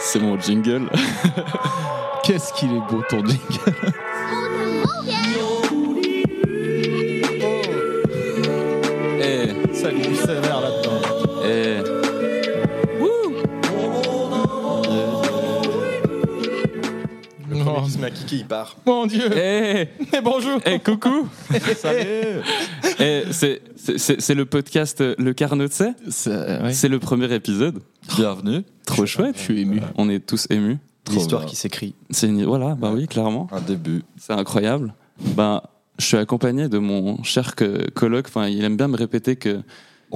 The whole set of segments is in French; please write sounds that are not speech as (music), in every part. C'est mon jingle. Qu'est-ce qu'il est beau ton jingle Eh, Ça glisse sévère là-dedans. eh. Le premier qui se met à kicker, il part. Mon dieu Eh, Mais bonjour eh, (laughs) coucou. Salut Eh, c'est- c'est c'est- c'est le podcast euh, Le Carnot de C'est C'est le premier épisode. Bienvenue. Trop chouette. Euh, Je suis ému. On est tous émus. Trop L'histoire bien. qui s'écrit. C'est une... Voilà, bah oui, clairement. Un début. C'est incroyable. Ben, je suis accompagné de mon cher que- coloc. Enfin, il aime bien me répéter que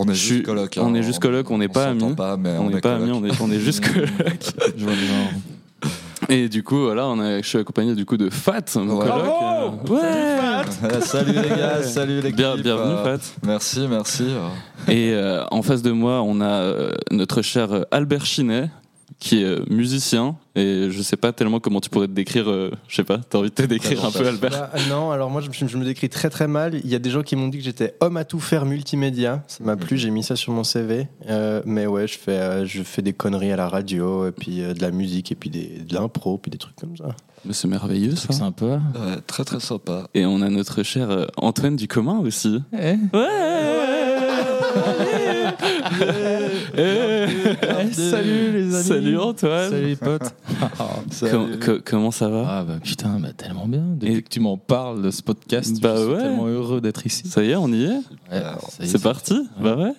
On Je est suis- juste coloc. hein. on est juste coloc, on n'est pas s'entend amis. pas, mais on n'est pas amis, on est, on est juste coloc. (laughs) Je vois le genre. Et du coup, voilà, on a- je suis accompagné du coup de Fat, mon Ouais. coloc. euh, Bravo ouais. amis. (laughs) salut les gars, salut (laughs) l'équipe. Bien- bienvenue, Euh, Fat. Merci, merci. Euh, Et euh, en face de moi, on a euh, notre cher euh, Albert Chinet, qui est euh, musicien. Et je sais pas tellement comment tu pourrais te décrire. euh, je sais pas, t'as envie de te décrire un peu, Albert Bah, non, alors moi je, me- je me décris très très mal. Il y a des gens qui m'ont dit que j'étais homme à tout faire multimédia. Ça m'a plu, j'ai mis ça sur mon CV. Euh, mais ouais, je fais, euh, je fais des conneries à la radio, et puis euh, de la musique, et puis des, de l'impro, puis des trucs comme ça. Mais c'est merveilleux, C'est ça. sympa. ouais, très très sympa. Et on a notre cher euh, Antoine Ducommun aussi. Eh, Ouais eh, (laughs) salut les amis Salut Antoine Salut les potes Salut. Com- co- Comment ça va Ah bah putain, bah tellement bien. Depuis Et- que tu m'en parles de ce podcast, Bah je suis ouais. tellement heureux d'être ici. Ça y est, on y est Ouais, Alors, ça y est, C'est parti Bah ouais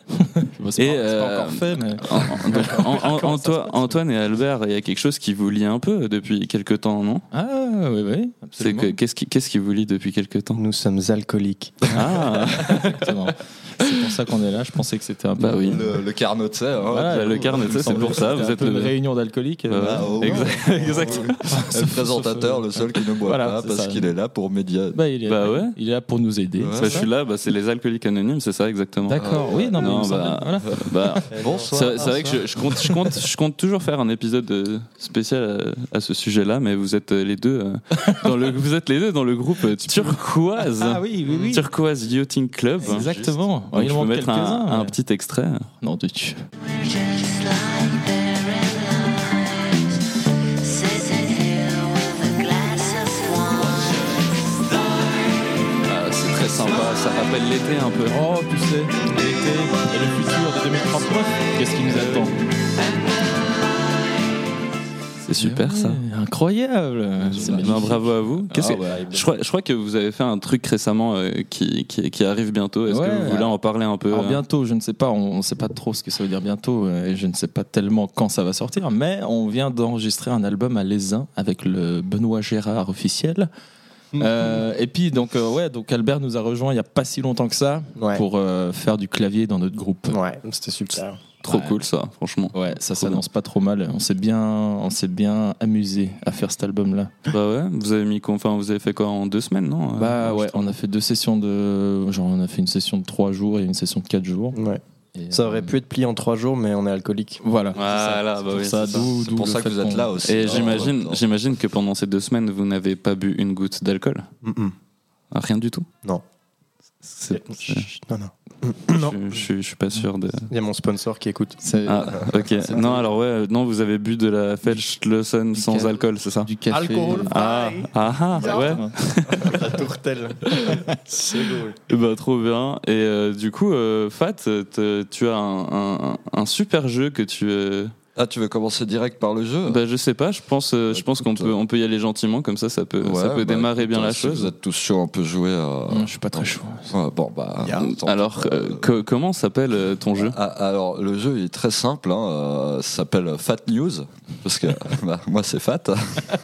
Bon, c'est Et, pas, c'est pas euh, encore fait, mais... En- en- donc, en- en- Antoine, Antoine et Albert, il y a quelque chose qui vous lie un peu depuis quelques temps, non Ah oui, oui, C'est absolument. que qu'est-ce qui, qu'est-ce qui vous lie depuis quelques temps Ah, Nous sommes alcooliques. Ah (laughs) Exactement. C'est pour ça qu'on est là, je pensais que c'était un peu... Bah oui. Le, le carnot, tu sais. hein. Voilà, bah, le carnet, Il me c'est semblait pour que ça, c'était vous un êtes peu une le- réunion d'alcooliques. euh, Bah, (laughs) Bah, au moins. exact- (laughs) Exactement. (laughs) Le présentateur, le seul qui ne boit Voilà, pas c'est parce ça. qu'il est là pour médias. Bah, il est, Bah ouais. il est là pour nous aider. Ouais. Bah, je suis là, bah, c'est les alcooliques anonymes, c'est ça exactement. D'accord, oui, non, mais il Non, me semblait- bah, voilà. (laughs) Bah, c'est Eh, Bonsoir. c'est vrai que je, je compte, je, compte, je compte toujours faire un épisode euh, spécial à, à ce sujet-là, mais vous êtes euh, les deux euh, dans le, vous êtes les deux dans le groupe euh, Turquoise, Ah oui, oui, oui. Turquoise Yachting Club. Exactement. Donc, il bah, je en peux manque mettre un, quelques-uns, un mais- petit extrait. Non, de Dieu. Just like their eyes, sitting here with a glass of wine. Ah, c'est très sympa, ça rappelle l'été un peu. Oh, tu sais, l'été et le futur de 2039, qu'est-ce qui nous attend C'est super ça. Ouais, Incroyable C'est magnifique. Non, bravo à vous. Qu'est-ce Ah que- ouais, je, crois, je crois que vous avez fait un truc récemment euh, qui, qui, qui arrive bientôt. Est-ce Ouais. que vous voulez en parler un peu Alors hein bientôt, je ne sais pas, on ne sait pas trop ce que ça veut dire bientôt, euh, et je ne sais pas tellement quand ça va sortir, mais on vient d'enregistrer un album à Lézin avec le Benoît Gérard officiel. Euh, et puis donc euh, ouais donc Albert nous a rejoint il y a pas si longtemps que ça Ouais. pour euh, faire du clavier dans notre groupe. Ouais, c'était super. Trop Ouais. cool ça, franchement. Ouais, ça Trop s'annonce pas trop mal. On s'est bien on s'est bien amusé à faire cet album là. Bah ouais, vous avez mis, quoi- enfin vous avez fait quoi en deux semaines, non Bah Euh, ouais, on a fait deux sessions de genre on a fait une session de trois jours et une session de quatre jours. Ouais. Et, Ça euh, aurait pu être plié en trois jours, mais on est alcoolique. Voilà. Voilà, bah oui, ça, c'est d'où- C'est d'où pour le ça que fait vous êtes qu'on- là aussi. Et hein, en même j'imagine, temps. j'imagine que pendant ces deux semaines, vous n'avez pas bu une goutte d'alcool, Ah, rien du tout. Non. C'est- c'est- Chut, Non, non. Non. Je, je, suis- je suis pas sûr de. Il y a mon sponsor qui écoute. C'est Ah, ok. Non, alors ouais, euh, non, vous avez bu de la Felsch Lawson sans Nickel. alcool, c'est ça du café. Ah, ah, ah, ouais. La tourtelle. (laughs) C'est cool. Eh ben, trop bien. Et euh, du coup, euh, Fat, te- tu as un, un- un super jeu que tu. euh, Ah, tu veux commencer direct par le jeu Bah, je sais pas. Je pense, euh, je Bah, pense qu'on écoute, peut, on peut y aller gentiment comme ça. Ça peut, Ouais, ça peut bah, démarrer bien putain, la si chose. Mm. Vous êtes tous chauds, on peut jouer à. Ah, Non, je suis pas très chaud. Ouais, bon, bah. Yeah. on tente. Alors, euh, co- comment s'appelle euh, ton jeu Ah, alors, le jeu il est très simple, hein, euh, ça s'appelle Fat News, parce que bah, moi c'est Fat. (laughs)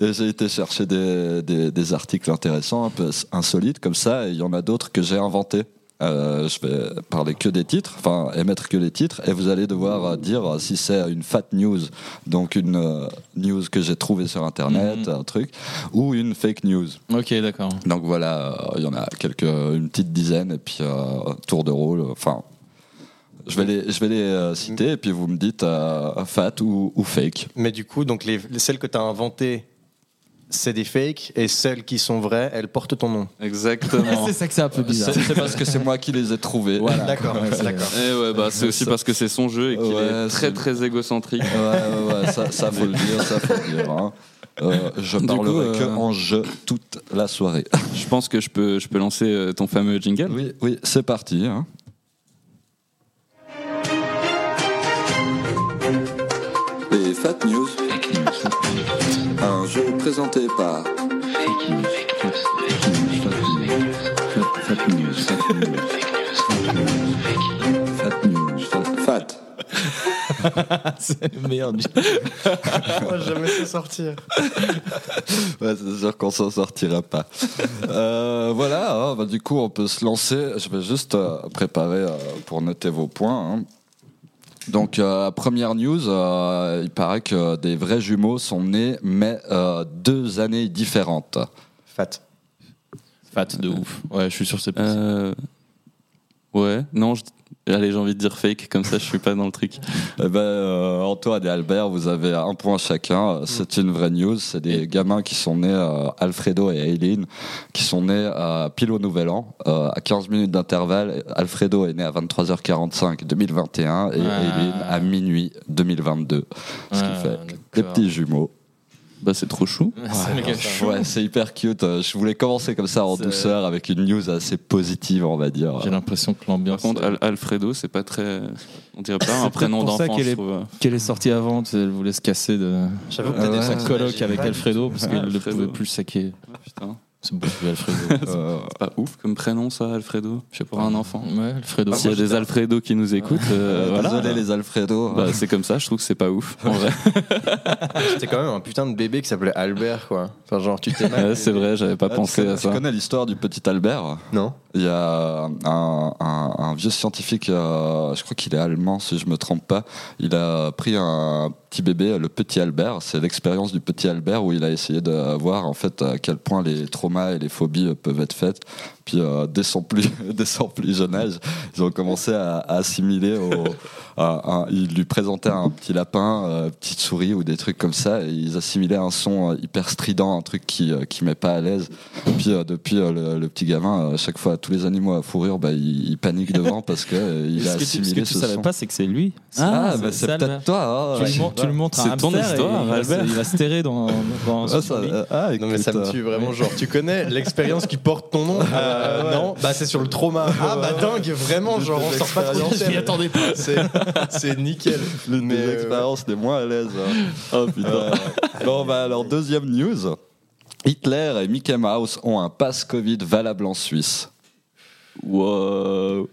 et j'ai été chercher des, des- des articles intéressants, un peu insolites comme ça, et il y en a d'autres que j'ai inventés. Euh, je vais parler que des titres, enfin émettre que des titres, et vous allez devoir euh, dire euh, si c'est une fat news, donc une euh, news que j'ai trouvée sur internet, Mhm. un truc, ou une fake news. Ok, d'accord. Donc voilà, euh, il y en a quelques, une petite dizaine, et puis euh, tour de rôle. euh, Enfin, je vais les, je vais les euh, citer, et puis vous me dites euh, fat ou, ou fake. Mais du coup, donc les, les- celles que tu as inventées, c'est des fakes et celles qui sont vraies, elles portent ton nom. (laughs) Exactement. (laughs) C'est ça que c'est un peu bizarre. C'est c'est parce que c'est moi qui les ai trouvés. D'accord, d'accord. Et ouais, bah, (laughs) c'est aussi parce que c'est son jeu et qu'il Ouais, est très c'est- très égocentrique. Ouais, ouais, ouais, ça, ça faut le dire, ça faut le dire. hein. Euh, je Du parlerai coup, que euh, en jeu toute la soirée. (laughs) Je pense que je peux, je peux lancer euh, ton fameux jingle. Oui, oui, c'est parti. hein. Les Fat News. Un jeu présenté par. Fat News. Fat. C'est le meilleur. du- jamais se sortir. Ouais, c'est sûr qu'on s'en sortira pas. Euh, voilà, hein, bah, du coup, on peut se lancer. Je vais juste euh, préparer euh, pour noter vos points. hein. Donc, euh, première news, euh, il paraît que des vrais jumeaux sont nés, mais euh, deux années différentes. Fat. Fat de ouf. Ouais, je suis sûr que c'est possible. Euh, Ouais, non, je- allez, j'ai envie de dire fake, comme ça je suis pas dans le truc. Eh ben, euh, Antoine et Albert, vous avez un point chacun. Mm. Euh, C'est une vraie news. C'est des gamins qui sont nés, euh, Alfredo et Eileen, qui sont nés à pile au Nouvel An, euh, à 15 minutes d'intervalle. Alfredo est né à 23h45 2021 et Ah. Eileen à minuit 2022. Ce qui Ah, fait des (laughs) d'accord. petits jumeaux. Bah, c'est trop chou. C'est méga chou. Ouais, c'est hyper cute. Euh, Je voulais commencer comme ça en C'est- douceur avec une news assez positive, on va dire. J'ai l'impression que Par l'ambiance. euh, contre, Al- Alfredo, c'est pas très. On (laughs) dirait pas un peut-être prénom pour ça d'enfant, qu'elle je est- trouve. qu'elle est sortie avant, tu sais, elle voulait se casser de J'avoue que Ah t'as ouais. des sa Ah, coloc avec Alfredo parce qu'elle ne Alfredo. pouvait plus le saquer. Ah, Putain, C'est (laughs) beaucoup Alfredo. Euh, c'est pas ouf comme prénom, ça, Alfredo. Je sais pas, pour un enfant. Ouais, Alfredo. S'il y a des Alfredo qui nous écoutent, euh, voilà. Désolé les Alfredo. Bah, c'est comme ça, je trouve que c'est pas ouf. En (laughs) vrai, C'était quand même un putain de bébé qui s'appelait Albert, quoi. Enfin, genre, tu t'es Ouais, c'est vrai, j'avais pas Ah, tu pensé connais- à Tu ça. connais l'histoire du petit Albert Non Il y a un, un- un vieux scientifique, euh, je crois qu'il est allemand si je me trompe pas. Il a pris un petit bébé, le petit Albert. C'est l'expérience du petit Albert où il a essayé de voir en fait à quel point les traumas et les phobies euh, peuvent être faites. Puis euh, dès son plus (laughs) dès son plus jeune âge, ils ont commencé à, à assimiler. Au, à- à- ils lui présentaient un petit lapin, euh, petite souris ou des trucs comme ça. Et ils assimilaient un son euh, hyper strident, un truc qui euh, qui met pas à l'aise. Puis euh, depuis euh, le, le petit gamin, à chaque fois tous les animaux à fourrure, bah, il, il panique devant parce que euh, il a ce que tu, ce que assimilé tu ce, savais son. pas, c'est que c'est lui. Ah, C'est- bah, c'est c'est Albert. peut-être toi. hein, Tu, ouais. le, mon- tu le montres à C'est ton Hamster et histoire, il va se- Albert. Il va se terrer dans, dans Ah, son ça, lit. euh, ah, Non, mais ça me écoute, tue vraiment. Genre, tu connais l'expérience qui porte ton (laughs) nom Euh, Non Bah, c'est sur le trauma. Ah, bah dingue, vraiment, genre, on sort pas trop Je m'y attendais pas. (laughs) C'est nickel. euh, L'une Mais, des euh, expériences les moins à l'aise. oh putain. bon, bah alors, deuxième news. Hitler et Mickey Mouse ont un pass Covid valable en Suisse. Wow.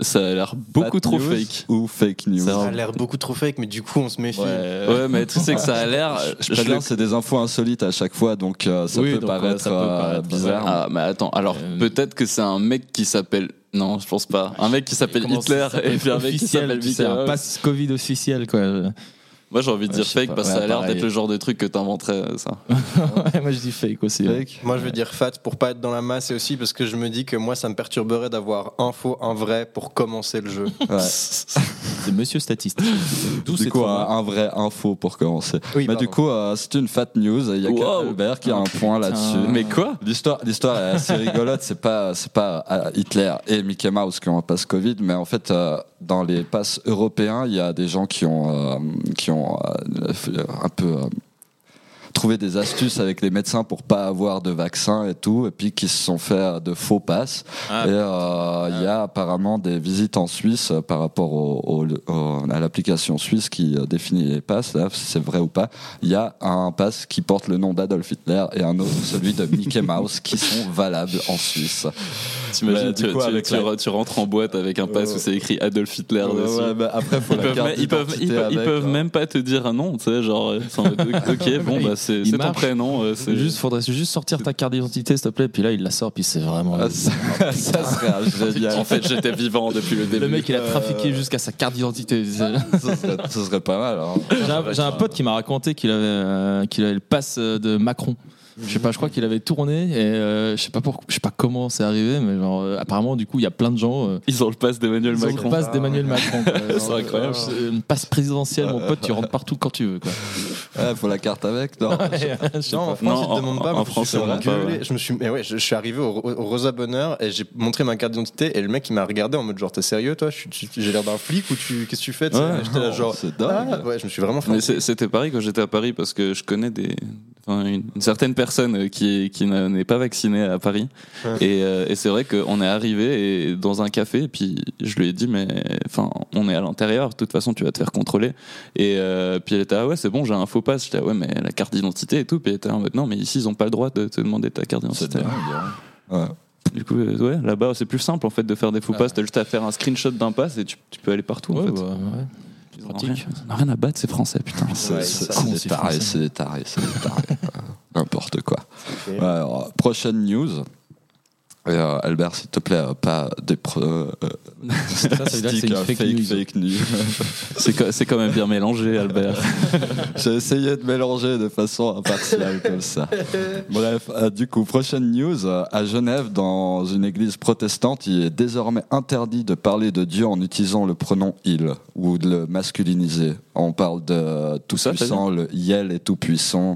Ça a l'air beaucoup Bad trop news fake. Ou fake news. Ça a l'air beaucoup trop fake, mais du coup, on se méfie. Ouais. Euh, Ouais, mais tu sais que ça a (laughs) l'air. Je préviens, c'est des infos insolites à chaque fois, donc euh, ça, Oui, peut donc, ouais, paraître, ça peut euh, paraître, bizarre. Ah, mais attends, alors Euh, peut-être que c'est un mec qui s'appelle. Non, je pense pas. Un mec qui s'appelle Comment ça Hitler s'appelle et puis un mec qui Officiel, s'appelle tu sais, Mickey Un Mouse. pass Covid officiel, quoi. Moi j'ai envie de Ouais, dire je sais fake pas. parce que ça Ouais, a l'air pareil. d'être le genre de truc que t'inventerais euh, ça. Ouais, moi, je dis fake aussi. hein. ouais. Fake Moi, je veux dire fat pour pas être dans la masse et aussi parce que je me dis que moi, ça me perturberait d'avoir un faux, un vrai pour commencer le jeu. Ouais. C'est monsieur statistique. D'où Du c'est coup, trop un un vrai info pour (laughs) commencer. Oui, Bah, Mais pardon. du coup, euh, c'est une fat news. Il y a Wow. Karl Albert qui a un point Bah, là-dessus. putain. Mais quoi L'histoire, l'histoire est assez rigolote. C'est pas, c'est pas euh, Hitler et Mickey Mouse qui ont un pass Covid, mais en fait, euh, dans les passes européens, il y a des gens qui ont, euh, qui ont euh, fait un peu euh, trouvé des astuces avec les médecins pour pas avoir de vaccin et tout, et puis qui se sont fait euh, de faux passes. Ah, et euh, il y a apparemment des visites en Suisse euh, par rapport au- au- au- à l'application suisse qui euh, définit les passes. Là, si c'est vrai ou pas. Il y a un pass qui porte le nom d'Adolf Hitler et un autre celui de Mickey Mouse qui sont valables en Suisse. T'imagines, Bah, tu, du coup, tu- avec tu la- re- tu rentres en boîte avec un pass où c'est écrit Adolf Hitler dessus. bah, après, faut Ils peuvent, même- ils peuvent, ils peuvent- ils hein. peuvent même pas te dire un nom, tu sais, genre, euh, (laughs) c'est en mode, ok, bon, bah, c'est euh. Ils c'est ton marchent. prénom, euh, c'est Juste, faudrait juste sortir ta carte d'identité, s'il te plaît. Puis là, il la sort, puis c'est vraiment. ça, ça Ah, serait génial. En fait, j'étais vivant depuis le début. Le mec, il a trafiqué euh, jusqu'à sa (laughs) carte (laughs) d'identité. ce, serait, ce serait pas mal. hein. J'ai un, j'ai un pote qui m'a raconté qu'il avait, euh, qu'il avait le pass euh, de Macron. Je sais pas, je crois qu'il avait tourné et euh, je sais pas pour, je sais pas comment c'est arrivé, mais genre euh, apparemment du coup il y a plein de gens. euh, Ils ont le pass d'Emmanuel ils ont Macron. le Ah, (laughs) pass d'Emmanuel Macron. quoi. Genre, incroyable. (laughs) euh, Une passe présidentielle, mon pote, tu rentres partout quand tu veux. Quoi. Ouais, faut la carte avec, non Je (laughs) sais Non, en France, pas. Non, ils te en- demandent pas. en mais je me France, suis on fait demande pas, engueuler. ouais. Je me suis, mais ouais, je, je suis arrivé au, au- au Rosa Bonheur et j'ai montré ma carte d'identité et le mec il m'a regardé en mode genre t'es sérieux toi Je suis- tu- J'ai l'air d'un flic ou tu qu'est-ce que tu fais tu sais Ouais, Oh, J'étais là genre c'est dingue. ah, ouais, je me suis vraiment fait. Mais c'est- c'était pareil quand j'étais à Paris parce que je connais des, enfin, une, une certaine personne euh, qui, est- qui n'a- n'est pas vaccinée à Paris. Ouais. Et, euh, et c'est vrai qu'on est arrivé et, dans un café et puis je lui ai dit mais enfin on est à l'intérieur, de toute façon tu vas te faire contrôler. Et euh, puis elle était ah ouais c'est bon j'ai un faux pass. J'étais ah ouais mais la carte d'identité et tout. Puis elle était en mode non mais ici ils ont pas le droit de te demander ta carte C'est d'identité. dingue. hein. Ouais. Du coup euh, ouais là-bas c'est plus simple en fait de faire des faux Ah. passes. T'as juste à faire un screenshot d'un pass et tu, tu peux aller partout en Ouais, fait. bah, ouais. Ils en ont pratique. rien- ils en ont rien à battre ces Français putain. C'est Ouais, ça, c'est- c'est c'est des tarés, français. c'est des tarés, c'est des tarés. Ouais, (laughs) N'importe quoi. Ok. Ouais, alors, prochaine news. Et, euh, Albert, s'il te plaît, euh, pas des pro- euh, euh, Ah, Ça, ça veut dire que c'est une statistiques, fake, euh, news. fake news. C'est quand, c'est quand même bien mélangé, Albert. J'ai essayé de mélanger de façon impartiale comme ça. Bref, euh, du coup, prochaine news. euh, à Genève, dans une église protestante, il est désormais interdit de parler de Dieu en utilisant le pronom il ou de le masculiniser. On parle de euh, tout ça, puissant, le yel est tout puissant,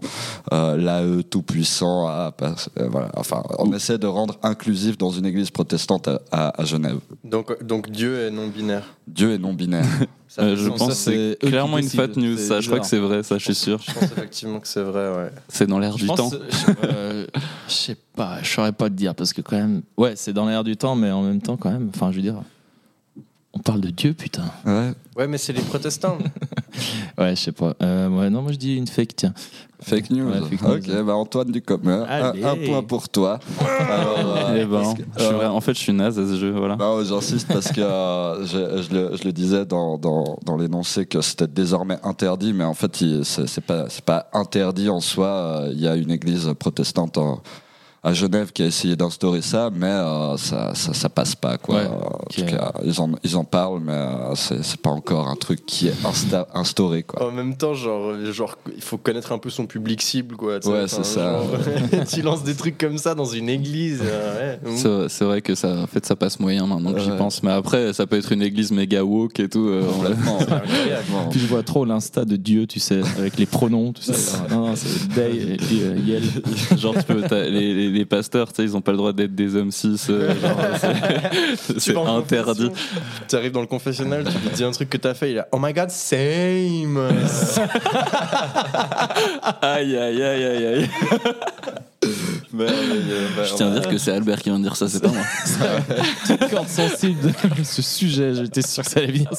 euh, la e tout puissant. ah, pas- euh, voilà. Enfin, on essaie de rendre inclusif dans une église protestante à, à- à Genève. Donc donc Dieu est non binaire. Dieu est non binaire. Ça Euh, fait je sens. pense ça, que c'est c'est eux clairement qui une décident. fat news. Ça, C'est je crois bizarre. que c'est vrai, ça, je suis sûr. Je pense effectivement que c'est vrai. Ouais. C'est dans l'air Je du pense, temps. je- euh, je sais pas, je saurais pas te dire parce que quand même, ouais, c'est dans l'air du temps, mais en même temps quand même, enfin, je veux dire, on parle de Dieu, putain. Ouais. Ouais, mais c'est les protestants. Ouais, je sais pas. Euh, ouais, non, moi je dis une fake, tiens. Fake news. Ouais, fake ok, news. bah Antoine Ducom, hein, un, Allez. un point pour toi. Alors, euh, Eh ben, je suis euh, vrai- en fait, je suis naze à ce jeu. Voilà. non, j'insiste parce que euh, je, je le, je le disais dans, dans, dans l'énoncé que c'était désormais interdit, mais en fait, il- c'est c'est pas, c'est pas interdit en soi. euh, Il y a une église protestante en- à Genève qui a essayé d'instaurer ça, mais euh, ça, ça, ça passe pas. Quoi. Ouais, Euh, en ok. tout cas, ils en, ils en parlent, mais euh, c'est c'est pas encore un truc qui est insta- instauré. Quoi. En même temps, genre, euh, genre, il faut connaître un peu son public cible, quoi. tu sais, Ouais, enfin, c'est ça. genre, (laughs) tu lances des trucs comme ça dans une église. euh, ouais. C'est c'est vrai que ça, en fait, ça passe moyen maintenant que j'y Ouais. pense. Mais après, ça peut être une église méga woke et tout. euh, on l'a- (laughs) Complètement. Et Puis je vois trop l'insta de Dieu, tu sais, avec les pronoms, tout ça. (laughs) Non, non, c'est Day et puis euh, (laughs) Yel. (laughs) genre, tu peux, t'as- les, les- les pasteurs, tu sais, ils ont pas le droit d'être des hommes cis. euh, genre, c'est- Tu c'est vas en interdit. confession, Tu arrives dans le confessionnal, tu lui dis un truc que t'as fait, il a Oh my god, same Aïe, aïe, aïe, aïe, aïe. Je tiens à dire que c'est Albert qui vient de dire ça, c'est pas moi. Corde sensible de (laughs) ce sujet, j'étais sûr que ça allait venir.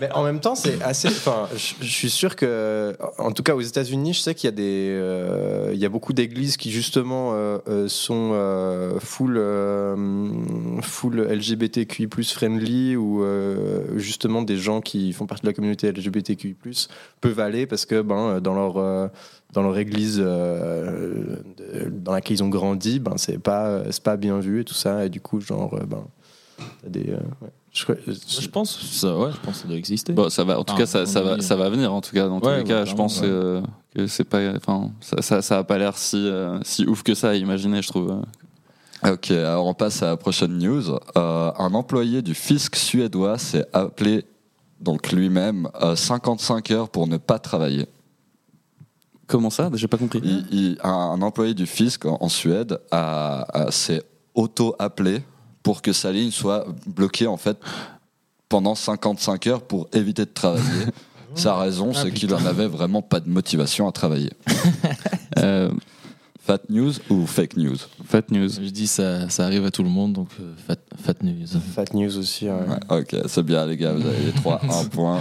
Mais en même temps, c'est assez. Enfin, je je suis sûr que, en tout cas, aux États-Unis, je sais qu'il y a des, euh, il y a beaucoup d'églises qui justement euh, euh, sont euh, full, euh, full LGBTQI+ friendly ou euh, justement des gens qui font partie de la communauté LGBTQI+ peuvent aller parce que ben euh, dans leur euh, dans leur église euh, de- dans laquelle ils ont grandi, ben c'est pas euh, c'est pas bien vu et tout ça et du coup genre euh, ben t'as des euh, ouais. Je crois- Je pense, ça, ouais, je pense que ça doit exister. Bon, ça va. En tout Ah, cas, ça, on ça a va, dit. ça va venir. En tout cas, dans tous Ouais, les cas, ouais, je pense clairement, euh, que c'est pas. Enfin, ça, ça, ça a pas l'air si, euh, si ouf que ça. à imaginer je trouve. Ok, alors on passe à la prochaine news. Euh, un employé du fisc suédois s'est appelé donc lui-même euh, 55 heures pour ne pas travailler. Comment ça J'ai pas compris. Il- il- un, un employé du fisc en, en Suède a- a- s'est auto-appelé pour que sa ligne soit bloquée en fait pendant 55 heures pour éviter de (laughs) travailler. sa raison, Ah, c'est qu'il putain. en avait vraiment pas de motivation à travailler. Euh, Fat news ou fake news fat news. Je dis, ça, ça arrive à tout le monde, donc euh, fat, fat news. Fat news aussi. hein. ouais. Ouais, ok, c'est bien les gars, vous avez les trois, (laughs) un point.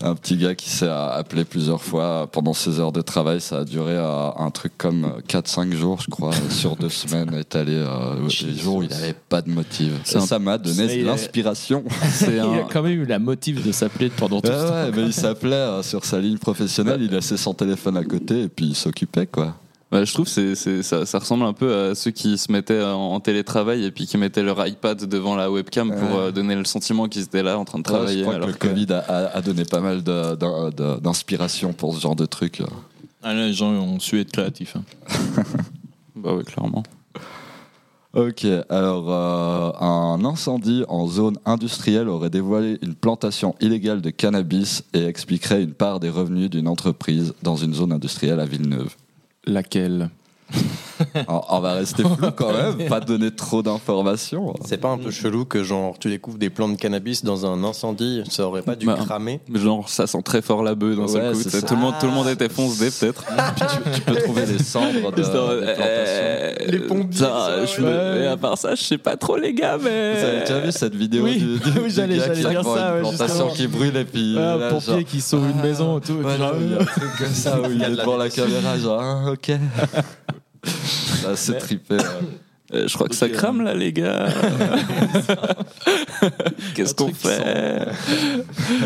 Un petit gars qui s'est euh, appelé plusieurs fois pendant ses heures de travail, ça a duré euh, un truc comme euh, 4-5 jours, je (laughs) crois, sur deux semaines étalées. euh, les jours où il n'avait pas de motif. Et C'est un- ça m'a donné Ça, de il a- l'inspiration. (laughs) C'est Il a un. quand même eu la motive de s'appeler pendant tout Ouais, ce temps. ouais, mais il s'appelait euh, sur sa ligne professionnelle, il laissait son téléphone à côté et puis il s'occupait, quoi. bah, je trouve que c'est, c'est- ça, ça ressemble un peu à ceux qui se mettaient en, en télétravail et puis qui mettaient leur iPad devant la webcam Ouais. pour euh, donner le sentiment qu'ils étaient là en train de Ouais, travailler. je crois que alors le que- Covid a, a- a donné pas mal de- de- de- d'inspiration pour ce genre de truc. euh. Ah, là, les gens ont su être créatifs. hein. Bah ouais, clairement. Euh, Ok, alors euh, un incendie en zone industrielle aurait dévoilé une plantation illégale de cannabis et expliquerait une part des revenus d'une entreprise dans une zone industrielle à (laughs) Villeneuve. Laquelle Alors, on va rester flou quand même, pas donner trop d'informations. C'est pas un peu chelou que genre tu découvres des plants de cannabis dans un incendie, ça aurait pas dû Bah. cramer Genre, ça sent très fort la bœuf d'un seul Ouais, coup. c'est t'sais, ça. Ah, Tout le, monde, tout le monde était foncé, peut-être. Tu peux trouver des cendres de, Juste en mode, des plantations. euh, Les pompiers, putain, ça, je ouais. me- mais à part ça, je sais pas trop, les gars, mais. Vous avez déjà vu cette vidéo Oui, du, du- (laughs) oui, du j'allais- gars qui j'allais dire voit ça, une ouais, plantation justement. qui brûle et puis là, pompier genre, Ah, qui sauve une maison et tout. et Ouais, puis non, genre, il y a un truc comme ça (laughs) où il est devant la caméra, genre, ah, (laughs) ok. Ça, c'est trippé. ouais. Euh, je crois que ça crame, là, les (laughs) gars. Qu'est-ce Un qu'on truc fait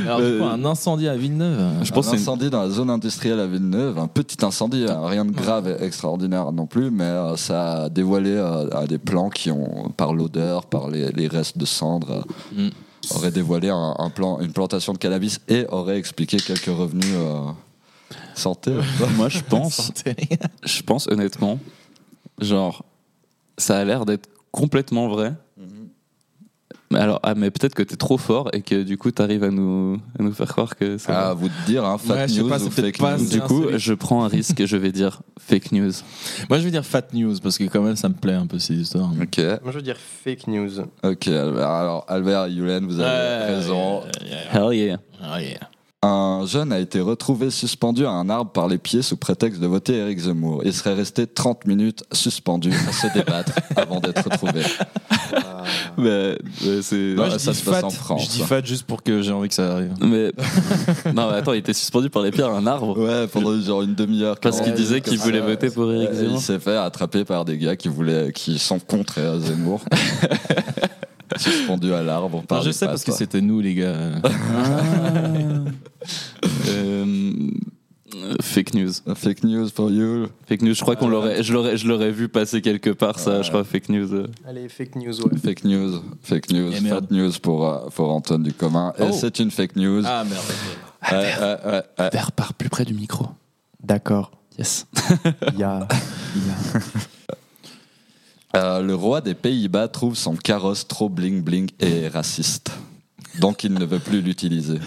Alors, du coup, un incendie à Villeneuve. euh, Je pense un que c'est une- incendie dans la zone industrielle à Villeneuve, un petit incendie, hein, rien de grave et extraordinaire non plus, mais euh, ça a dévoilé euh, à des plans qui ont, par l'odeur, par les, les restes de cendres, euh, Mm. auraient dévoilé un, un plan, une plantation de cannabis et auraient expliqué quelques revenus euh, santé. (laughs) Moi, je pense Je pense honnêtement, genre, ça a l'air d'être complètement vrai. Mhm. Mais alors, ah, mais peut-être que t'es trop fort et que du coup t'arrives à nous, à nous faire croire que c'est À Ah, vrai. vous de dire, hein, fake Ouais, je sais news pas, c'est ou peut-être fake bah, pas news. assez- Du coup, insolite. je prends un risque et je vais dire fake news. Moi, je vais dire fat news parce que quand même, ça me plaît un peu ces histoires. Ok, Moi je veux dire fake news. ok. Albert. Alors, Albert, Yulen, vous avez raison. Hell yeah. Ah, Un jeune a été retrouvé suspendu à un arbre par les pieds sous prétexte de voter Eric Zemmour. Il serait resté 30 minutes suspendu à se (laughs) débattre avant d'être retrouvé. Mais, mais c'est. Ouais. Moi, je ça dis se passe fat. en France. Je dis fat juste pour que j'ai envie que ça arrive. mais- (laughs) non, mais attends, il était suspendu par les pierres à un arbre Ouais, pendant genre une demi-heure. parce quand- qu'il Ouais, disait comme qu'il ça, voulait ouais. voter pour Eric Il Zemmour. s'est fait attraper par des gars qui, voulaient, qui sont contre Eric (laughs) Zemmour. suspendu à l'arbre. par je les sais pattes, parce que quoi. c'était nous, les gars. (laughs) Euh, euh, fake news. Fake news for you. Fake news. Je Ah, crois qu'on l'aurait, je l'aurais, je l'aurais vu passer quelque part. Ça, je crois fake news. euh. Allez, fake news, ouais. Fake news. Fake news. Et Fat Eh, merde. news pour, euh, pour Antoine Ducommun. Et Oh. c'est une fake news. ah merde. Ouais, ouais, ouais, ouais. Vers par plus près du micro. D'accord. Yes. Il y a. Euh, le roi des Pays-Bas trouve son carrosse trop bling bling et raciste. Donc il ne veut plus l'utiliser.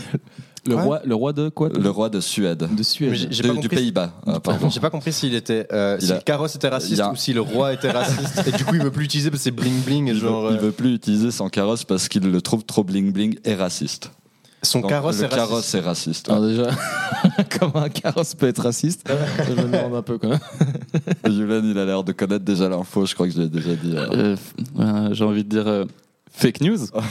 Le Ouais. roi, le roi de quoi Le roi de Suède. De Mais j'ai- Suède. j'ai De- pas du compris. Pays-Bas, euh, pardon. J'ai pas compris s'il était. euh, Il si a- le carrosse était raciste il a- ou si le roi était raciste. (laughs) et du coup, il veut plus l'utiliser parce que c'est bling bling. Et Il veut, genre, il euh, veut plus utiliser son carrosse parce qu'il le trouve trop bling bling et raciste. euh, son Donc, carrosse est le raciste. carrosse est raciste. Alors déjà, (laughs) comment un carrosse peut être raciste Je me demande un peu quand même. ouais. Ah, Yulen, il a l'air de connaître déjà l'info, je crois que je l'ai déjà dit. euh. Euh, f- euh, j'ai envie de dire euh, fake news. Ah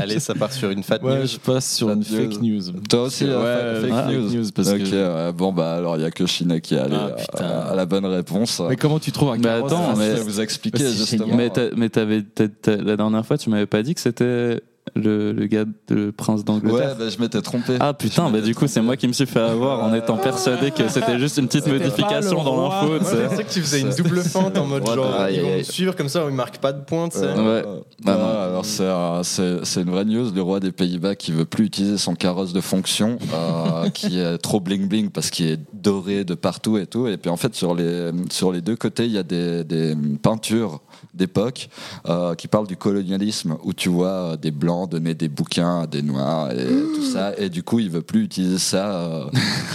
Allez, ça part sur une fat Ouais, news. je passe sur Fat une news. fake news. Toi aussi, Ouais, euh, fa- fake, ouais, fake news. news, parce ok, que- ouais, bon, bah alors il n'y a que Chine qui est allé Ah, euh, putain. à la bonne réponse. Mais comment tu trouves un Mais carrosse Ah, attends, je mais- vais vous expliquer C'est justement. génial. Mais, t'a- mais t'avais, t'a- t'a- la dernière fois, tu m'avais pas dit que c'était le, le gars, de- le prince d'Angleterre. Ouais, bah, je m'étais trompé. Ah putain, Je bah m'étais du coup, c'est trompé. moi qui me suis fait avoir en étant persuadé que c'était juste une petite C'était modification pas le dans roi. l'info. tu Moi, sais. je pensais que tu faisais une (laughs) double fente en mode Ouais, genre, aïe, ils vont aïe, me aïe. suivre comme ça, ils marquent pas de pointe. tu sais. Ouais. Bah non, alors c'est, euh, c'est, c'est une vraie news. Le roi des Pays-Bas qui veut plus utiliser son carrosse de fonction, euh, qui est trop bling bling parce qu'il est doré de partout et tout. Et puis en fait, sur les, sur les deux côtés, il y a des, des peintures d'époque euh, qui parlent du colonialisme où tu vois euh, des blancs donner des bouquins à des noirs et tout ça. Et du coup, il veut plus utiliser ça. euh,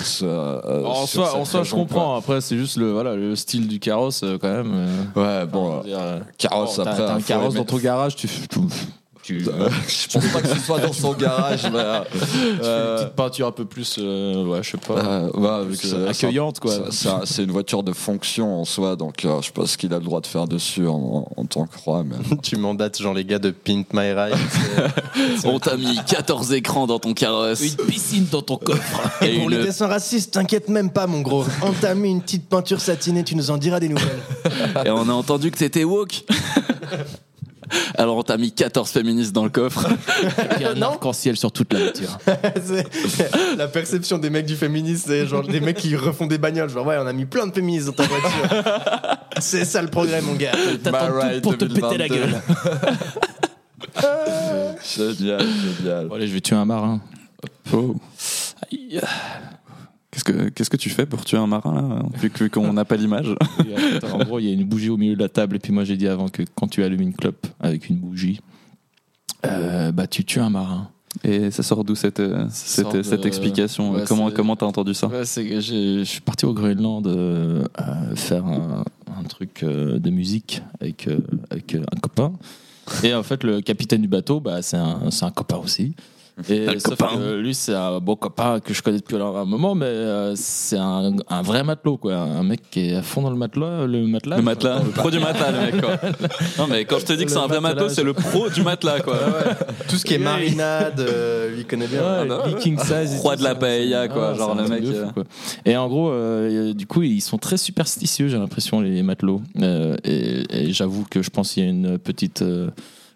ce- euh, En sur soi, cette en soi je raison, quoi. comprends. Après, c'est juste le, voilà, le style du carrosse euh, quand même. euh, Ouais, je bon, veux dire, euh, carrosse bon, t'as- après. hein, T'as un faut carrosse aimer- dans ton garage, tu fais Euh, je pense pas que ce soit dans son (laughs) garage, mais. euh, une euh, petite peinture un peu plus, euh, ouais, je sais pas, euh, ouais, vu que plus, c'est- euh, accueillante quoi. ça- ça- C'est une voiture de fonction en soi, donc euh, je pense qu'il a le droit de faire dessus en, en tant que roi. Mais... (laughs) Tu mandates genre les gars de Pint My (laughs) Ride. On t'a mis 14 écrans dans ton carrosse. piscine dans ton coffre. Et Pour les une- dessins racistes, t'inquiète même pas, mon (laughs) gros. On t'a mis une petite peinture satinée, tu nous en diras des nouvelles. et on a entendu que t'étais (laughs) woke. Alors on t'a mis 14 féministes dans le coffre. Il y a un arc-en-ciel sur toute la voiture. C'est- la perception des mecs du féminisme, c'est genre des mecs qui refont des bagnoles. Genre, ouais, on a mis plein de féministes dans ta (laughs) voiture. c'est ça le progrès, mon gars. My tout Ride pour te péter la 2022. gueule. génial, génial. Bon, allez, je vais tuer un marin. Oh. Qu'est-ce que qu'est-ce que tu fais pour tuer un marin là vu que- vu qu'on n'a pas l'image Et, euh, attends, en gros, il y a une bougie au milieu de la table. Et puis moi, j'ai dit avant que quand tu allumes une clope avec une bougie, euh, bah tu tues un marin. (laughs) Et ça sort d'où cette euh, Ça cette, sort de- cette explication ouais, Comment c'est- comment t'as entendu ça Ouais, c'est que j'ai- je suis parti au Groenland euh, euh, faire un, un truc euh, de musique avec, euh, avec euh, un copain. Et en fait, le capitaine du bateau, bah, c'est un, c'est un copain aussi. Et Ah, le sauf copain. que lui, c'est un bon copain que je connais depuis alors un moment, mais euh, c'est un, un vrai matelot, quoi. Un mec qui est à fond dans le matelas. Le matelas. Le matelas, le pro du matelas, le mec quoi. (laughs) Non mais quand je te dis que Le c'est un vrai matelas, matos, c'est le pro du matelas (laughs) quoi. Tout ce qui est Ouais. marinade, euh, lui il connaît bien. Ouais, Ah bah ouais. Viking size et Roi tout, de la c'est- paella, c'est- quoi, ah, genre c'est un le truc mec, de euh. quoi. Et en gros, euh, du coup, ils sont très superstitieux, j'ai l'impression, les matelots. Euh, et et j'avoue que je pense qu'il y a une petite. euh,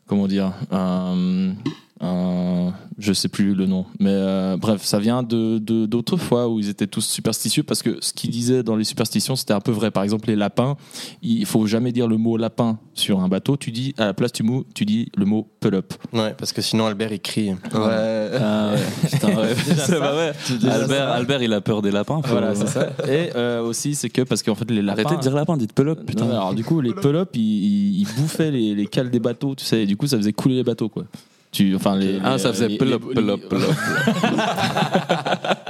comment dire un, un- Je sais plus le nom. Mais euh, bref, ça vient d'autrefois de, d'autrefois où ils étaient tous superstitieux parce que ce qu'ils disaient dans les superstitions, c'était un peu vrai. Par exemple, les lapins, il faut jamais dire le mot lapin sur un bateau. Tu dis, à la place du mot, tu dis le mot pull-up. Ouais, parce que sinon Albert il crie. Ouais. Ah ouais, (laughs) putain, ouais. Déjà C'est ça. pas vrai. Albert, Albert, il a peur des lapins. faut- Voilà, c'est ça. Et euh, aussi, c'est que parce qu'en fait, les lapins. Arrêtez de dire lapin, dites pelop, putain. Non, alors du coup, les pull-up, ils, ils- ils bouffaient les, les cales des bateaux, tu sais, et du coup, ça faisait couler les bateaux, quoi. Tu, enfin, les, Ah, les- ça faisait les- pull-up, les- pull-up, les- (laughs) pull-up.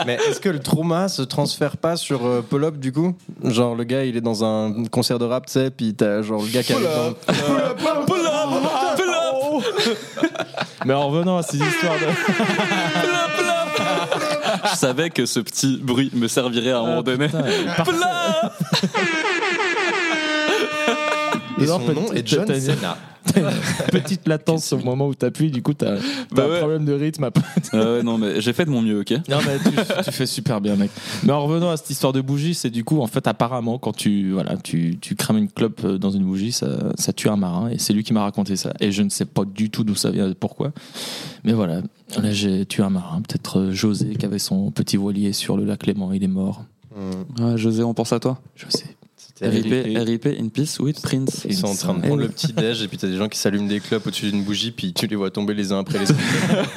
Mais est-ce que le trauma se transfère pas sur euh, Paul Hop, du coup Genre le gars il est dans un concert de rap, tu sais, puis t'as genre le gars qui arrive dans- Mais en revenant à ces histoires de. Je savais que ce petit bruit me servirait Ah, à un moment donné. Pull-up Et Alors, son nom peut-être- est John t'as une- Cena. (laughs) Petite latence au moment où t'appuies, du coup, t'as as Bah un ouais. problème de rythme après. Ah ouais, non, mais j'ai fait de mon mieux, ok Non, mais tu, tu fais super bien, mec. Mais en revenant à cette histoire de bougie, c'est du coup, en fait, apparemment, quand tu, voilà, tu, tu crames une clope euh, dans une bougie, ça, ça tue un marin. Et c'est lui qui m'a raconté ça. Et je ne sais pas du tout d'où ça vient, pourquoi. Mais voilà, là, j'ai tué un marin. Peut-être euh, José, qui avait son petit voilier sur le lac Léman, il est mort. Ah, José, on pense à toi. José. RIP, RIP. RIP in peace with Prince. Ils sont en train de prendre le petit déj et puis t'as des gens qui s'allument des clopes au-dessus d'une bougie puis tu les vois tomber les uns après les (laughs) autres.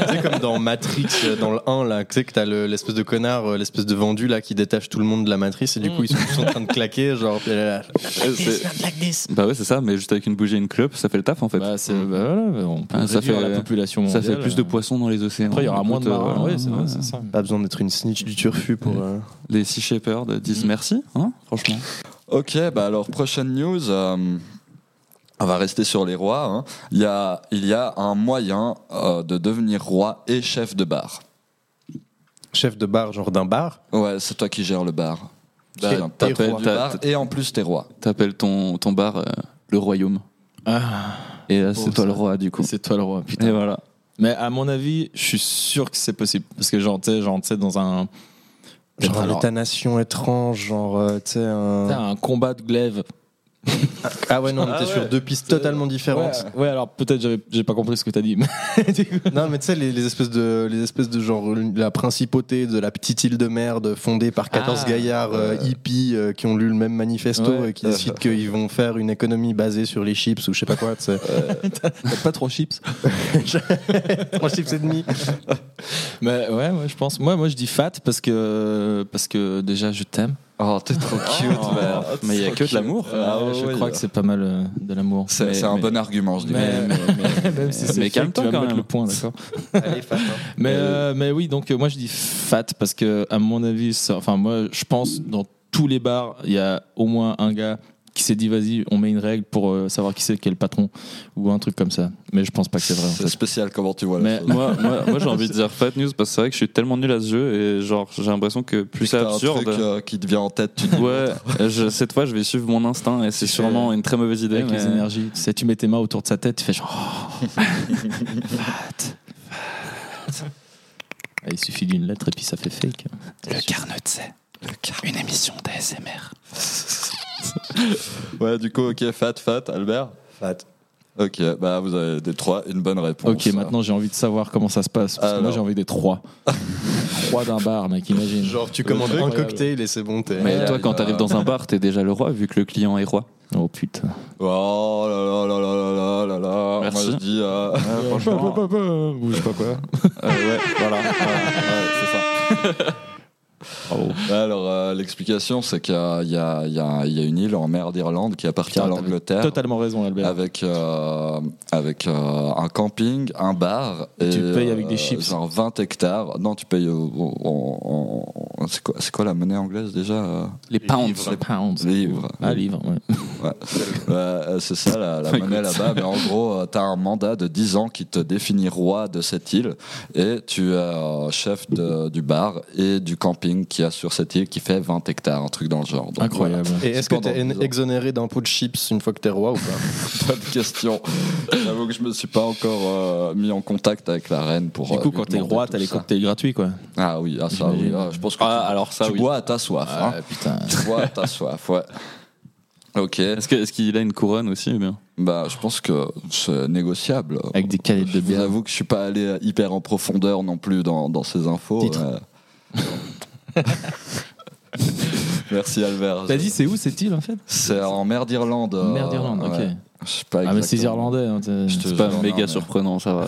c'est comme dans Matrix, euh, dans le 1 là, tu sais que t'as le- l'espèce de connard, euh, l'espèce de vendu là qui détache tout le monde de la matrice et du coup ils sont tous en train de claquer genre. puis là, là, Euh, c'est- Bah ouais, c'est ça, mais juste avec une bougie et une clope, ça fait le taf en fait. Bah, c'est, bah, voilà, on peut Ah, ça réduire fait- la population ça fait mondiale. plus de poissons dans les océans. Après, il y aura moins de Écoute, marins. euh, Ouais, c'est vrai, c'est ça. Pas besoin d'être une snitch du turfu pour. euh, Les Sea Shepherds disent Mm. merci, hein, franchement. Ok, bah alors prochaine news. euh, on va rester sur les rois. hein. Il, y a, il y a un moyen euh, de devenir roi et chef de bar. Chef de bar, genre d'un bar. Ouais, c'est toi qui gères le bar. Bah, T'es- t'es t'appelles roi. du T'as- bar et en plus t'es roi. T'appelles ton, ton bar euh, le royaume. Ah, Et là, beau, c'est toi ça. le roi du coup. c'est toi le roi, putain. Et voilà. Mais à mon avis, je suis sûr que c'est possible. Parce que, genre, tu sais, genre, tu sais, dans un. Genre Peut-être un alors- état-nation étrange, genre, euh, tu sais, un- T'as un combat de glaive. Ah ouais, non, on Ah était ouais. sur deux pistes totalement différentes. Ouais, ouais, alors peut-être j'avais- j'ai pas compris ce que t'as dit. (laughs) Non, mais tu sais, les, les espèces de, les espèces de genre, euh, la principauté de la petite île de merde fondée par 14 Ah, gaillards euh, hippies euh, qui ont lu le même manifesto Ouais. et qui décident qu'ils vont faire une économie basée sur les chips ou je sais pas quoi, tu sais. pas trop chips. (laughs) Trois chips et demi. Mais ouais, ouais, je pense. Moi, moi, je dis fat parce que parce que déjà, je t'aime. Oh, t'es (laughs) trop cute, merde. mais il y a que de l'amour. Ah ouais, Euh, je ouais, crois ouais. que c'est pas mal euh, de l'amour. C'est Mais- c'est un mais- bon argument, je dis. Mais, mais, mais- même si c'est Mais fake, calme-toi tu vas quand mettre même. le point, d'accord. Allez, fat, hein. Mais, euh, mais oui, donc euh, moi je dis fat parce que à mon avis, ça- enfin moi je pense dans tous les bars, il y a au moins un gars qui s'est dit vas-y, on met une règle pour euh, savoir qui c'est qui est le patron ou un truc comme ça. Mais je pense pas que c'est vrai. En (laughs) C'est fait. spécial comment tu vois la Mais (laughs) chose. moi, moi, moi, j'ai envie de dire Fat News parce que c'est vrai que je suis tellement nul à ce jeu et genre j'ai l'impression que plus c'est T'as un absurde. truc euh, qui te vient en tête, tu te dis, (laughs) (laughs) Ouais, je- cette fois je vais suivre mon instinct et c'est sûrement une très mauvaise idée. Avec mais- les énergies, tu sais, tu mets tes mains autour de sa tête, tu fais genre (laughs) oh, fat, fat. Ah, Il suffit d'une lettre et puis ça fait fake. Le Carnot c'est une émission d'ASMR. Ouais, du coup, ok, fat, fat, Albert. Fat. Ok, bah vous avez des trois, une bonne réponse. Ok, maintenant j'ai envie de savoir comment ça se passe. Parce que moi Alors. j'ai envie des (laughs) trois. trois d'un bar, mec, imagine. Genre, tu commandes un Incroyable. cocktail et c'est bon, t'es. Mais Ouais, toi, il quand a- t'arrives dans un bar, t'es déjà le roi vu que le client est roi. Oh putain. Oh là là là là là là là là. Merci. Moi je dis. euh, (laughs) Bouge pas quoi. Euh, ouais, voilà. Ouais, ouais, c'est ça. Oh. Alors, euh, l'explication, c'est qu'il y, a- il y a il y a- il y a une île en mer d'Irlande qui appartient Putain, à t'avais l'Angleterre. Totalement raison, Albert. Avec, euh, avec euh, un camping, un bar. Et, Tu payes avec des euh, chips. Genre 20 hectares. Non, tu payes. euh, en- en- en- c'est quoi, c'est quoi la monnaie anglaise déjà euh Les pounds. Les pounds. Livres. Ah, livre, ouais. Ouais, euh, c'est ça la, Bah, la monnaie là-bas. Mais en gros, tu as un mandat de 10 ans qui te définit roi de cette île et tu es euh, chef de- du bar et du camping qui a sur cette île qui fait 20 hectares, un truc dans le genre. Donc, Incroyable. (laughs) Et est-ce que Pendant t'es dix ans. exonéré d'impôt de chips une fois que t'es roi ou pas voilà, pas de question. J'avoue que je me suis pas encore euh, mis en contact avec la reine pour. Du coup, euh, lui quand t'es demander roi, tout t'as les ça. cocktails gratuits, quoi. Ah oui, ah, ça, J'imagine. oui, ah, je pense que Ah, tu, alors ça, tu oui. bois à ta soif. hein. Ah, putain. Tu bois à ta soif, (laughs) ouais. Ok, Est-ce que- est-ce qu'il a une couronne aussi ou bien bah, je pense que c'est négociable. Avec des canettes Je de vous bière. Eh avoue que je suis pas allé euh, hyper en profondeur non plus dans, dans ces infos. Titre. mais- (laughs) Merci Albert. T'as dit, c'est où cette île, en fait C'est en mer d'Irlande. euh, Mer d'Irlande, ok. ouais. Je sais pas Ah, mais c'est exactement. irlandais. hein, t'es- Je te C'est pas jure, non, méga mais- surprenant, ça va.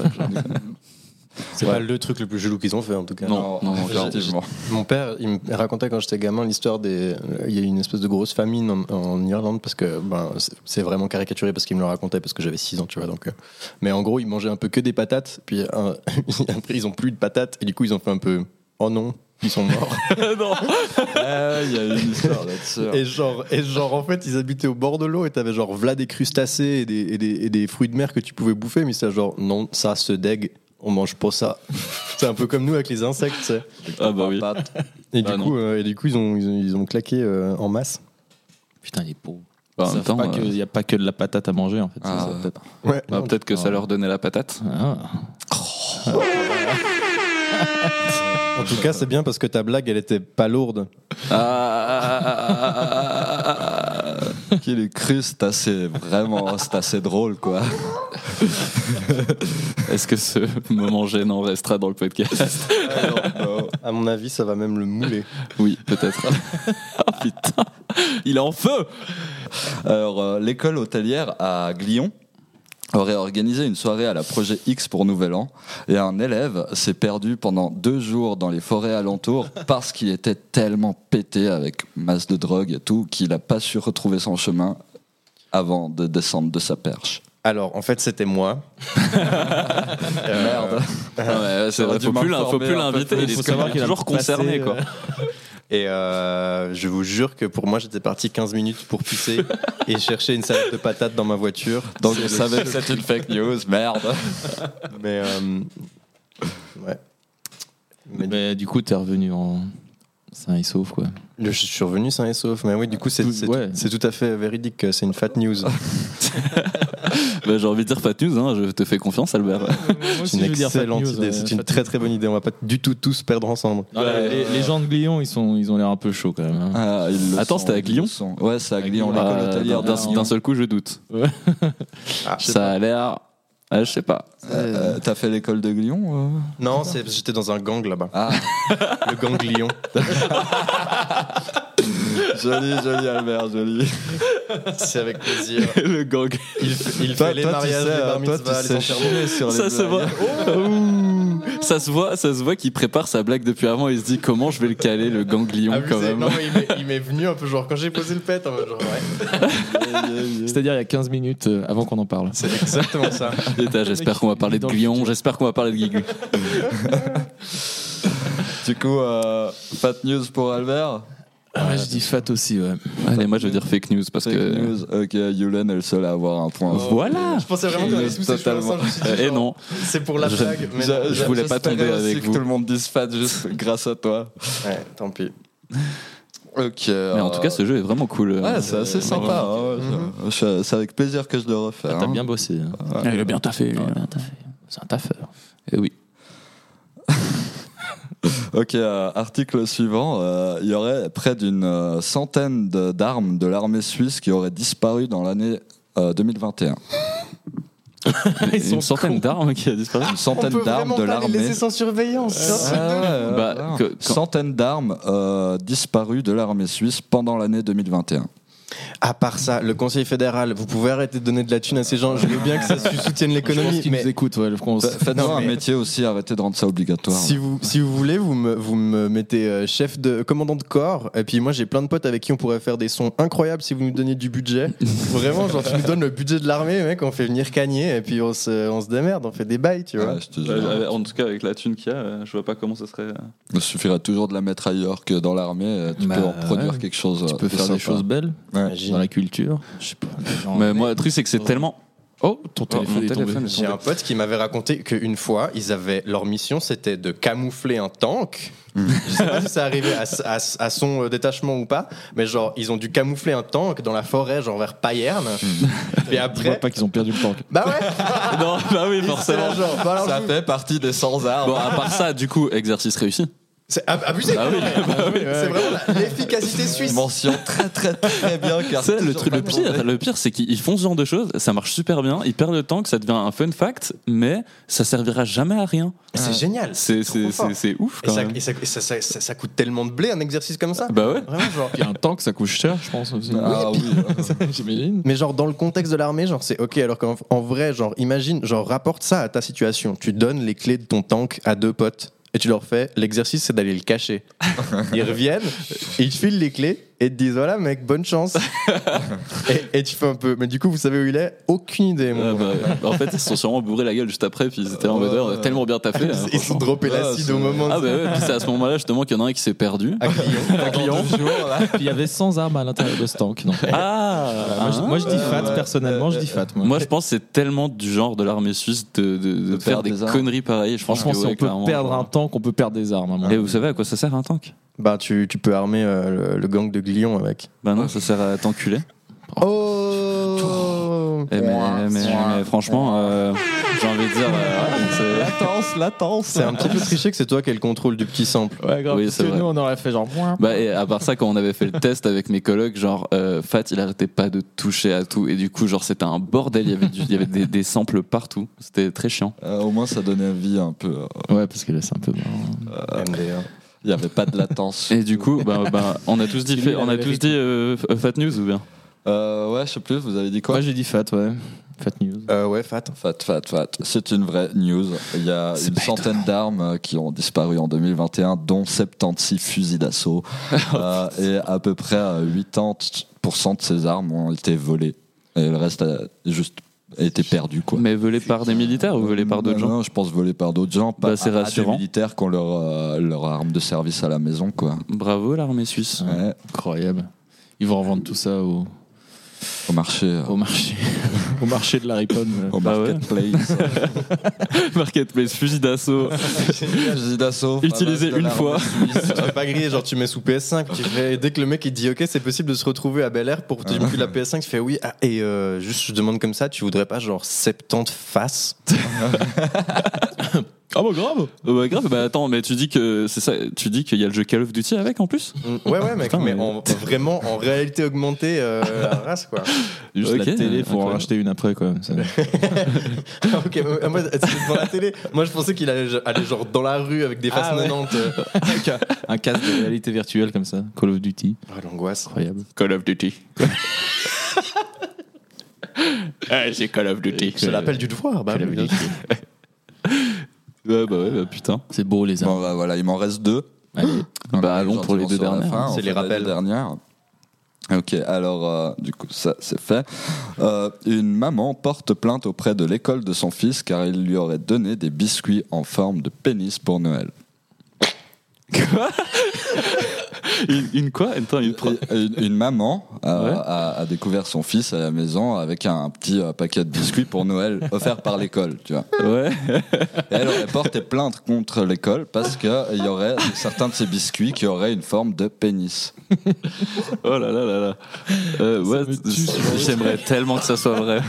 C'est Ouais. pas le truc le plus jaloux qu'ils ont fait en tout cas. Non, non, (laughs) clairement. effectivement. Mon père, il me racontait quand j'étais gamin l'histoire des. Il y a eu une espèce de grosse famine en, en Irlande parce que ben, c'est- c'est vraiment caricaturé parce qu'il me le racontait parce que j'avais 6 ans, tu vois. Donc, euh, mais en gros, ils mangeaient un peu que des patates, puis euh, (laughs) après ils ont plus de patates et du coup ils ont fait un peu. Oh non, ils sont morts. Ah, Il y a une histoire là-dessus. (laughs) et genre, et genre en fait ils habitaient au bord de l'eau et t'avais genre v'là des crustacés et des, et des- et des fruits de mer que tu pouvais bouffer, mais c'était genre non, ça se dégue. On mange pas ça. (laughs) c'est un peu comme nous avec les insectes. tu sais. Ah bah oui. Patate. Et, Bah du non. coup, euh, et du coup, ils ont, ils ont, ils ont claqué euh, en masse. Putain, les pauvres. Bah, en Ils même savent temps, pas euh, qu'il n'y a pas que de la patate à manger, en fait. Ah, c'est ça, ouais. peut-être. Ouais, bah, non, peut-être que ça leur donnait la patate. (laughs) Ah. En tout cas, c'est bien parce que ta blague, elle était pas lourde. Qu'il est cru, c'est assez, vraiment, c'est assez drôle quoi. Est-ce que ce (laughs) moment gênant restera dans le podcast (laughs) À mon avis, ça va même le mouler. Oui, (laughs) peut-être. oh putain, il est en feu Alors, euh, l'école hôtelière à Glion aurait organisé une soirée à la Projet X pour Nouvel An et un élève s'est perdu pendant deux jours dans les forêts alentours parce qu'il était tellement pété avec masse de drogue et tout qu'il n'a pas su retrouver son chemin avant de descendre de sa perche. Alors, en fait, c'était (laughs) moi. Euh, Merde. ouais, c'est vrai, J'aurais dû Faut plus l'in- faut m'informer plus un peu l'inviter, plus. il est Faut savoir qu'il a toujours passé, concerné quoi. Et euh, je vous jure que pour moi, j'étais parti 15 minutes pour pisser (laughs) et chercher une salade de patates dans ma voiture. Donc je savais que c'était une fake news, (laughs) merde. Mais. euh, ouais. Mais Mais du coup, t'es revenu en. Sain et sauf, quoi. je suis revenu sain et sauf. Mais oui, du coup, c'est Tout- c'est- ouais. c'est tout à fait véridique. que C'est une fat (laughs) news. Bah, J'ai envie de dire fat news, hein, je te fais confiance Albert. C'est une excellente idée. C'est une très très bonne idée. On va pas du tout tous perdre ensemble. Non, les- les, les gens de Glion, ils, sont, ils ont l'air un peu chauds quand même. hein. Ah, ils le Attends, sont, c'était à ils le Glion sont. Ouais, c'est à À Glion, Glion. l'école Euh, hôtelière d'un- de d'un- Glion. D'un seul coup, je doute. Ah, je sais Ça a l'air... ah, je sais pas. Euh, T'as fait l'école de Glion euh Non, c'est- j'étais dans un gang là-bas. Ah. (laughs) Le gang Lyon. Joli, joli Albert, joli. C'est avec plaisir. Le gang. Il, il fait les mariages, les bar mitzvahs, les enterrements. sur Ça se voit. (laughs) Ouh. ça se voit, ça se voit qu'il prépare sa blague depuis avant. Il se dit comment je vais le caler le ganglion quand Abusé. même. Ah, Non, mais il m'est- il m'est venu un peu genre quand j'ai posé le pet, en mode genre ouais. C'est-à-dire il y a 15 minutes euh, avant qu'on en parle. C'est exactement ça. Et t'as, ah, J'espère qu'on va parler de Dans le glion. J'espère qu'on va parler de (laughs) guigu. Du coup, euh, fat news pour Albert. Ah ouais, je dis fat aussi, ouais. Allez, moi je veux dire fake news parce Fake que. news. Ok, Yulen est le seul à avoir un point. Voilà. Je pensais vraiment qu'on allait tous échouer Totalement. ensemble. je me suis dit, Euh, Eh genre, non. C'est pour la Je- blague. Mais J'a- non, je j'a- voulais pas j'espérais tomber aussi avec que vous. tout le monde dise fat (laughs) juste grâce à toi. Ouais, tant pis. Ok. euh, Mais en tout cas, ce jeu est vraiment cool. Ouais, c'est assez sympa. hein, ouais, je- C'est avec plaisir que je le refais. Ah, T'as hein. bien bossé. hein. il a bien taffé. lui. C'est un taffeur. Eh oui. Ok, euh, article suivant. euh, Il y aurait près d'une euh, centaine de- d'armes de l'armée suisse qui auraient disparu dans l'année euh, 2021. Ah, Ils Ah, une centaine d'armes qui a disparu. Une centaine d'armes de l'armée. sans surveillance. Ah, Bah, que- quand- Centaines d'armes euh, disparues de l'armée suisse pendant l'année 2021. À part ça, le Conseil fédéral, vous pouvez arrêter de donner de la thune à ces gens. Je veux bien que ça sou- soutienne pense l'économie, qu'ils mais nous écoutent, ouais, le France. Fa- Faites-en Non, un mais- métier aussi, arrêtez de rendre ça obligatoire. si vous, si vous voulez, vous me, vous me mettez euh, chef de commandant de corps. Et puis moi, j'ai plein de potes avec qui on pourrait faire des sons incroyables si vous nous donniez du budget. Vraiment, genre, tu nous donnes le budget de l'armée, mec, on fait venir Cagné et puis on se, on se démerde, on fait des bails, tu vois. Ouais, je te jure. Euh, en tout cas, avec la thune qu'il y a, euh, je vois pas comment ça serait. euh, Il suffirait toujours de la mettre ailleurs que dans l'armée. euh, Tu Bah, peux en produire ouais. quelque chose. Tu euh, peux de faire sympa. des choses belles Ouais. Imagine. dans la culture. Je sais pas. genre- Mais moi, le truc, c'est que c'est Oh. tellement. Oh, ton Oh, téléphone mon est tombé. téléphone est J'ai un pote qui m'avait raconté qu'une fois, ils avaient leur mission, c'était de camoufler un tank. Je sais pas si c'est arrivé à, à- à son euh, détachement ou pas, mais genre ils ont dû camoufler un tank dans la forêt, genre vers Payerne. (laughs) Et Je vois après, pas qu'ils ont perdu le temps. bah ouais, non, bah (laughs) oui, c'est forcément. là, genre, bah alors, Ça je- fait partie des sans-armes. Bon, à part ça, du coup, exercice réussi. c'est ab- abusé. Ah oui, C'est vraiment la- l'efficacité suisse. Mention très très très bien car C'est le, toujours truc- le pas pire, demandé. le pire, c'est qu'ils font ce genre de choses, ça marche super bien, ils perdent le temps, que ça devient un fun fact, mais ça servira jamais à rien. C'est génial. Ah. C'est trop c'est- fort. c'est- c'est ouf Et, quand ça, même. et ça- et ça- ça- ça- ça coûte tellement de blé un exercice comme ça. Bah ouais. Vraiment, genre. Il y a un temps que ça coûte cher, je pense. aussi. Ah oui, (laughs) J'imagine. Mais genre dans le contexte de l'armée, genre c'est ok. Alors qu'en en vrai, genre imagine, genre rapporte ça à ta situation. Tu donnes les clés de ton tank à deux potes et tu leur fais l'exercice, c'est d'aller le cacher. Ils reviennent, ils te filent les clés et te disent voilà mec, bonne chance. et, et tu fais un peu. Mais du coup, vous savez où il est Aucune idée. Mon Ah gars. bah, en fait, ils se sont sûrement bourrés la gueule juste après, puis ils étaient là en mode, Ouais, on a ouais. tellement bien (laughs) taffé. hein, Ils sont franchement. droppés Ah, l'acide c'est- au moment. Ah bah de... ouais, puis c'est à ce moment-là justement qu'il y en a un qui s'est perdu. À Clion. bah, un (laughs) client. Puis il y avait 100 armes à l'intérieur de ce tank. non. Ah Moi, je, moi, je dis fat, ouais. personnellement, je dis fat. Moi, Moi, je pense que c'est tellement du genre de l'armée suisse de, de- de De faire perdre des, des armes. conneries pareilles. Je pense franchement, que, si ouais, on peut clairement. perdre un tank, on peut perdre des armes. à mon Et avis. vous savez à quoi ça sert un tank Bah tu, tu peux armer euh, le, le gang de Glion avec. Bah non, ça sert à t'enculer. Oh. Eh, mais, mais- mais franchement, euh, j'ai envie de dire. euh, ouais, Latence, latence. C'est un petit peu triché que c'est toi qui as le contrôle du petit sample. Ouais, grave, Oui, parce c'est que vrai. nous, on aurait fait genre. c'est- bah, et à part ça, quand on avait fait le test avec mes collègues, genre, euh, Fat, il arrêtait pas de toucher à tout. Et du coup, genre, c'était un bordel. Il y avait, du- il y avait des, des samples partout. C'était très chiant. Euh, au moins, ça donnait vie un peu. euh, Ouais, parce que là, c'est un peu marrant. MDR. Il n'y avait pas de latence. Et du coup, bah, bah, on a tous dit, lui, fait- la on a tous vérité. dit euh, F- Fat News ou bien Euh, ouais, je sais plus, vous avez dit quoi Moi, j'ai dit fat, ouais. Fat news. Euh, ouais, fat. Fat, fat, fat. C'est une vraie news. Il y a une centaine d'armes euh, qui ont disparu en 2021, dont 76 fusils (laughs) d'assaut. Oh, Euh, et à peu près euh, 80% de ces armes ont été volées. Et le reste a juste été perdu, quoi. Mais volé par des militaires ou volé par d'autres Bah Non, gens non, je pense volées par d'autres gens. Pas Bah, c'est à- à des rassurant. militaires qui ont leur, euh, leur arme de service à la maison, quoi. Bravo l'armée suisse. Ouais, Incroyable. Ils vont revendre tout ça au, au marché. euh, au marché. (laughs) au marché de la riponne. Au Bah ouais. (laughs) marketplace. Marketplace, fusil (laughs) d'assaut. Fusil d'assaut. Utilisé base de une l'arme fois. suisse. Tu fais pas griller, genre tu mets sous PS5, tu fais, et dès que le mec il dit ok c'est possible de se retrouver à Bel Air pour te de la PS5, tu fais oui ah, et euh, juste je demande comme ça, tu voudrais pas genre 70 faces Ah, bah, grave. Oh, bah, grave, bah attends, mais tu dis que c'est ça, tu dis qu'il y a le jeu Call of Duty avec en plus Mm, Ouais ouais mec, Putain, mais mais- en- vraiment en réalité augmentée euh, la race quoi. Juste Ok, la télé, faut incroyable. en racheter une après, quand (laughs) même. ça. ok, mais moi c'est devant la télé, moi je pensais qu'il allait aller genre dans la rue avec des faces Ah ouais. 90. euh. Un casque de réalité virtuelle comme ça. Call of Duty. Ah l'angoisse. Incroyable. Call of Duty. (laughs) ah, c'est Call of Duty. Je l'appelle du devoir, bah, Call of oui, bien Duty. sûr. Ouais, bah ouais, bah putain. C'est beau, les armes. Bon, bah, voilà, il m'en reste deux. Allez. Bah, On allons arrive pour les deux gentiment sur la dernières, fin, hein. on C'est fait les rappels. deux dernières. Ok, alors euh, du coup ça c'est fait. Euh, une maman porte plainte auprès de l'école de son fils car il lui aurait donné des biscuits en forme de pénis pour Noël. Une, une quoi Attends, une pro- Et- et Une, une maman euh, Ouais. a, a découvert son fils à la maison avec un petit euh, paquet de biscuits pour Noël (laughs) offert par l'école, tu vois. (laughs) Ouais. Et elle aurait porté plainte contre l'école parce que il y aurait certains de ces biscuits qui auraient une forme de pénis. Oh là là là là. Euh, ouais, me tue, ce c'est- j'aimerais tellement que ça soit vrai.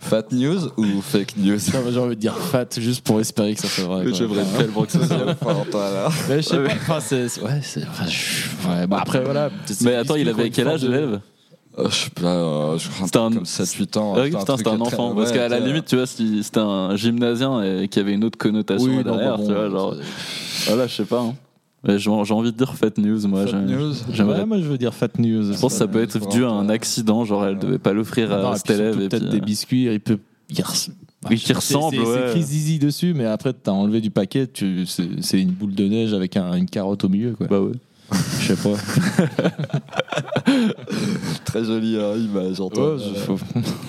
Fat news ou fake (laughs) news Ça, moi, J'ai envie de dire fat juste pour espérer que ça soit vrai. quoi. J'aimerais tellement que ça soit vrai. Mais je sais pas, enfin, c'est- c'est- ouais, c'est- enfin, je- ouais, bah, après, voilà. (laughs) c'est- Mais attends, il explique avait qu'on quel est âge fan de- l'élève Euh, je sais pas, euh, je crois C'était un- un... comme 7-8 ans. Ah oui, putain, truc c'était un très- enfant. Parce ouais, qu'à la t'es- limite, tu vois, si c'était un gymnasien et qui avait une autre connotation Oui, non, derrière, bah, tu bon, vois, genre. c'est- Voilà, je sais pas. hein. Ouais, J'ai j'ai envie de dire fat news, moi. Fat j'ai- news. J'aimerais- Ouais, moi, je veux dire fat news. Je pense que ça peut être dû à un accident, genre elle devait pas l'offrir Non, à et puis cet élève. surtout, et peut-être puis, des euh, biscuits, il peut. Il res- Oui, je qui sais, ressemble, c'est- C'est ouais. écrit zizi dessus, mais après, t'as enlevé du paquet, tu- c'est c'est une boule de neige avec un- une carotte au milieu, quoi. Bah ouais. Je sais pas. Très jolie euh, image, Antoine. Ouais, je- Euh, faut-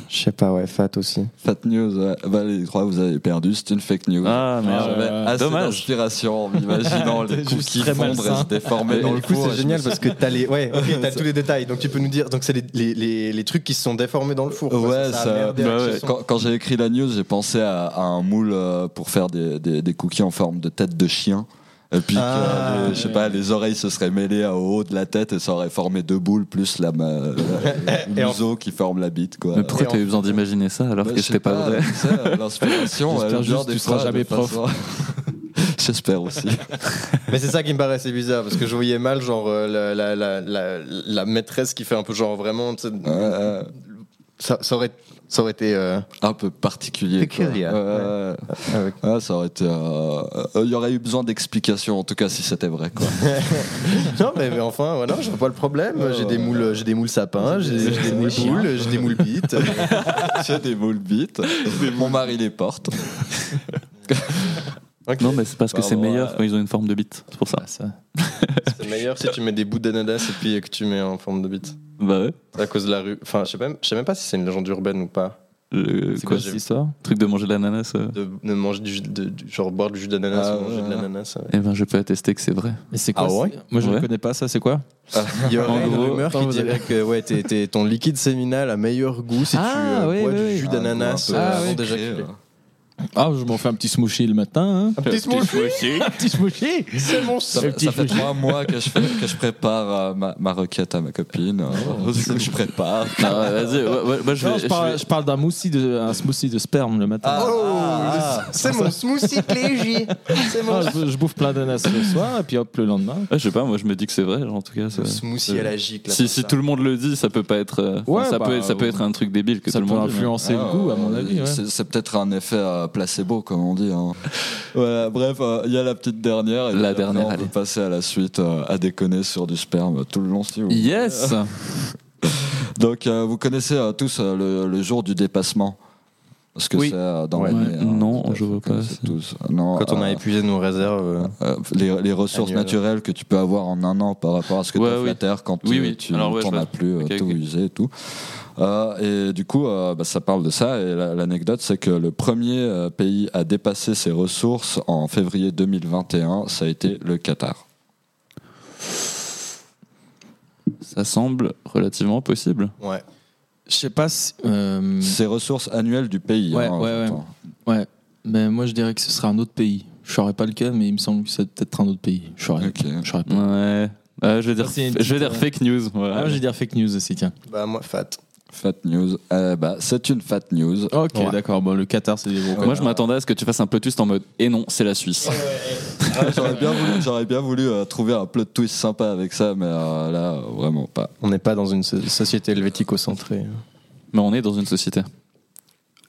Je sais pas, ouais, fat aussi. Fat news, ouais. Bah, les trois, vous avez perdu, c'est une fake news. Ah merde. J'avais ouais, assez dommage. d'inspiration en m'imaginant les T'es coups juste qui très fondent et malsain. se déforment Mais dans le du coup, four, et c'est je génial me parce que t'as les, ouais, ok, t'as tous les détails. Donc tu peux nous dire, donc c'est les, les, les, les trucs qui se sont déformés dans le four. quoi. Ouais, a ça- merdé bah avec ouais, ce son. Quand, quand j'ai écrit la news, j'ai pensé à, à un moule euh, pour faire des, des- des cookies en forme de tête de chien. Et puis, que, Ah, euh, les- je sais pas, les oreilles se seraient mêlées au haut de la tête et ça aurait formé deux boules plus la, ma- le (laughs) Et en- museau qui forme la bite, quoi. Mais pourquoi Et t'as eu en- besoin d'imaginer ça alors Bah, que je sais c'était pas, vrai tu sais, euh, L'inspiration, J'espère elle vient juste des que tu seras fois, jamais de prof. façon- J'espère (laughs) aussi. Mais c'est ça qui me paraissait bizarre parce que je voyais mal genre euh, la, la, la, la, la maîtresse qui fait un peu genre vraiment. tu sais, Euh, Ça, ça aurait, ça aurait été. euh, (laughs) un peu particulier. quoi. Peculiar, Ouais, ouais, ouais. Ah, Ouais, ça aurait été. euh, euh, Il y aurait eu besoin d'explications, en tout cas si c'était vrai. Quoi. Non mais, mais enfin voilà, je vois pas le problème. J'ai des moules, j'ai des moules sapins, j'ai des, j'ai des moules chiens. boules, j'ai des moules bites. J'ai des moules bites. Mon mari les porte. Ok. (laughs) Non, mais c'est parce que c'est Pardon, meilleur ouais. quand ils ont une forme de bite. C'est pour Bah, ça. Ah, ça. (laughs) C'est meilleur si tu mets des bouts d'ananas et puis que tu mets en forme de bite. Bah ouais. À cause de la rue. Enfin, je sais même, je sais même pas si c'est une légende urbaine ou pas. Le- C'est quoi, quoi, cette j'ai- histoire Truc de manger de l'ananas. euh. De, de manger du, jus- de, du- genre boire du jus d'ananas Ah ou manger ouais, de ouais. l'ananas. ouais. Eh ben, je peux attester que c'est vrai. Mais c'est quoi Ah c'est- ouais Moi, je ne Ouais. connais pas ça, c'est quoi Il y a En une gros, rumeur quand qui vous dirait avez- que ouais, t'es- t'es- ton liquide séminal a meilleur goût si Ah, tu euh, oui, bois oui, du oui. jus d'ananas Ah, euh, ah, avant oui. d'éjaculer. Ah, je m'en fais un petit smoothie le matin. hein. Un petit smoothie, (laughs) Un petit smoothie c'est mon sang. Ça, Le petit ça fait smoothie. trois mois que je, fais- que je prépare euh, ma, ma requête à ma copine. Oh, Euh, je prépare. (laughs) Ah, ouais, vas-y, ouais, ouais, moi je Non, vais. je, je Ah, parle, vais- je parle d'un moussy de- un smoothie de sperme le matin. Oh, c'est mon (laughs) smoothie de léger. C'est mon Ah, je, je bouffe plein d'ananas le soir et puis hop le lendemain. Ah, je sais pas, moi je me dis que c'est vrai, genre, en tout cas. ça- smoothie à la gicle. là, Si, comme si ça. tout le monde le dit, ça peut pas être. euh, enfin, Ouais, ça, bah, peut, ça peut ouais. être un truc débile que ça tout peut le monde. dit, mais- influencer Ah, le goût à euh, mon avis. ouais. C'est c'est peut-être un effet euh, placebo, comme on dit. hein. Voilà, bref, euh, il y a la petite dernière. et La puis après, dernière, On allez. peut passer à la suite euh, à déconner sur du sperme tout le long si vous voulez. Yes Donc, euh, vous connaissez euh, tous euh, le, le jour du dépassement Parce que Oui. c'est euh, dans Ouais. l'année, hein, Non, tout à je fait, vois comme pas, c'est c'est- tous. Non, Quand on a euh, épuisé nos réserves. euh, euh, les, les ressources Annuel. naturelles que tu peux avoir en un an par rapport à ce que Ouais, tu as fait oui. la terre quand Oui, tu, oui. tu Alors, ouais, t'en je as vois. plus, euh, Ok, tout ok. usé et tout. Euh, et du coup, euh, bah, ça parle de ça. Et la- l'anecdote, c'est que le premier euh, pays à dépasser ses ressources en février 2021, ça a été le Qatar. Ça semble relativement possible. Ouais. Je sais pas si. euh, Ses ressources annuelles du pays. Ouais, hein, ouais, ouais. j'entends. ouais, mais moi je dirais que ce serait un autre pays. Je saurais pas lequel, mais il me semble que c'est peut-être un autre pays. Je saurais Ok. je saurais pas. Ouais. Euh, je vais Ça, dire, c'est une je vais petite, dire fake news. voilà. Ah, je vais dire fake news aussi, tiens. Bah, moi, fat. Fat news. Eh bah, c'est une fat news. Ok, Ouais. d'accord. Bon, le Qatar, c'est des gros Moi, je m'attendais à ce que tu fasses un plot twist en mode et non, c'est la Suisse. Ah, J'aurais (laughs) bien voulu, j'aurais bien voulu euh, trouver un plot twist sympa avec ça, mais euh, là, euh, vraiment pas. On n'est pas dans une so- société helvético-centrée. Mais on est dans une société.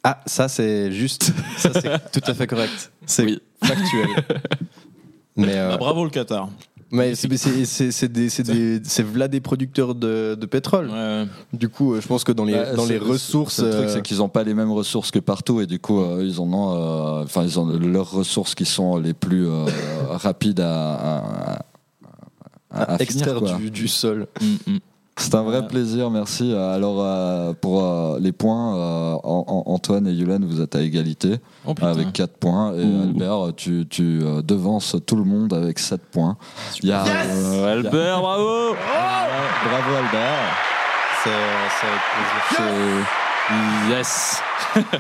Ah, ça c'est juste. (laughs) Ça c'est tout à fait correct. C'est Oui. factuel. (laughs) Mais, euh, bravo le Qatar. mais c'est- c'est- c'est c'est des, c'est des- c'est v'là des producteurs de, de pétrole. Du coup, euh, je pense que dans les, Bah, dans c'est- les c'est- ressources. Le truc, euh, c'est qu'ils n'ont pas les mêmes ressources que partout, et du coup, euh, ils en ont, euh, enfin, ils ont leurs ressources qui sont les plus euh, rapides à, à- à- à- à finir, extraire quoi. du, du sol. Mm, C'est un vrai Ouais. plaisir, merci. Alors, euh, pour euh, les points, euh, An- An- Antoine et Yulen, vous êtes à égalité avec 4 points, et Ouh. Albert, tu, tu, euh, devances tout le monde avec 7 points. Il y a, euh, Albert, bravo Oh bravo, Albert. C'est c'est avec plaisir. Euh, Yes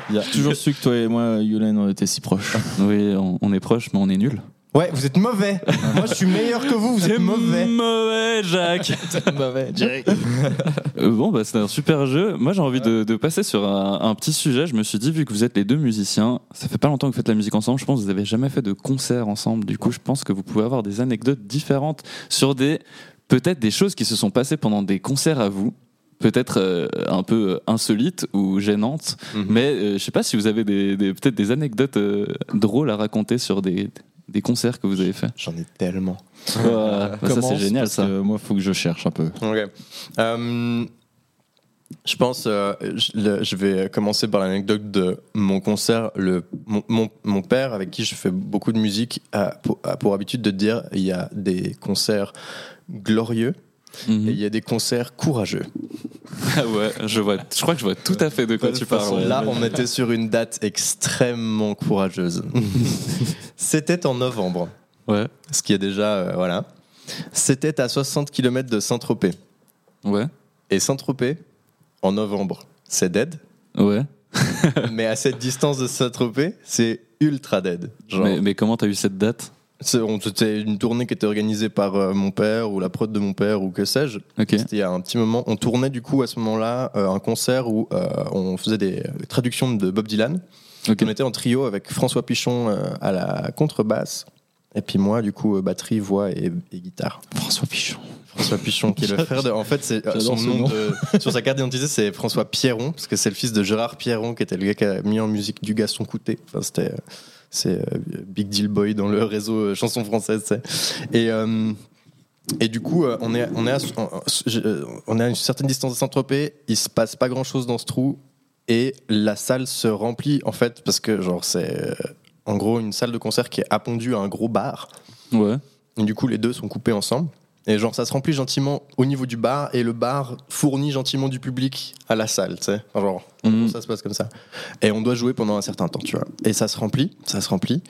Il y a- J'ai toujours su que toi et moi, Yulen, on était si proches. Oui, on, on est proche, mais on est nul. C'est- Ouais, vous êtes mauvais. Moi, je suis meilleur que vous. Vous êtes mauvais. Mauvais, (laughs) Jacques Mauvais. Euh, Bon, bah, c'est un super jeu. Moi, j'ai envie de, de passer sur un, un petit sujet. Je me suis dit, vu que vous êtes les deux musiciens, ça fait pas longtemps que vous faites la musique ensemble. Je pense que vous avez jamais fait de concert ensemble. Du coup, je pense que vous pouvez avoir des anecdotes différentes sur des peut-être des choses qui se sont passées pendant des concerts à vous. Peut-être euh, un peu euh, insolites ou gênantes, Mhm. mais euh, je sais pas si vous avez des, des- peut-être des anecdotes euh, drôles à raconter sur des, des concerts que vous avez fait J'en ai tellement. Bah, Ça, Commence, c'est génial, parce ça. que moi, faut que je cherche un peu. Ok. Euh, je pense, euh, je, le- je vais commencer par l'anecdote de mon concert. Le, mon, mon- mon père, avec qui je fais beaucoup de musique, a pour, a pour habitude de dire il y a des concerts glorieux Mhm. et il y a des concerts courageux. Ah ouais, je, vois, je crois que je vois tout à fait de quoi De tu toute parles. façon, ouais. Là, on était sur une date (laughs) extrêmement courageuse. C'était en novembre, Ouais, ce qui est déjà, euh, voilà. C'était à 60 km de Saint-Tropez. ouais, Et Saint-Tropez, en novembre, c'est dead. ouais. Mais à cette distance de Saint-Tropez, c'est ultra dead. Genre, Mais, mais comment t'as eu cette date c'est- on- c'était une tournée qui était organisée par euh, mon père ou la prod de mon père ou que sais-je. Ok. C'était il y a un petit moment. On tournait du coup à ce moment-là euh, un concert où euh, on faisait des euh, traductions de Bob Dylan. Ok. On était en trio avec François Pichon euh, à la contrebasse. Et puis moi, du coup, euh, batterie, voix et, et guitare. François Pichon. François Pichon, qui est le frère de. En fait, c'est euh, J'adore son ce nom, nom. (laughs) de- sur sa carte d'identité, c'est François Pierron, parce que c'est le fils de Gérard Pierron, qui était le gars qui a mis en musique du Gaston Coutet. Enfin, c'était. euh, C'est euh, Big Deal Boy dans le réseau euh, chanson française, c'est. Et. euh, et du coup, euh, on est, on, est à, on- je- euh, on est à une certaine distance de Saint-Tropez, il se passe pas grand-chose dans ce trou, et la salle se remplit, en fait, parce que genre c'est euh, en gros une salle de concert qui est appendue à un gros bar, Ouais. et du coup, les deux sont coupés ensemble. Et genre, ça se remplit gentiment au niveau du bar, et le bar fournit gentiment du public à la salle, tu sais. Enfin, Genre, Mhm. ça se passe comme ça. Et on doit jouer pendant un certain temps, tu vois. Et ça se remplit, ça se remplit,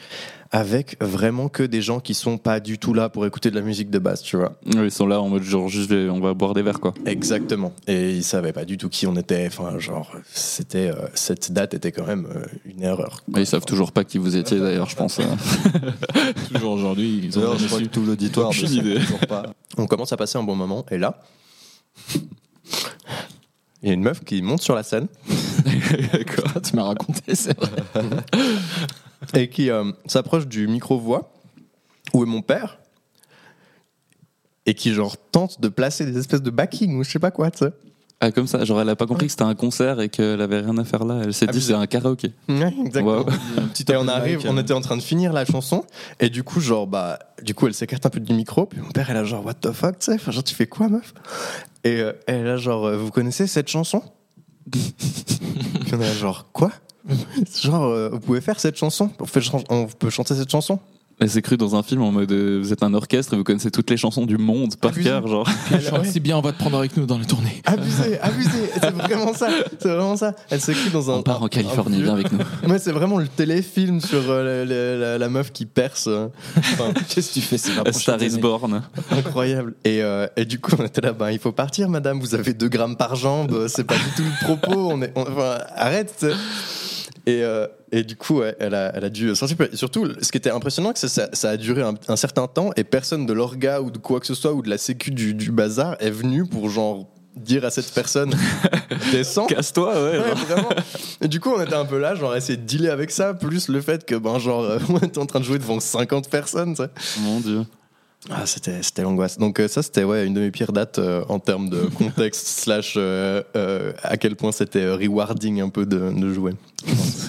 avec vraiment que des gens qui sont pas du tout là pour écouter de la musique de base, tu vois. Ouais, Ils sont là en mode genre juste les- on va boire des verres quoi. Exactement. Et ils savaient pas du tout qui on était. Enfin, genre, c'était. euh, cette date était quand même euh, une erreur. Mais ils savent toujours pas qui vous étiez d'ailleurs, je pense. hein. Toujours aujourd'hui, ils ont D'ailleurs, je jamais crois que su. tout l'auditoire ne Aucune sait idée. toujours pas. On commence à passer un bon moment, et là. Il y a une meuf qui monte sur la (laughs) scène. Quoi, tu m'as raconté ça. (laughs) et qui euh, s'approche du micro-voix, où est mon père, et qui genre tente de placer des espèces de backing ou je sais pas quoi, tu sais. Ah comme ça, genre elle a pas compris que c'était un concert et qu'elle avait rien à faire là. Elle s'est Ah, dit mais c'est un karaoké. Ouais, Waouh. Et on arrive, euh. on était en train de finir la chanson, et du coup, genre, bah, du coup, elle s'écarte un peu du micro, puis mon père, elle a genre, what the fuck, tu sais, enfin, genre, tu fais quoi, meuf Et euh, elle a genre, euh, vous connaissez cette (laughs) chanson Puis on a genre, quoi Genre, euh, vous pouvez faire cette chanson on, fait chan- on peut chanter cette chanson Elle s'est crue dans un film en mode euh, vous êtes un orchestre et vous connaissez toutes les chansons du monde par Abusé. cœur genre. Elle- ouais. Si bien, on va te prendre avec nous dans la tournée. (laughs) Abusé, abusé, c'est vraiment ça, c'est vraiment ça. Elle se crie dans un. On part en Californie, Ah, un- viens avec nous. Ouais, c'est vraiment le téléfilm sur euh, le- le- la, la meuf qui perce. euh. Enfin, (laughs) Qu'est-ce que tu fais C'est A Star is Born. (laughs) incroyable. Et, euh, et du coup, on était là, ben il faut partir, madame, vous avez 2 grammes par jambe, euh, c'est pas du tout le propos, on est, on- enfin, arrête. c'est- Et, euh, et du coup, ouais, elle, a, elle a dû sortir. Et surtout, ce qui était impressionnant, c'est que ça, ça a duré un, un certain temps et personne de l'orga ou de quoi que ce soit ou de la sécu du, du bazar est venu pour genre dire à cette personne descends Casse-toi, ouais. Ouais, genre. vraiment. Et du coup, on était un peu là, genre, à essayer de dealer avec ça, plus le fait que, ben, genre, (laughs) euh, on était en train de jouer devant 50 personnes, tu sais. Mon dieu. Ah, c'était, c'était l'angoisse. Donc, euh, ça, c'était, ouais, une de mes pires dates euh, en termes (laughs) de contexte, slash, euh, euh, à quel point c'était euh, rewarding un peu de, de jouer. (laughs)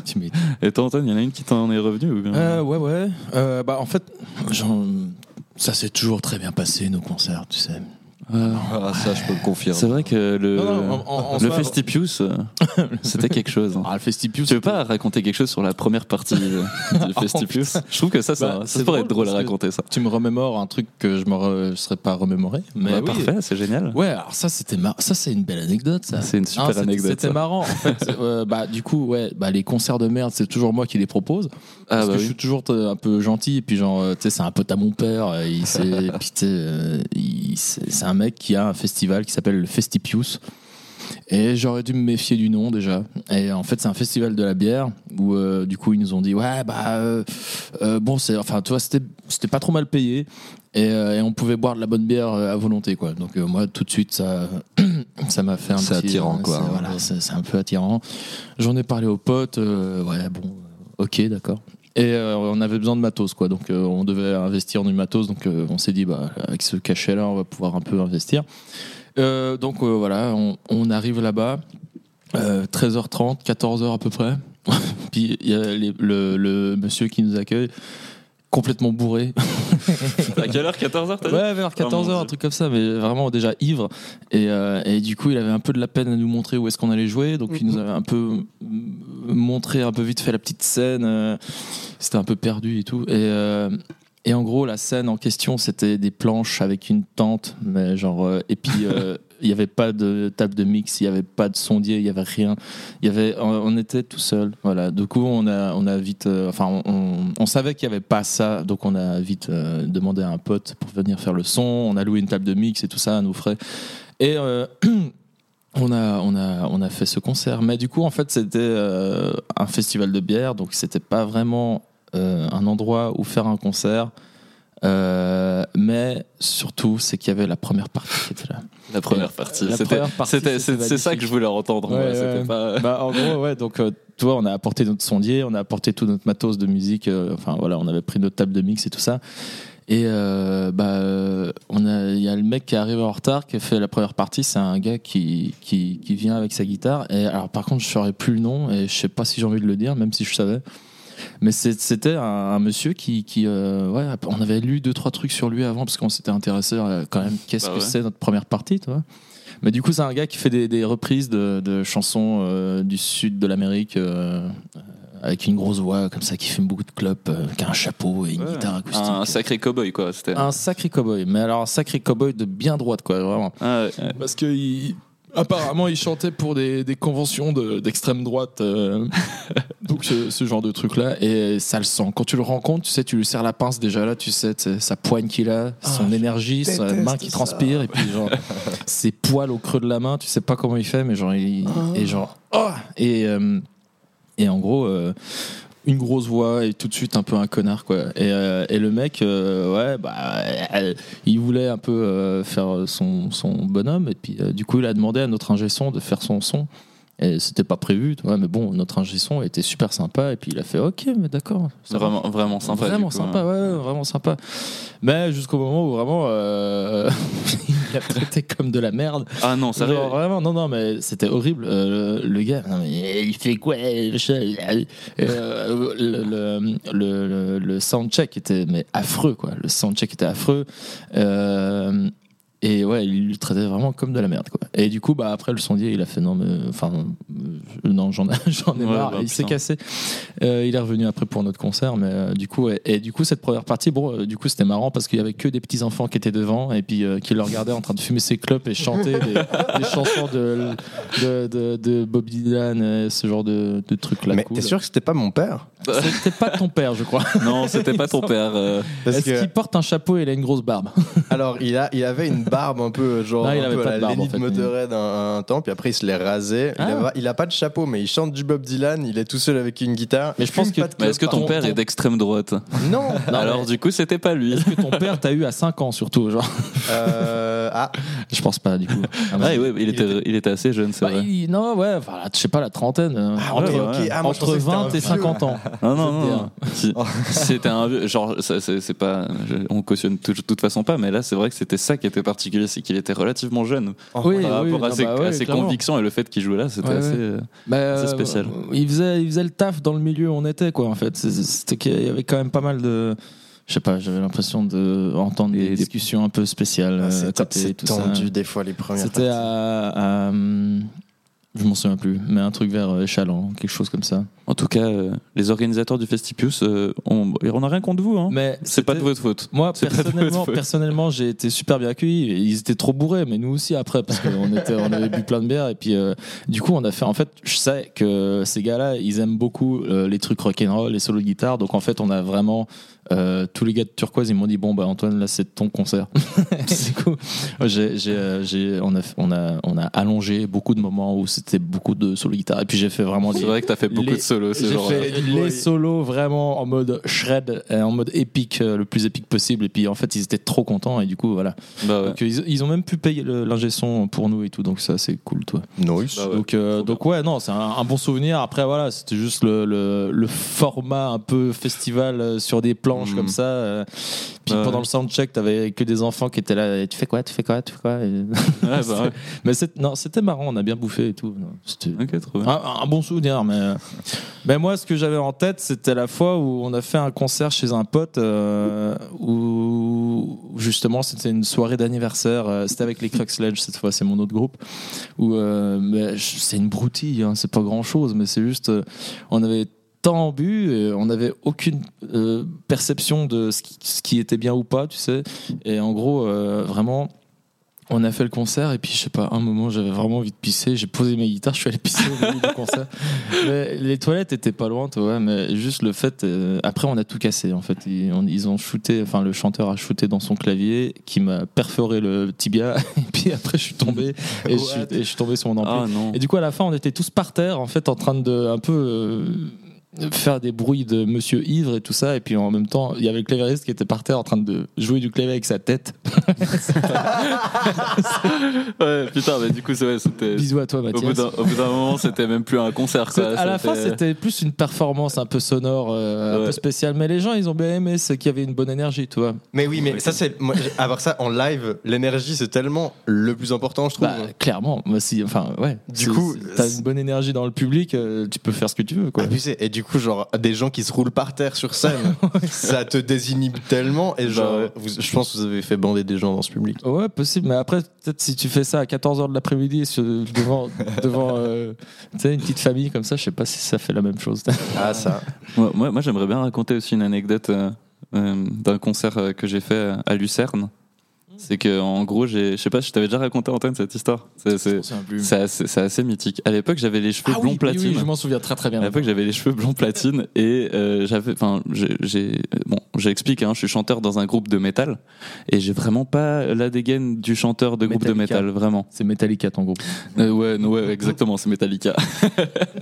Tu m'étonnes. Et toi Antoine, il y en a une qui t'en est revenue ou bien Euh, ouais, ouais. Euh, bah, en fait, genre, ça s'est toujours très bien passé, nos concerts, tu sais. Euh, Ah, ça, je peux le C'est confirmer. vrai que le, Non, non, en- en- en le soi- (laughs) Festipius, euh, c'était quelque chose. hein. Ah, le Festipius. Tu veux pas raconter quelque chose sur la première partie (laughs) euh, du Festipius Je trouve que ça, ça, Bah, ça c'est pourrait drôle être drôle à parce que- raconter ça. Tu me remémores un truc que je me re- je serais pas remémoré. Mais Bah, oui. Parfait, c'est génial. Ouais, alors ça c'était mar- ça c'est une belle anecdote ça. C'est une super Ah, c'était- anecdote, C'était ça. marrant. En (laughs) fait, Euh, bah du coup ouais, bah les concerts de merde c'est toujours moi qui les propose Ah parce bah que je suis oui. toujours euh, un peu gentil et puis genre euh, tu sais c'est un pote à mon père. euh, (laughs) Il s'est puis, tu sais, euh, il- c'est c'est un mec qui a un festival qui s'appelle le Festipius. Et j'aurais dû me méfier du nom déjà. Et en fait, c'est un festival de la bière où euh, du coup ils nous ont dit ouais bah euh, euh, bon c'est enfin tu vois c'était c'était pas trop mal payé et, euh, et on pouvait boire de la bonne bière euh, à volonté quoi. Donc euh, moi tout de suite ça (clears throat) ça m'a fait un C'est petit- euh, attirant, c'est- quoi. voilà, c'est c'est un peu attirant. J'en ai parlé aux potes euh, ouais bon euh, OK d'accord. Et euh, on avait besoin de matos quoi. Donc euh, on devait investir dans du matos donc euh, on s'est dit bah avec ce cachet là on va pouvoir un peu investir. Euh, donc euh, voilà, on, on arrive là-bas, euh, (laughs) 13h30, 14h à peu près. Puis il y a les- le, le monsieur qui nous accueille. complètement bourré. À quelle heure 14h t'as dit Ouais, vers Oh mon 14h, un Dieu. truc comme ça, mais vraiment déjà ivre. Et, euh, et du coup, il avait un peu de la peine à nous montrer où est-ce qu'on allait jouer. Donc, il nous avait un peu mm, montré un peu vite fait la petite scène. euh, C'était un peu perdu et tout. Et, euh, et en gros, la scène en question, c'était des planches avec une tente. Mais genre, euh, et puis, (laughs) euh, il n'y avait pas de table de mix, il n'y avait pas de sondier, il n'y avait rien. Il y avait, on- on était tout seul. Voilà. Du coup, on a, on a vite, euh, enfin, on, on- on savait qu'il n'y avait pas ça, donc on a vite euh, demandé à un pote pour venir faire le son. On a loué une table de mix et tout ça à nos frais. Et euh, (clears throat) on a, on a, on a fait ce concert. Mais du coup, en fait, c'était euh, un festival de bière, donc c'était pas vraiment euh, un endroit où faire un concert. Euh, mais surtout, c'est qu'il y avait la première partie qui était là. La première partie. La C'était- première partie, c'était- c'était C'est c'est ça magnifique. que je voulais entendre. moi, Ouais, c'était ouais. pas- euh, Bah, en gros, ouais, donc, euh, tu vois, on a apporté notre sondier, on a apporté tout notre matos de musique, euh, enfin, voilà, on avait pris notre table de mix et tout ça. Et euh, bah, euh, on a- il y a le mec qui arrive en retard, qui a fait la première partie, c'est un gars qui, qui, qui vient avec sa guitare. Et alors, par contre, je saurais plus le nom, et je sais pas si j'ai envie de le dire, même si je savais. Mais c'est- c'était un, un monsieur qui, qui euh, ouais, on avait lu deux trois trucs sur lui avant parce qu'on s'était intéressé euh, quand même qu'est-ce Bah que ouais. c'est notre première partie, tu vois. Mais du coup, c'est un gars qui fait des, des reprises de, de chansons euh, du sud de l'Amérique euh, euh, avec une grosse voix comme ça qui fume beaucoup de clopes, euh, qui a un chapeau et une Ouais. guitare acoustique. Un sacré cowboy quoi. C'était. Un sacré cowboy, mais alors un sacré cowboy de bien droite quoi, vraiment. Ah, ouais, ouais. Parce que il- apparemment il chantait pour des, des conventions de- d'extrême droite, euh, (laughs) donc ce, ce genre de truc là, et ça le sent. Quand tu le rencontres, tu sais, tu lui serres la pince déjà là, tu sais, tu sais, sa poigne qu'il a, son énergie, sa main qui transpire, et puis genre ses poils au creux de la main, tu sais pas comment il fait, mais genre il et genre oh et euh, et en gros. euh, une grosse voix et tout de suite un peu un connard quoi et, euh, et le mec euh, ouais bah euh, il voulait un peu euh, faire son, son bonhomme et puis euh, du coup il a demandé à notre ingé son de faire son son et c'était pas prévu tu vois, mais bon notre ingé son était super sympa et puis il a fait ok mais d'accord ça va. Vraiment, vraiment sympa. vraiment du coup, sympa hein. ouais, ouais, vraiment sympa mais jusqu'au moment où vraiment euh, (laughs) il a traité comme de la merde Ah non, sérieux. Genre, vraiment, non, non, mais c'était horrible. Euh, le, le gars, non, mais il fait quoi machin, euh, euh, le, le, le, le- le soundcheck était mais affreux, quoi. Le soundcheck était affreux. Euh, et ouais, il le traitait vraiment comme de la merde, quoi. Et du coup, bah, après, le sondier, il a fait non, mais enfin, euh, non, j'en (laughs) ai, j'en ai Ouais, marre. bah, il s'est putain. cassé. Euh, il est revenu après pour notre concert, mais euh, du coup, et, et du coup, cette première partie, bon, euh, du coup, c'était marrant parce qu'il y avait que des petits enfants qui étaient devant et puis euh, qui le regardaient en train de fumer ses clopes et (laughs) chanter des, des chansons de, de, de, de Bob Dylan, euh, ce genre de, de trucs là. Mais cool. t'es sûr que c'était pas mon père C'était pas ton père, je crois. Non, c'était pas ton père. euh. (laughs) Parce Est-ce que, qu'il porte un chapeau et il a une grosse barbe alors, il, a, il avait une barbe un (laughs) peu, genre, Non, il un avait peu pas à de la barbe, en Lenny fait, mais- Motorhead un, un temps, puis après il se l'est rasé. Ah. Il, a, il a pas de chapeau, mais il chante du Bob Dylan, il est tout seul avec une guitare. Mais je pense Fume que- pas de Mais est-ce que clope, ton père est d'extrême droite pardon. Non Alors du coup, c'était pas lui. Est-ce que ton père t'a eu à 5 ans surtout genre (laughs) Euh, Ah, Je pense pas, du coup. Ah, Ah mais- ouais, il était, il était assez jeune, c'est Bah, vrai. il- non, ouais, enfin, la- je sais pas, la trentaine. euh, Ah, ouais, ok, ouais. ok. Ah, moi, je pensais entre que c'était un 20 et vieux. (laughs) 50 ans. Ah, Non, non, veux non. non. Si- C'était un vieux. Genre, ça, c'est c'est pas. je- on cautionne tout- de toute façon pas, mais là, c'est vrai que c'était ça qui était particulier, c'est qu'il était relativement jeune. Oui, Par oui, rapport à non, ses, bah ouais, à ses clairement. convictions et le fait qu'il jouait là, c'était Ouais, assez. ouais. euh, Bah, euh, C'est spécial. voilà. Il faisait, il faisait le taf dans le milieu où on était, quoi, en fait. C'est- C'était qu'il y avait quand même pas mal de. Je sais pas, j'avais l'impression d'entendre Et des des- discussions un peu spéciales. Ah, euh, à c'est côté, c'est tout ça. tendu des fois les premières. C'était à, à, hum, Je m'en souviens plus, mais un truc vers euh, Échalant, quelque chose comme ça. En tout cas, euh, les organisateurs du Festipius, euh, on on a rien contre vous. Hein. Mais C'est pas de c'était- votre faute. Moi, C'est pas de votre personnellement, faute. personnellement j'ai été super bien accueilli. Ils étaient trop bourrés, mais nous aussi après, parce (laughs) qu'on était- on avait bu plein de bières. Et puis, euh, du coup, on a fait. En fait, je sais que ces gars-là, ils aiment beaucoup euh, les trucs rock'n'roll, les solos de guitare. Donc, en fait, on a vraiment. euh, tous les gars de Turquoise, ils m'ont dit Bon, bah, Antoine, là, c'est ton concert. (laughs) (laughs) du coup, j'ai, j'ai, euh, j'ai- on, a, on, a, on a allongé beaucoup de moments où c'était beaucoup de solos de guitare. Et puis, j'ai fait vraiment C'est des- vrai que t'as fait beaucoup les- de solos ce j'ai jour-là. fait les solos vraiment en mode shred, euh, en mode épique, euh, le plus épique possible. Et puis en fait, ils étaient trop contents et du coup, voilà. Bah ouais. Donc, euh, ils, ils ont même pu payer le- l'ingé son pour nous et tout, donc ça, c'est cool, toi. Noise. Bah ouais. donc, euh, trop donc ouais, non, c'est un, un bon souvenir. Après, voilà, c'était juste le, le, le format un peu festival euh, sur des planches Mhm. comme ça. euh, puis Ouais, pendant ouais. le soundcheck, t'avais que des enfants qui étaient là. et Tu fais quoi Tu fais quoi Tu fais quoi Et- (laughs) Ouais, bah ouais. Mais c'est- non, c'était marrant. On a bien bouffé et tout. Non, C'était Ok, trop bien. Ah, un, un bon souvenir, mais euh, ben moi, ce que j'avais en tête, c'était la fois où on a fait un concert chez un pote, euh, où justement c'était une soirée d'anniversaire. euh, c'était avec les Cruxledge cette fois, c'est mon autre groupe. Où euh, ben, je- c'est une broutille, hein, c'est pas grand chose, mais c'est juste, euh, on avait tant bu, et on n'avait aucune euh, perception de ce qui, ce qui était bien ou pas, tu sais. Et en gros, euh, vraiment. On a fait le concert et puis je sais pas, un moment j'avais vraiment envie de pisser, j'ai posé mes guitares, (laughs) je suis allé pisser au milieu du concert. Mais les toilettes étaient pas loin, tu vois, mais juste le fait. euh, après, on a tout cassé en fait. Ils, on- ils ont shooté, enfin le chanteur a shooté dans son clavier qui m'a perforé le tibia (laughs) et puis après je suis tombé et, je, suis, et je suis tombé sur mon ampli. Ah non. Et du coup, à la fin, on était tous par terre, en fait, en train de un peu euh, faire des bruits de Monsieur Ivre et tout ça. Et puis en même temps, il y avait le clavériste qui était par terre en train de jouer du clavier avec sa tête. Ouais, putain, mais du coup, c'est- ouais, c'était. Bisous à toi, Euh, Au bout Mathias. d'un au bout d'un moment, c'était même plus un concert. C'est- Quoi. (laughs) à la fin, C'était- c'était plus une performance un peu sonore, euh, un Ouais. peu spéciale. Mais les gens, ils ont bien aimé, c'est qu'il y avait une bonne énergie, tu vois. Mais oui, mais ça, c'est. moi, j'ai- Avoir ça en live, l'énergie, c'est tellement le plus important, je trouve. Bah, clairement, moi, si, enfin, ouais. Du C'est- coup, c'est- t'as une bonne énergie dans le public, euh, tu peux faire ce que tu veux, quoi. Ah, Abusé. Et du coup, genre, des gens qui se roulent par terre sur (laughs) scène, ça te désinhibe tellement. Et genre, ouais. vous- Bah, je pense que vous avez fait bander des gens dans ce public. Ouais, possible, mais après, peut-être si tu fais ça à 14h de l'après-midi sur- (laughs) devant, devant euh, tu sais, une petite famille comme ça, je sais pas si ça fait la même chose. (laughs) Ah, ça. Moi, moi, moi, j'aimerais bien raconter aussi une anecdote euh, euh, d'un concert euh, que j'ai fait à Lucerne. C'est que, en gros, j'ai- je sais pas, je t'avais déjà raconté, Antoine, cette histoire. C'est- C'est c'est assez, c'est assez mythique. À l'époque, j'avais les cheveux Ah oui, blonds oui, platine. oui, je m'en souviens très très bien. À l'époque, j'avais les cheveux blonds platine et euh, j'avais, enfin, j'ai- j'ai, bon, j'explique, hein, je suis chanteur dans un groupe de métal et j'ai vraiment pas la dégaine du chanteur de groupe Metallica. de métal, vraiment. C'est Metallica ton groupe. Euh, ouais, non, ouais, exactement, c'est Metallica. (laughs)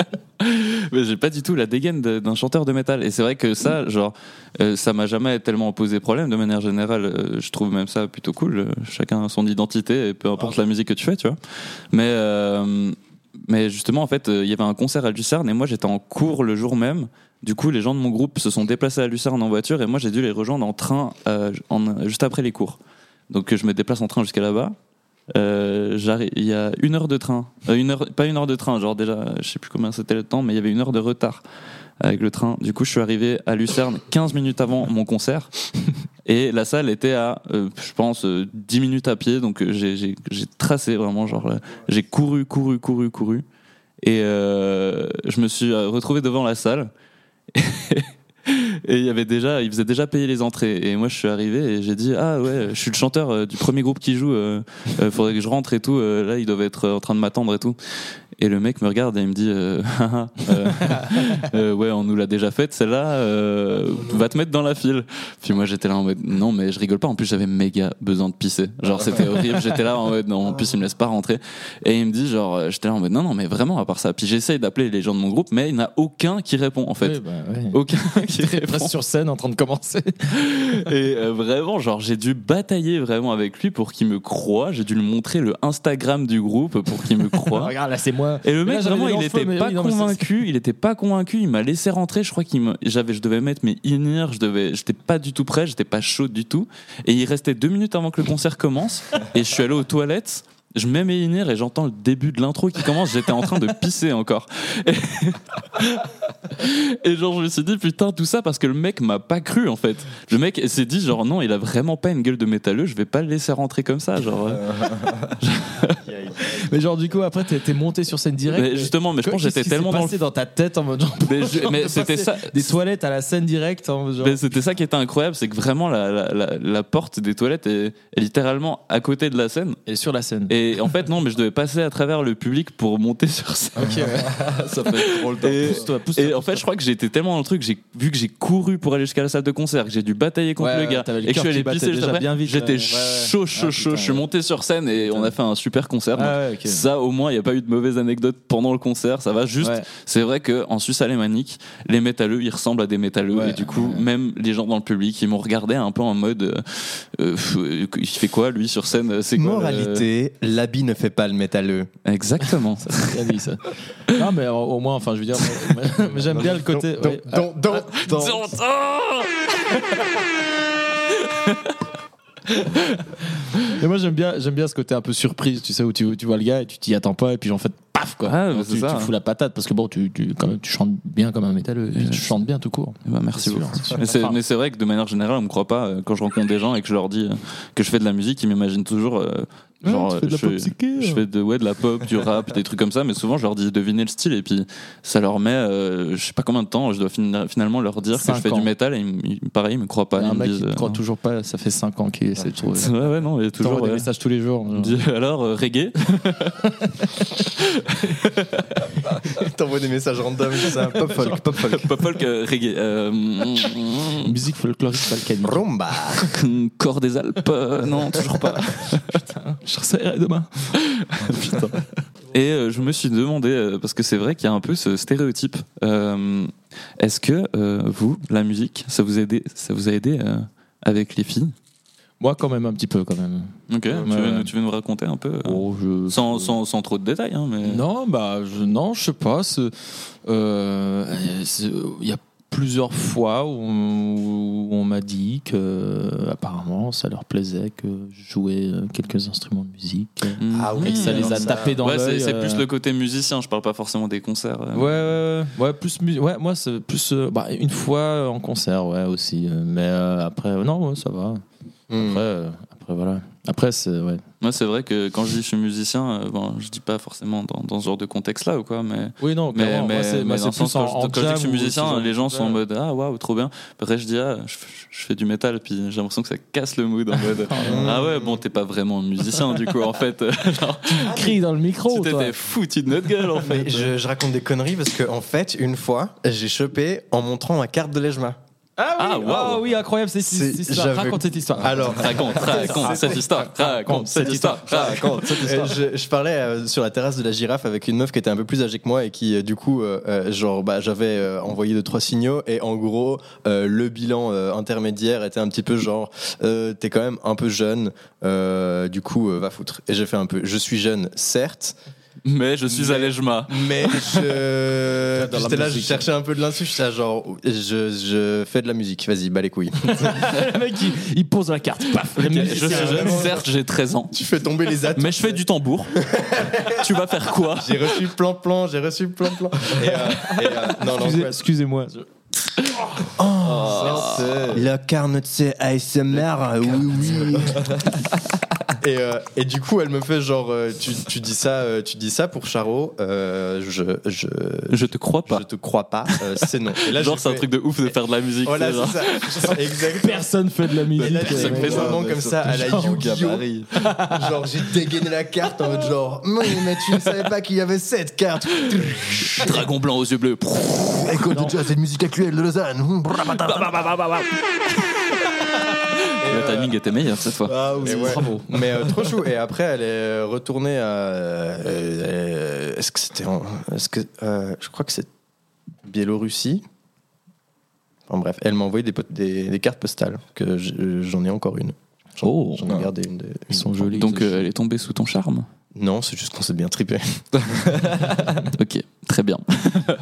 Mais j'ai pas du tout la dégaine de- d'un chanteur de métal. Et c'est vrai que ça, genre, euh, ça m'a jamais tellement posé problème. De manière générale, euh, je trouve même ça plutôt cool. Euh, Chacun a son identité et peu importe la musique que tu fais, tu vois. Mais, euh, mais justement, en fait, euh, il y avait un concert à Lucerne et moi j'étais en cours le jour même. Du coup, les gens de mon groupe se sont déplacés à Lucerne en voiture et moi j'ai dû les rejoindre en train euh, en- juste après les cours. Donc euh, je me déplace en train jusqu'à là-bas. Euh, j'arrive- il y a une heure de train, Euh, une heure, pas une heure de train, genre déjà, euh, je sais plus combien c'était le temps, mais il y avait une heure de retard avec le train. Du coup, je suis arrivé à Lucerne 15 minutes avant mon concert et la salle était à, euh, je pense, euh, 10 minutes à pied. Donc euh, j'ai- j'ai j'ai tracé vraiment, genre, euh, j'ai couru, couru, couru, couru. Et euh, je me suis euh, retrouvé devant la salle. Et il y avait déjà, il faisait déjà payer les entrées. Et moi, je suis arrivé et j'ai dit ah ouais, je suis le chanteur euh, du premier groupe qui joue. euh, euh, faudrait que je rentre et tout. euh, là, ils doivent être euh, en train de m'attendre et tout. Et le mec me regarde et il me dit euh, (laughs) Ah, ah, euh, euh, ouais, on nous l'a déjà faite celle-là. euh, va te mettre dans la file. Puis moi, j'étais là en mode non, mais je rigole pas. En plus, j'avais méga besoin de pisser. Genre, c'était horrible. J'étais là en mode non. En plus, il me laisse pas rentrer. Et il me dit genre euh, j'étais là en mode non, non, mais vraiment à part ça. Puis j'essaye d'appeler les gens de mon groupe, mais il n'y en a aucun qui répond en fait. Oui, bah, ouais. Aucun qui T'es répond. presque sur scène en train de commencer. (laughs) Et euh, vraiment, genre, j'ai dû batailler vraiment avec lui pour qu'il me croie. J'ai dû lui montrer le Instagram du groupe pour qu'il me croie. (laughs) Regarde, là c'est moi. Et le mec, Mais là, j'avais vraiment, des il enfants, était mais pas oui, non, mais c'est- convaincu. Il était pas convaincu. Il m'a laissé rentrer. Je crois qu'il me, j'avais, je devais mettre mes in Je devais, j'étais pas du tout prêt. J'étais pas chaud du tout. Et il restait deux minutes avant que le concert (laughs) commence. Et je suis allé aux toilettes. Je mets mes in et j'entends le début de l'intro qui commence. J'étais en train de pisser encore. (laughs) Et genre, je me suis dit, putain, tout ça parce que le mec m'a pas cru, en fait. Le mec s'est dit, genre, non, il a vraiment pas une gueule de métalleux, je vais pas le laisser rentrer comme ça, genre. euh. Mais genre du coup après t'es t'es monté sur scène direct. Mais justement, mais je pense que j'étais tellement dans dans le. dans ta tête en (laughs) mode genre, (laughs) Mais, je- mais de c'était passer ça. des toilettes à la scène directe en mode genre. Mais Ben, c'était ça qui était incroyable, c'est que vraiment la, la, la, la porte des toilettes est, est littéralement à côté de la scène. Et sur la scène. Et en fait, non, mais je devais passer à travers le public pour monter (laughs) sur scène. ça peut être drôle. Et- Pousse-toi, pousse-toi. Et en fait, je crois que j'étais tellement dans le truc, j'ai vu que j'ai couru pour aller jusqu'à la salle de concert, que j'ai dû batailler contre Ouais, le ouais, gars, t'avais le et que je cœur suis qui allé battait pisser juste déjà après. bien vite, J'étais ouais, ouais. chaud, chaud, Ah, chaud. putain, je suis ouais. monté sur scène et on a fait un super concert. donc Ah ouais, ok. Ça, au moins, il n'y a pas eu de mauvaise anecdote pendant le concert. Ça va juste. Ouais. C'est vrai que en Suisse alémanique, les métalleux, ils ressemblent à des métalleux. Ouais, et du coup, même les gens dans le public, ils m'ont regardé un peu en mode, euh, euh, pff, euh, il fait quoi lui sur scène euh, C'est quoi, le- Moralité, l'habit ne fait pas le métalleux. Exactement. Bien dit, ça. Non, mais au, au moins, enfin, je veux dire, moi, (laughs) moi, moi, j'aime Ah, bien le côté. ouais. Don, don, don, don. Oh Et moi j'aime bien, j'aime bien ce côté un peu surprise, tu sais, où tu, où tu vois le gars et tu t'y attends pas, et puis en fait, paf quoi. Ah, bah, Donc, c'est tu, ça. tu fous la patate parce que bon, tu, tu, quand même, tu chantes bien comme un métal, Ouais, tu chantes bien tout court. Eh ben, merci C'est beaucoup. sûr, c'est sûr. Mais c'est, Enfin- mais c'est vrai que de manière générale, on me croit pas euh, quand je rencontre des gens et que je leur dis euh, que je fais de la musique, ils m'imaginent toujours euh, genre euh, je, je fais de ouais de la pop, du rap, des trucs comme ça. Mais souvent, je leur dis devinez le style et puis ça leur met euh, je sais pas combien de temps. Je dois fin- finalement leur dire que Cinq je fais ans. du métal et ils me- ils- pareil, ils me croient pas. Il y a Ils un me mec qui disent te euh, croit toujours pas, ça fait 5 ans qu'il essaie de trouver. ouais ouais non, il y a Toujours toujours des ouais. messages tous les jours. On dit, alors euh, (laughs) reggae (laughs) T'envoies des messages random, c'est ça. Pop folk, pop folk. pop folk euh, reggae euh, mm, euh, Musique folklorique (laughs) balkanique. Rumba. mm, corps des Alpes euh, non toujours pas Je resserrerai (laughs) demain. Et euh, je me suis demandé, euh, parce que c'est vrai qu'il y a un peu ce stéréotype, euh, est-ce que euh, vous, la musique, ça vous a aidé, ça vous a aidé euh, avec les filles Moi, quand même, un petit peu, quand même. Ok, tu, Euh, ouais. veux nous, tu veux nous raconter un peu euh, Oh, je- sans, sans, sans trop de détails, hein, mais... Non, bah, je, non, je sais pas. c'est- euh, c'est- Il y a plusieurs fois où on, où on m'a dit que, apparemment, ça leur plaisait que je jouais euh, quelques instruments de musique. euh, Mhm. Ah Et oui, que ça les a alors ça- tapés dans Ouais, c'est l'œil. c'est euh, plus le côté musicien, je parle pas forcément des concerts. euh, Ouais, ouais, ouais, ouais, plus mu- ouais, moi c'est plus euh, bah, une fois euh, en concert, ouais aussi, euh, mais euh, après euh, non, ouais, ça va. Mm. Hmm. Après, euh, après voilà. Après c'est ouais. Moi, c'est vrai que quand je dis je suis musicien, euh, bon, je dis pas forcément dans, dans ce genre de contexte-là ou quoi, mais. Oui non, Mais, clairement, mais, moi c'est mais moi, dans c'est le sens, plus en, quand, je, en quand je dis que je suis jam ou ce musicien, genre les gens de- sont en mode Ah waouh, trop bien. Après, je dis Ah, je, je fais du métal, puis j'ai l'impression que ça casse le mood en (laughs) mode Ah ouais, bon, t'es pas vraiment musicien du coup, en fait. Genre, crie dans le (laughs) micro. tu t'étais foutu de notre gueule en fait. Mais je, je raconte des conneries parce que en fait, une fois, j'ai chopé en montrant ma carte de Lejma. (laughs) Ah Ah, oui, waouh. ah oui, incroyable, c'est C'est- cette histoire. j'avais- Raconte cette histoire. Alors, (laughs) Raconte, raconte cette histoire, raconte cette histoire, raconte cette Euh, histoire. je, je parlais euh, sur la terrasse de la girafe avec une meuf qui était un peu plus âgée que moi et qui euh, du coup euh, euh, genre bah, j'avais euh, envoyé deux trois signaux et en gros euh, le bilan euh, intermédiaire était un petit peu genre euh, t'es quand même un peu jeune euh, du coup euh, va foutre et j'ai fait un peu je suis jeune certes Mais je suis à Lejma. (laughs) mais je J'adore la j'étais là je musique. cherchais un peu de l'insu j'étais là, genre je, je fais de la musique vas-y bats les couilles le mec il, il pose la carte, paf. le Je musicien. suis jeune, certes, j'ai 13 (laughs) ans, (laughs) tu fais tomber les atouts mais je fais du tambour. Tu vas faire quoi j'ai reçu plan plan j'ai reçu plan plan et, euh, et, euh, non, non, Excusez- ouais, Excusez-moi. La carne c'est ASMR, oui, oui. (laughs) Et, euh, et du coup, elle me fait genre, euh, tu, tu dis ça, euh, tu dis ça pour Charo, euh, je, je, Je te crois pas. je te crois pas, euh, c'est non. Et là, Genre, j'ai c'est un fait- truc de ouf de faire de la musique. Voilà, c'est genre- c'est ça. (laughs) Exactement. Personne fait de la Et là, musique. j'ai Personne fait fait ça. vraiment comme ça à la Genre, Yu-Gi-Oh! (laughs) Genre, j'ai dégainé la carte en mode genre, mais, mais tu ne savais pas qu'il y avait cette carte. Dragon blanc aux yeux bleus. Écoute, tu as cette musique actuelle de Lausanne. Hum, Bah, brabata. Le timing était meilleur cette fois. Ah oui, Et ouais. Bravo. Mais euh, trop chou. Et après, elle est retournée à. euh, euh, Est-ce que c'était. en- Est-ce que. euh, je crois que c'est Biélorussie. Enfin bref, elle m'a envoyé des, pot- des, des cartes postales. Que je- j'en ai encore une. J'en Oh. j'en ai gardé une. de- Ils une- sont jolis. Donc euh, elle est tombée sous ton charme. Non, c'est juste qu'on s'est bien trippé. (laughs) Ok, très bien.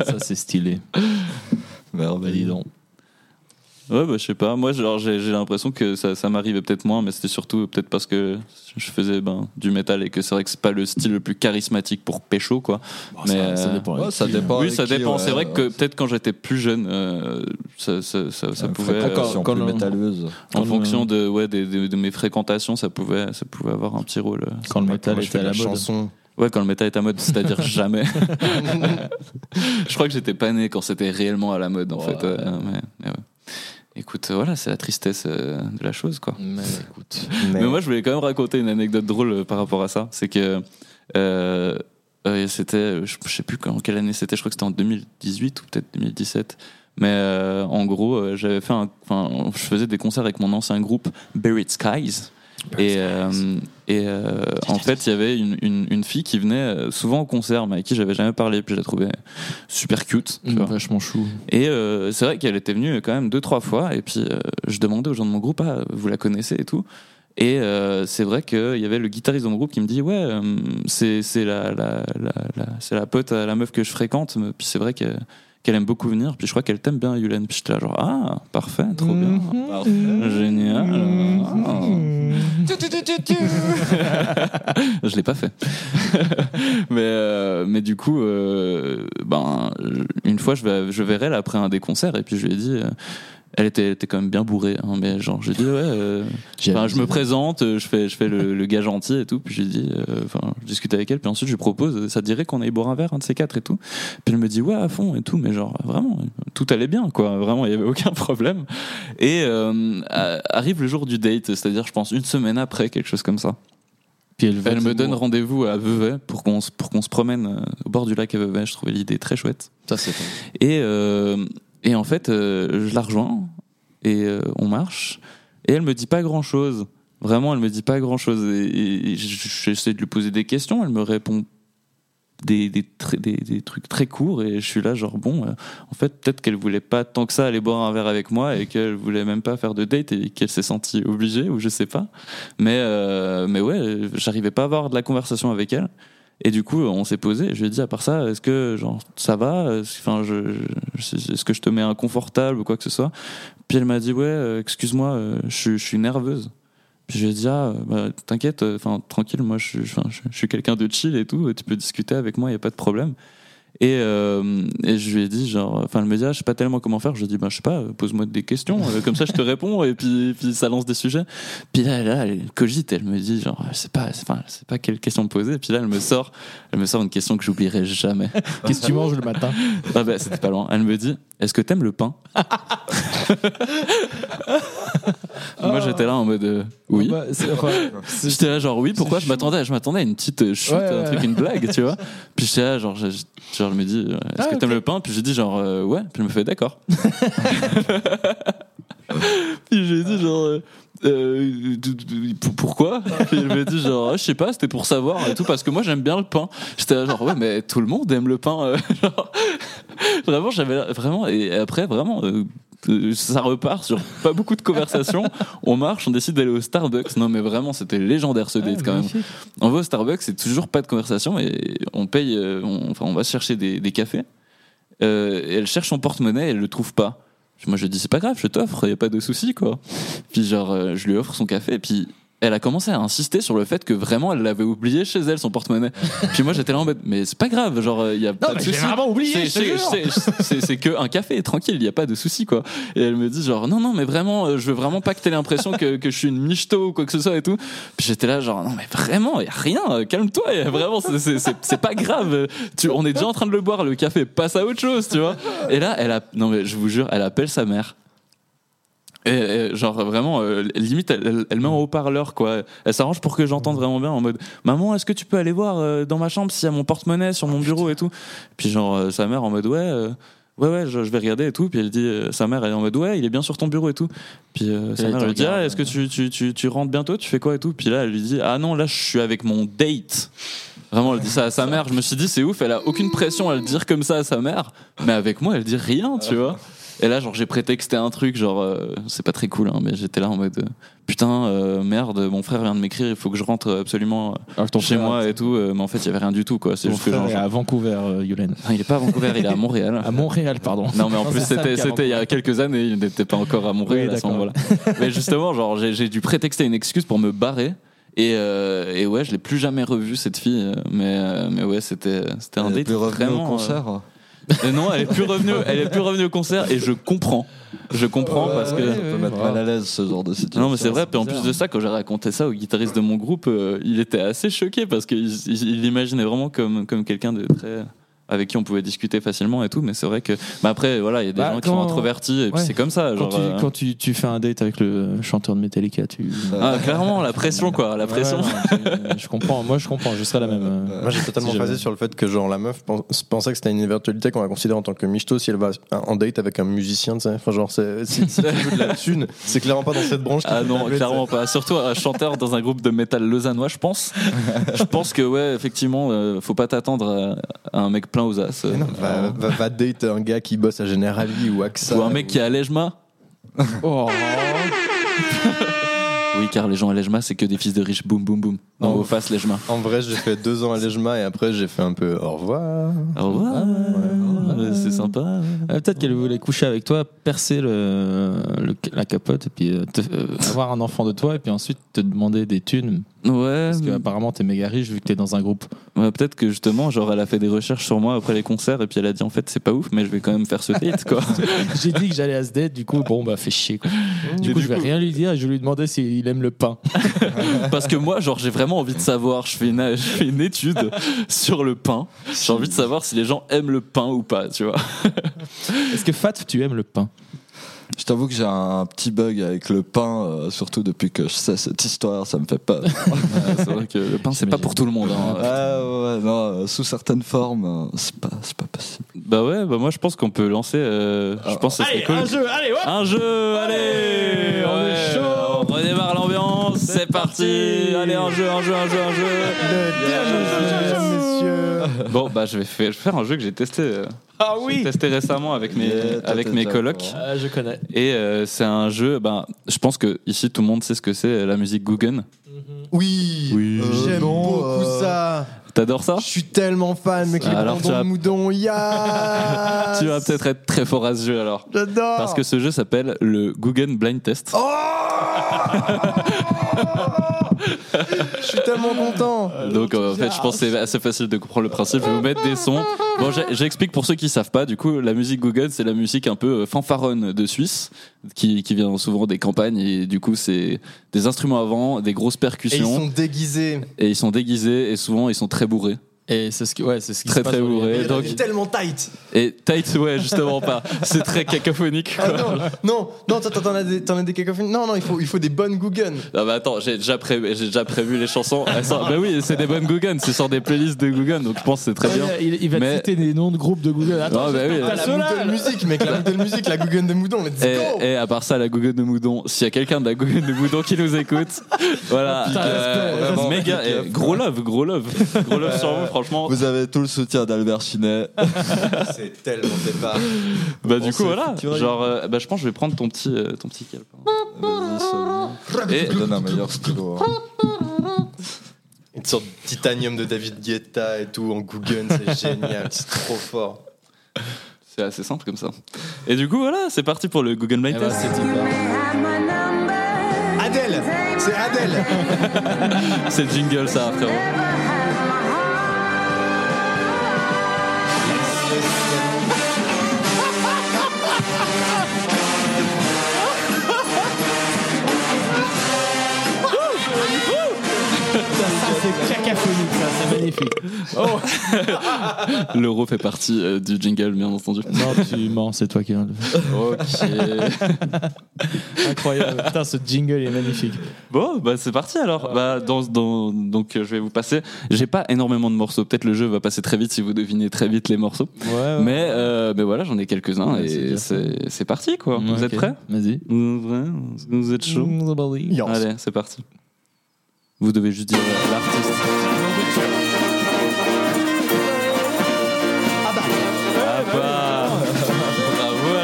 ça c'est stylé. Bah, Merveilleux. Ouais, bah, je sais pas. Moi, genre, j'ai j'ai l'impression que ça, ça m'arrivait peut-être moins, mais c'était surtout peut-être parce que je faisais ben, du métal et que c'est vrai que c'est pas le style le plus charismatique pour pécho, quoi. Mais, ça, ça euh, dépend. Ouais, ça dépend. oui, avec ça qui, dépend. ouais, c'est vrai ouais. que peut-être quand j'étais plus jeune, euh, ça, ça, ça, ça Une pouvait, euh, fréquentation quand- plus quand- métalleuse. en quand- fonction de, ouais, des- des- de mes fréquentations, ça pouvait, ça pouvait avoir un petit rôle. euh. Quand le Moi, métal je était fais à de la la mode. chanson. Ouais, quand le métal est à mode, c'est-à-dire (laughs) jamais. je crois que j'étais pas né quand c'était réellement à la mode, en Ouais. fait. euh, mais- mais ouais. Écoute, euh, voilà, c'est la tristesse euh, de la chose, quoi. Mais écoute. Mais, Mais moi, je voulais quand même raconter une anecdote drôle euh, par rapport à ça. C'est que euh, euh, c'était, euh, je, je sais plus quand, quelle année c'était, je crois que c'était en 2018 ou peut-être 2017. Mais euh, en gros, euh, j'avais fait un, enfin, je faisais des concerts avec mon ancien groupe Buried Skies. Et, euh, et euh, en fait, il y avait une, une, une fille qui venait euh, souvent au concert, mais avec qui j'avais jamais parlé, puis je la trouvais super cute. tu vois. Vachement chou. Et euh, c'est vrai qu'elle était venue quand même deux, trois fois. Et puis, euh, je demandais aux gens de mon groupe, ah, vous la connaissez et tout. Et euh, c'est vrai qu'il y avait le guitariste de mon groupe qui me dit, ouais, euh, c'est c'est la, la, la, la- c'est la pote, à la meuf que je fréquente. mais- Puis c'est vrai que- qu'elle aime beaucoup venir. Puis je crois qu'elle t'aime bien, ah, Mm. Mhm. Yulen. Puis j'étais là, genre, ah, parfait, trop bien. Génial. Ah. je l'ai pas fait. (laughs) mais, euh, mais du coup, euh, ben, une fois, je, vais, je verrai là après un des concerts et puis je lui ai dit. euh, elle était, elle était quand même bien bourrée, hein, mais genre j'ai dit ouais. euh, J'ai enfin, abusé. je me présente, euh, je fais, je fais le, le gars gentil et tout. Puis j'ai dit, euh, enfin, je discute avec elle. Puis ensuite je lui propose, euh, ça te dirait qu'on aille boire un verre, un de ces quatre et tout. Puis elle me dit ouais à fond et tout, mais genre vraiment, tout allait bien quoi. Vraiment, il y avait aucun (laughs) problème. Et euh, a- arrive le jour du date, c'est-à-dire je pense une semaine après quelque chose comme ça. Puis elle, va Elle me dire, donne rendez-vous à Vevey pour qu'on se- pour qu'on se promène euh, au bord du lac à Vevey. Je trouvais l'idée très chouette. Ça, c'est Et, euh, et en fait, euh, je la rejoins et euh, on marche. Et elle me dit pas grand chose. Vraiment, elle me dit pas grand chose. Et, et- et j- j'essaie de lui poser des questions. Elle me répond des, des, tr- des- des trucs très courts. Et je suis là, genre, bon, euh, en fait, peut-être qu'elle voulait pas tant que ça aller boire un verre avec moi et qu'elle voulait même pas faire de date et qu'elle s'est sentie obligée ou je sais pas. Mais, euh, mais ouais, j'arrivais pas à avoir de la conversation avec elle. Et du coup, on s'est posé. Je lui ai dit, à part ça, est-ce que genre, ça va Est-ce- Enfin, je, je- est-ce que je te mets inconfortable ou quoi que ce soit Puis elle m'a dit, ouais, euh, excuse-moi, euh, je, suis- je suis nerveuse. Puis je lui ai dit, ah, bah, t'inquiète, euh, enfin, tranquille, moi, je, suis- enfin, je, je suis quelqu'un de chill et tout. Tu peux discuter avec moi, il n'y a pas de problème. Et, euh, et je lui ai dit, genre, enfin, elle me dit, ah, je sais pas tellement comment faire. Je lui ai dit, bah, je sais pas, euh, pose-moi des questions, euh, comme ça je te réponds, et puis, puis ça lance des sujets. Puis là, là, elle cogite, elle me dit, genre, je sais pas, c'est pas, je sais pas quelle question poser. Puis là, elle me sort, elle me sort une question que j'oublierai (laughs) jamais. Qu'est-ce que tu manges le (laughs) matin Ah bah, c'était pas loin. Elle me dit, est-ce que t'aimes le (laughs) pain Moi, j'étais là en mode, euh, oui. Bah, c'est- enfin, c'est- J'étais là genre oui pourquoi je m'attendais je m'attendais à une petite euh, chute Ouais, un ouais, truc ouais. une blague tu vois puis j'étais là genre je, je- genre, elle me dit euh, est-ce Ah, que t'aimes ok. le pain puis j'ai dit genre euh, ouais puis elle me fait (laughs) d'accord puis j'ai dit genre euh, euh, d- d- d- pourquoi puis elle me dit genre Ah, je sais pas c'était pour savoir et tout parce que moi j'aime bien le pain j'étais là genre ouais mais tout le monde aime le pain euh, (laughs) genre. vraiment j'avais l'air- vraiment et après vraiment euh, euh, ça repart sur pas beaucoup de conversations on marche, on décide d'aller au Starbucks. Non, mais vraiment, c'était légendaire ce date quand même. On va au Starbucks, c'est toujours pas de conversation et on paye, euh, on, enfin, on va chercher des, des cafés. Euh, et elle cherche son porte-monnaie, elle le trouve pas. Puis Moi, je dis, c'est pas grave, je t'offre, y a pas de souci, quoi. Puis, genre, euh, je lui offre son café et puis. Elle a commencé à insister sur le fait que vraiment elle l'avait oublié chez elle son porte-monnaie. Puis moi j'étais là en mode mais c'est pas grave, genre euh, y a pas de mais j'ai souci. vraiment oublié, C'est- je te c'est- jure. c'est- C'est c'est que un café, tranquille, y a pas de souci quoi. Et elle me dit genre non non mais vraiment euh, je veux vraiment pas que t'aies l'impression que, que je suis une michto ou quoi que ce soit et tout. Puis j'étais là genre non mais vraiment y a rien, euh, calme-toi, y a vraiment c'est- c'est- c'est c'est pas grave. euh, Tu, on est déjà en train de le boire le café, passe à autre chose tu vois. Et là elle a non mais je vous jure elle appelle sa mère. Et, et, genre vraiment euh, limite elle, elle- elle met en haut-parleur quoi. Elle s'arrange pour que j'entende vraiment bien en mode maman est-ce que tu peux aller voir euh, dans ma chambre s'il y a mon porte-monnaie sur mon bureau et tout. Puis genre euh, sa mère en mode ouais. euh, Ouais, ouais, je, je vais regarder et tout. Puis elle dit, euh, sa mère, elle est en mode, ouais, il est bien sur ton bureau et tout. Puis euh, sa elle mère te lui dit, regarde, ah, est-ce que tu, tu, tu, tu rentres bientôt Tu fais quoi et tout Puis là, elle lui dit, ah non, là, je suis avec mon date. Vraiment, elle dit ça à sa mère. Je me suis dit, c'est ouf, elle a aucune pression à le dire comme ça à sa mère. Mais avec moi, elle dit rien, tu vois. Et là, genre, j'ai prétexté un truc, genre, euh, c'est pas très cool, hein, mais j'étais là en mode, euh, putain, euh, merde, mon frère vient de m'écrire, il faut que je rentre absolument euh, Alors, Ah, ton chez frère, moi et tout. Euh, mais en fait, il y avait rien du tout, quoi. C'est Ton juste que frère genre, est à Vancouver, euh, Yulen. Non, Ah, il est pas à Vancouver, il est à Montréal. À Montréal, pardon. Non, mais en (laughs) Non, plus, c'est ça, c'était le cas, c'était il y a quelques années, il n'était pas encore à Montréal Oui, à ce d'accord. moment-là. mais justement, genre, j'ai j'ai dû prétexter une excuse pour me barrer. Et, euh, et ouais, je l'ai plus jamais revue cette fille. euh, Mais, euh, mais ouais, c'était c'était un Elle est date plus revenue au vraiment, euh, concert. hein. euh, non, elle est plus revenue. Elle est plus revenue au concert et je comprends. Je comprends parce que. Ça peut mettre mal à l'aise ce genre de situation. Non mais c'est vrai, puis en plus hein. de ça, quand j'ai raconté ça au guitariste de mon groupe, euh, il était assez choqué parce qu'il il, il l'imaginait vraiment comme, comme quelqu'un de très... avec qui on pouvait discuter facilement et tout, mais c'est vrai que... Bah après, voilà, il y a des Bah, gens qui sont quand- introvertis, et puis ouais. c'est comme ça. Quand, Genre, tu, euh, quand tu, tu fais un date avec le chanteur de Metallica, tu. Ah, clairement, la pression, quoi, la pression. Ouais, (laughs) non, je, je comprends, moi je comprends, je serais la même. euh. Moi, j'ai totalement Si basé j'avais- sur le fait que genre la meuf pense- pensait que c'était une virtualité qu'on la considère en tant que michto si elle va en date avec un musicien, tu sais. Enfin, genre, c'est- si, si tu veux de la thune, c'est clairement pas dans cette branche. qu'il Ah faut non, la mettre. clairement pas. Surtout un chanteur dans un groupe de métal lausannois, je pense. Je pense que, ouais, effectivement, euh, faut pas t'attendre à, à un mec plein aux as. euh, Mais non, va, va, va date un gars qui bosse à Generali ou AXA. ou un mec qui est à Lejma. Oh. Oui, car les gens à Lejma, c'est que des fils de riches. Boum, boum, boum. Dans Oh. vos faces, Lejma. En vrai, j'ai fait deux ans à Lejma et après, j'ai fait un peu au revoir. Au revoir. euh, c'est sympa. Euh, Peut-être qu'elle voulait coucher avec toi, percer le, le- la capote et puis euh, te- euh, avoir un enfant de toi et puis ensuite te demander des thunes. Ouais, Parce que apparemment t'es méga riche vu que t'es dans un groupe. (laughs) ouais, peut-être que justement, genre, elle a fait des recherches sur moi après les concerts et puis elle a dit en fait, c'est pas ouf, mais je vais quand même faire ce date, quoi. J'ai dit que j'allais à ce date, du coup, bon, bah fais chier. Quoi. Oh. Du coup, je vais rien lui dire et je vais lui demander s'il aime le pain. (laughs) Parce que moi, genre, j'ai vraiment envie de savoir. Je fais une, je fais une étude sur le pain. J'ai envie de savoir si les gens aiment le pain ou pas, tu vois. Est-ce que Fat, tu aimes le pain Je t'avoue que j'ai un petit bug avec le pain, euh, surtout depuis que je sais cette histoire, ça me (laughs) fait peur. Ah, c'est vrai que le pain, c'est pas pour tout le monde. hein. Ouais, ouais, non, euh, sous certaines formes, euh, c'est pas, c'est pas possible. Bah ouais, bah moi, je pense qu'on peut lancer. euh, je pense que ça serait cool. jeu, Ah. allez, hop Un jeu, allez, on est chaud. On redémarre l'ambiance, c'est parti. Allez, un jeu, un jeu, un jeu, un jeu. Messieurs. Bon, bah je vais faire, je vais faire un jeu que j'ai testé. euh, Ah j'ai testé récemment avec mes, Yeah, t'as euh, avec fait mes ça, colocs. quoi. Ah, Je connais. Et euh, c'est un jeu, ben, je pense que ici tout le monde sait ce que c'est la musique Guggen. Oui, Oui. j'aime non, beaucoup euh, ça. T'adores ça Je suis tellement fan, mais Alors, Alors, tu vas- de moudon, yeah (laughs) Tu vas peut-être être très fort à ce jeu alors. J'adore. Ah. Parce que ce jeu s'appelle le Guggen Blind Test. Oh (laughs) je suis tellement content. Donc euh, en fait, je pense que c'est assez facile de comprendre le principe. Je vais vous mettre des sons. Bon, j'ai- j'explique pour ceux qui savent pas. Du coup, la musique Guggen, c'est la musique un peu euh, fanfaronne de Suisse, qui, qui vient souvent des campagnes. Et du coup, c'est des instruments avant, des grosses Et ils percussions. sont déguisés. et ils sont déguisés et souvent ils sont très bourrés. Et c'est ce qui, ouais, c'est ce qui Très, se passe très dans les- bourré. Et Et donc- tellement tight. Et tight, ouais, justement pas. C'est très cacophonique. Ah Quoi. non, non, non, toi, toi, t'en as des, t'en as des cacophones. Non, non, il faut, il faut des bonnes Guggen. Non, mais Ah bah, attends, j'ai déjà, pré- j'ai déjà prévu les chansons. Elles sont- Bah oui, c'est des bonnes Guggen, c'est sur des playlists de Guggen, donc je pense que c'est très bien. Il, il va Mais- te citer des noms de groupes de Google. Attends, Ah, bah oui. Ah, La ceux-là, Moudon de musique, mec, la Moudon de musique, la Guggen de Moudon, let's Et, go. et à part ça, la Guggen de Moudon, s'il y a quelqu'un de la Guggen de Moudon qui nous (laughs) écoute, voilà. Euh, Putain, respect, respect. méga, Big eh, up. gros love, gros love. (laughs) Gros love sur vous, franchement. Vous avez tout le soutien (laughs) d'Albert Chinet. C'est tellement départ. Bah, on du s'est coup, voilà. futuré. Genre, euh, bah, je pense que je vais prendre ton petit, euh, ton petit calepin. Vas-y, Solon. Et- donne un meilleur stylo. hein. Une sorte de titanium de David Guetta et tout en Guggen, (laughs) c'est génial, c'est trop fort. C'est assez simple comme ça. Et du coup, voilà, c'est parti pour le Google My Eh ben, Test. c'est hyper. Adèle, c'est Adèle. C'est le jingle, ça, frérot. Ça, c'est cacaphonique, ça, c'est magnifique. (laughs) L'euro fait partie euh, du jingle, bien entendu. Non, tu mens, c'est toi qui l'as enlevé. (laughs) Ok. Incroyable. Putain, ce jingle est magnifique. Bon, bah c'est parti alors. Bah, dans, dans- donc euh, je vais vous passer. J'ai pas énormément de morceaux. Peut-être le jeu va passer très vite si vous devinez très vite les morceaux. Ouais, ouais. Mais, euh, mais voilà, j'en ai quelques-uns Ouais, c'est et bien c'est c'est parti quoi. Ouais, Vous êtes ok. prêts Vas-y. Vous êtes prêts Vous êtes chaud Mm, Allez, c'est parti. Vous devez juste dire euh, l'artiste. Ah bah Bravo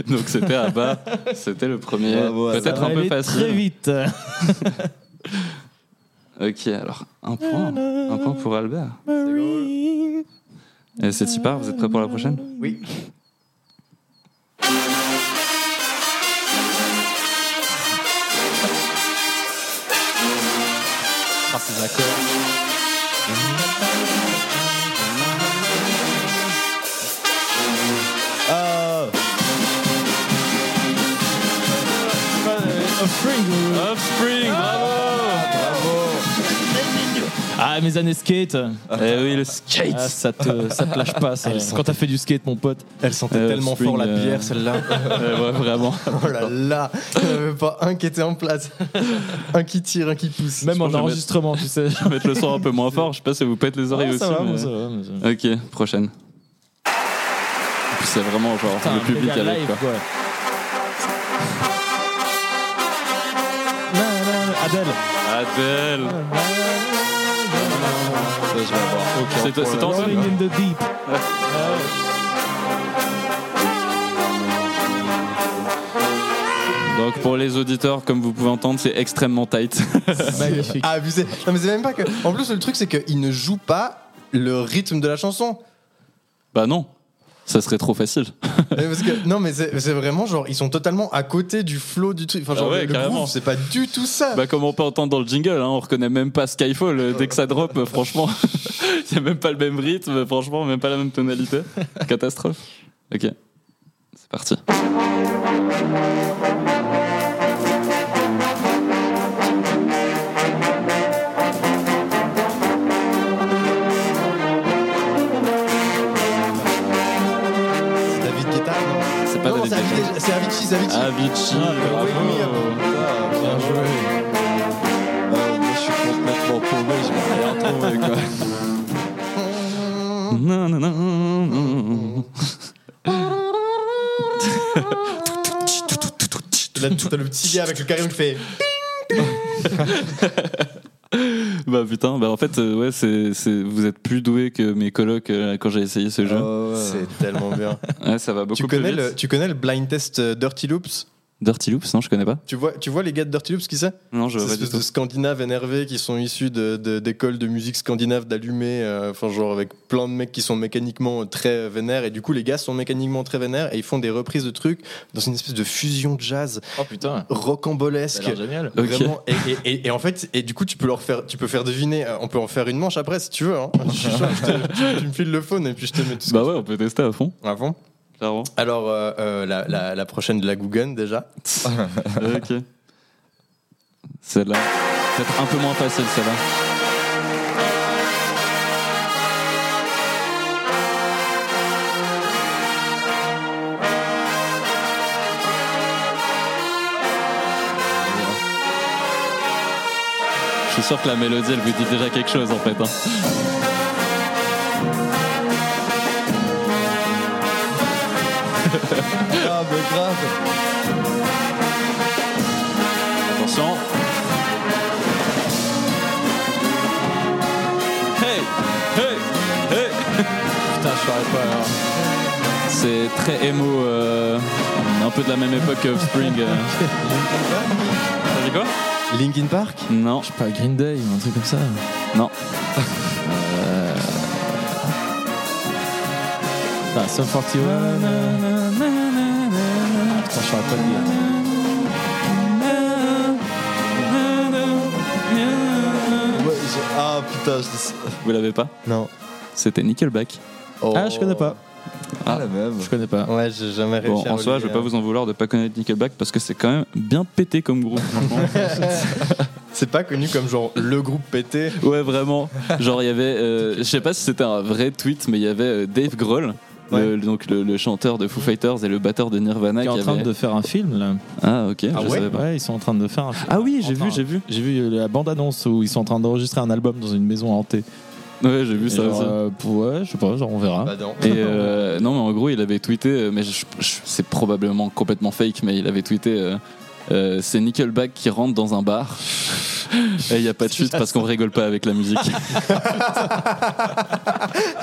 Albert Donc c'était Abba, c'était le premier. Bravo, Abba. Peut-être Ça un va peu aller Très facile. vite. Ok, alors un point, un point pour Albert. Et c'est Tipar, vous êtes prêts pour la prochaine Oui. Ah. Offspring, bravo Ah, mes années skate. Eh oui, le skate Ah, ça te, ça te lâche pas, ça. Quand t'as fait du skate, mon pote. Elle sentait Euh, tellement Spring, fort la euh, bière, celle-là. Euh, ouais, Vraiment. Oh là là, il n'y en avait pas un qui était (laughs) en place. Un qui tire, un qui pousse. Même en que je vais enregistrement, tu (laughs) sais. Je vais mettre le son un peu moins fort, je sais pas si vous pète les oreilles Ah, aussi. ça va, mais- moi, ça va, mais ça va. Ok, prochaine. En plus, C'est vraiment genre Putain, le public méga avec live, quoi. quoi. Non, non, non, Adèle. Adèle Ça, je vais avoir aucun C'est toi- c'est problème. toi, Rolling in the deep. Donc Donc pour les auditeurs, comme vous pouvez entendre, c'est extrêmement tight. (laughs) Magnifique. Ah, abusé. Non, mais c'est même pas que. En plus, le truc, c'est qu'il ne joue pas le rythme de la chanson. bah non, ça serait trop facile. Mais parce que- non, mais c'est c'est vraiment genre, ils sont totalement à côté du flow du truc. Enfin, Ah genre, ouais, le carrément. groove, c'est pas du tout ça. (laughs) Bah comme on peut entendre dans le jingle, hein, on reconnaît même pas Skyfall euh, dès que ça drop, euh, franchement. (laughs) Il y a même pas le même rythme, euh, franchement, même pas la même tonalité. Catastrophe. Ok, c'est parti. c'est David Guetta. non C'est pas Non, David c'est Guetta. Avicii, c'est Avicii, c'est Avicii, Avicii. Ah, bravo. Ah, Wake me up. Bien joué. Ah, je suis complètement paumé, je n'ai rien trouvé. Quoi. Non, non, non, non. Là, t'as le petit gars avec le carré qui fait. Bah putain, bah en fait, euh, ouais, c'est, c'est- vous êtes plus doué que mes colocs euh, quand j'ai essayé ce jeu. C'est tellement bien. Ouais, ça va beaucoup tu, connais plus le, vite. tu connais le blind test euh, Dirty Loops Dirty Loops, non, je connais pas. tu vois, tu vois les gars de Dirty Loops, qui c'est Non, je Ces vois pas du espèces de tout. scandinaves énervés qui sont issus de- de- d'écoles de, musique scandinave d'allumés, euh, enfin genre avec plein de mecs qui sont mécaniquement très vénères et du coup les gars sont mécaniquement très vénères et ils font des reprises de trucs dans une espèce de fusion jazz Oh putain. rocambolesque. génial. Ok. Vraiment, et, et- et- et en fait, et du coup, tu peux leur faire, tu peux faire deviner. euh, On peut en faire une manche après si tu veux. (laughs) hein. Je suis chaud, je te- tu, tu me files le phone et puis je te mets tout ça. Bah ouais, on peut tester à fond, Avant. clairement. Alors, euh, euh, la, la- la prochaine de la Guggen déjà. ok. Celle-là. Peut-être un peu moins facile, celle-là. Je suis sûr que la mélodie, elle vous dit déjà quelque chose, en fait. hein. Ah, mais grave. Attention. Hey Hey Hey Putain, je saurais pas. alors. C'est très émo, euh, on est un peu de la même époque que Offspring. euh. T'as dit quoi Linkin Park. Non, Je sais pas, Green Day ou un truc comme ça. non. Euh, Putain, Ah, Sum 41. Putain, je saurais pas le dire. Ouais, je- Ah putain, je dis Vous l'avez pas Non. C'était Nickelback. Oh. Ah, je connais pas. Ah, la même. Je connais pas. Ouais, j'ai jamais réussi Bon, à hein. en soi, je vais pas vous en vouloir de pas connaître Nickelback parce que c'est quand même bien pété comme groupe. franchement. (laughs) C'est pas connu comme genre le groupe pété. ouais, vraiment. Genre, il y avait, euh, je sais pas si c'était un vrai tweet, mais il y avait euh, Dave Grohl. le- donc le, le chanteur de Foo Fighters et le batteur de Nirvana Qui est en train avait- de faire un film là. ah ok Ah je ouais savais pas Ouais, ils sont en train de faire un film. ah oui j'ai Enfin, vu j'ai vu J'ai vu la bande-annonce où ils sont en train d'enregistrer un album dans une maison hantée. ouais j'ai vu Et ça genre, aussi. euh, ouais, je sais pas, genre on verra. Bah non. Hein Et euh, non, mais en gros, il avait tweeté, euh, mais je- je- c'est probablement complètement fake, mais il avait tweeté euh, euh, c'est Nickelback qui rentre dans un bar. (laughs) Et il n'y a pas de chute parce qu'on rigole pas avec la (laughs) musique. (laughs)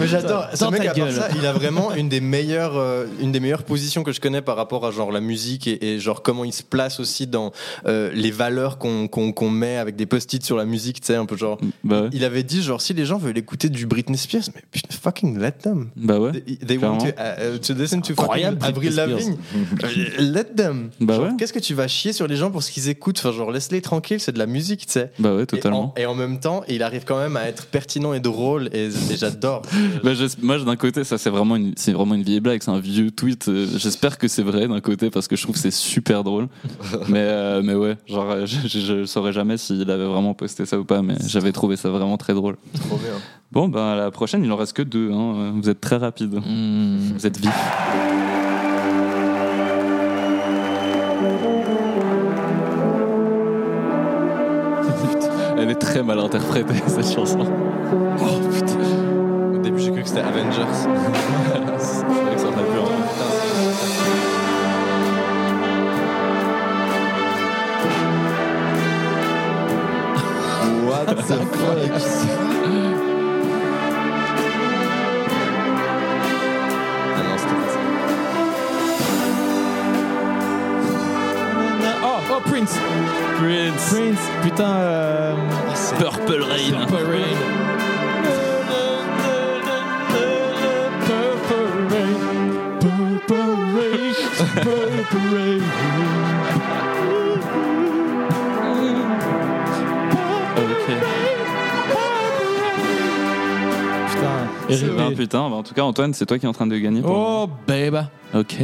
Mais j'adore. Ce Dans mec, ta à part gueule. ça, il a vraiment une des meilleures, euh, une des meilleures positions que je connais par rapport à genre la musique et, et genre comment il se place aussi dans euh, les valeurs qu'on qu'on- qu'on met avec des post-it sur la musique, tu sais, un peu genre. bah ouais. Il avait dit genre si les gens veulent écouter du Britney Spears, mais putain, fucking let them. Bah ouais. They, they want to, uh, to listen to fucking Incroyable, Britney Avril Spears. Lavigne. Euh, Let them. Bah Genre, ouais. Qu'est-ce que tu vas chier sur les gens pour ce qu'ils écoutent Enfin, genre, laisse-les tranquilles, c'est de la musique, tu sais. Bah ouais, Et en, totalement. et en même temps, il arrive quand même à être pertinent et drôle, et, et j'adore. Bah, j'es- moi, d'un côté, ça, c'est vraiment, une- c'est vraiment une vieille blague, c'est un vieux tweet. euh, J'espère que c'est vrai d'un côté parce que je trouve que c'est super (laughs) drôle. mais, euh, mais ouais, genre, euh, je, je, je saurais jamais s'il avait vraiment posté ça ou pas, mais j'avais trouvé ça vraiment très drôle. Trop bien. Bon, bah, à la prochaine, il en reste que deux. hein, euh, Vous êtes très rapide. Hmm. Vous êtes vif. (laughs) Elle est très mal interprétée cette chanson. Au début, j'ai cru que c'était Avengers. C'est vrai que ça en a plus, hein. What the fuck Ah non, c'était pas ça. Oh, Prince Prince. Prince Putain euh, Purple Rain. Purple Rain. Purple Rain. Purple Rain. Purple Rain. Ok. Putain, Eh ben, RIP. putain, ben, en tout cas, Antoine, c'est toi qui es en train de gagner. pour Oh, babe le moment. Ok.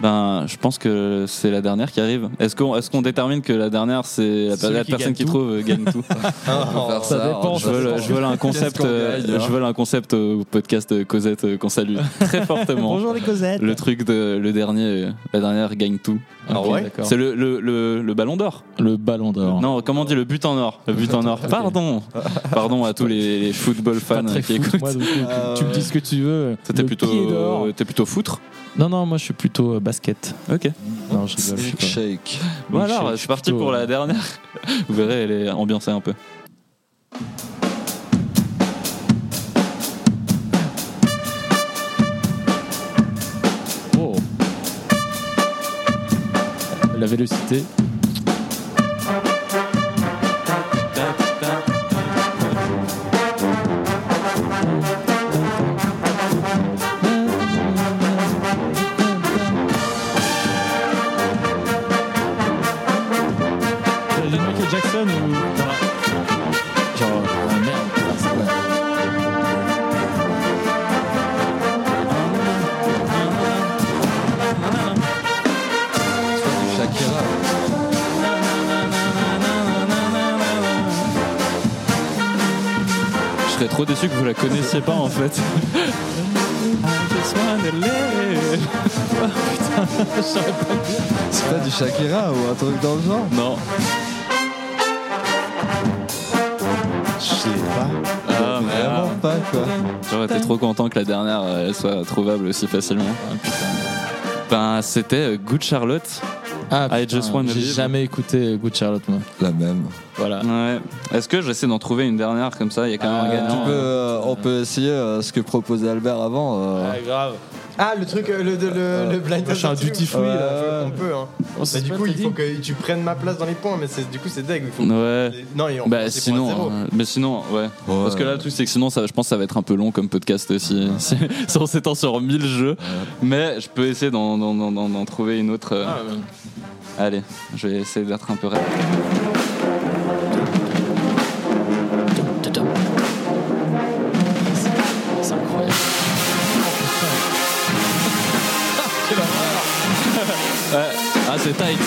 Ben, je pense que c'est la dernière qui arrive. Est-ce qu'on est qu'on détermine que la dernière, c'est la, Celui la qui personne gagne qui tout. trouve euh, gagne tout faire ça dépend, en Je veux, le- je veux un concept, qu'on euh, gagne, hein je veux un concept au podcast euh, Cosette euh, qu'on salue très (laughs) fortement. les Cosettes Le truc de le dernier, euh, la dernière gagne tout. Ah ouais C'est le, le, le, le ballon d'or. Le ballon d'or. Non, comment on dit le but en or Le but en or. Pardon, pardon à tous les, les football Pas fans très qui foot, écoutent. moi, donc, euh, Ah tu me ouais. dis ce que tu veux. Toi, T'es Le pied plutôt, d'or. euh, t'es plutôt foutre. Non, non, moi je suis plutôt euh, basket. Ok. Non, je rigole, je suis pas- Shake. Bon Oui, alors, je- je suis parti plutôt, pour euh, la dernière. (laughs) Vous verrez, elle est ambiancée un peu. Oh. La vélocité. Michael Jackson ou. Genre, ah merde, putain, c'est quoi Shakira. Je serais trop déçu que vous la connaissiez pas en fait. C'est pas du Shakira ou un truc dans le genre Non. Je sais pas. Ah merde. Vraiment pas quoi. J'aurais été trop content que la dernière euh, elle soit trouvable aussi facilement. Ah, Ben c'était euh, Good Charlotte. Ah, I putain, just wanna J'ai live. jamais écouté Good Charlotte, moi. La même. Voilà. Ouais. Est-ce que j'essaie d'en trouver une dernière comme ça Il y a quand même Ah, un Tu gagnant. peux, euh. euh, on peut essayer euh, ce que proposait Albert avant. euh, grave. Ah, le truc, euh, le, le, le, le blind machin test, duty free, ouais, là. On peut, hein. Oh, Bah, du coup, il faut que tu prennes ma place dans les points, mais c'est- du coup, c'est deg. Il faut... Ouais. Non, et on Bah c'est point zéro. sinon, euh, mais sinon, ouais. Ouais. Parce que là, le truc, c'est que sinon, ça, je pense que ça va être un peu long comme podcast si, (laughs) si, si on s'étend sur 1000 jeux. Mais je peux essayer d'en, d'en- d'en- d'en- d'en trouver une autre. euh. Ah, Allez, je vais essayer d'être un peu rapide. C'est incroyable. Ouais. Ah, c'est tight.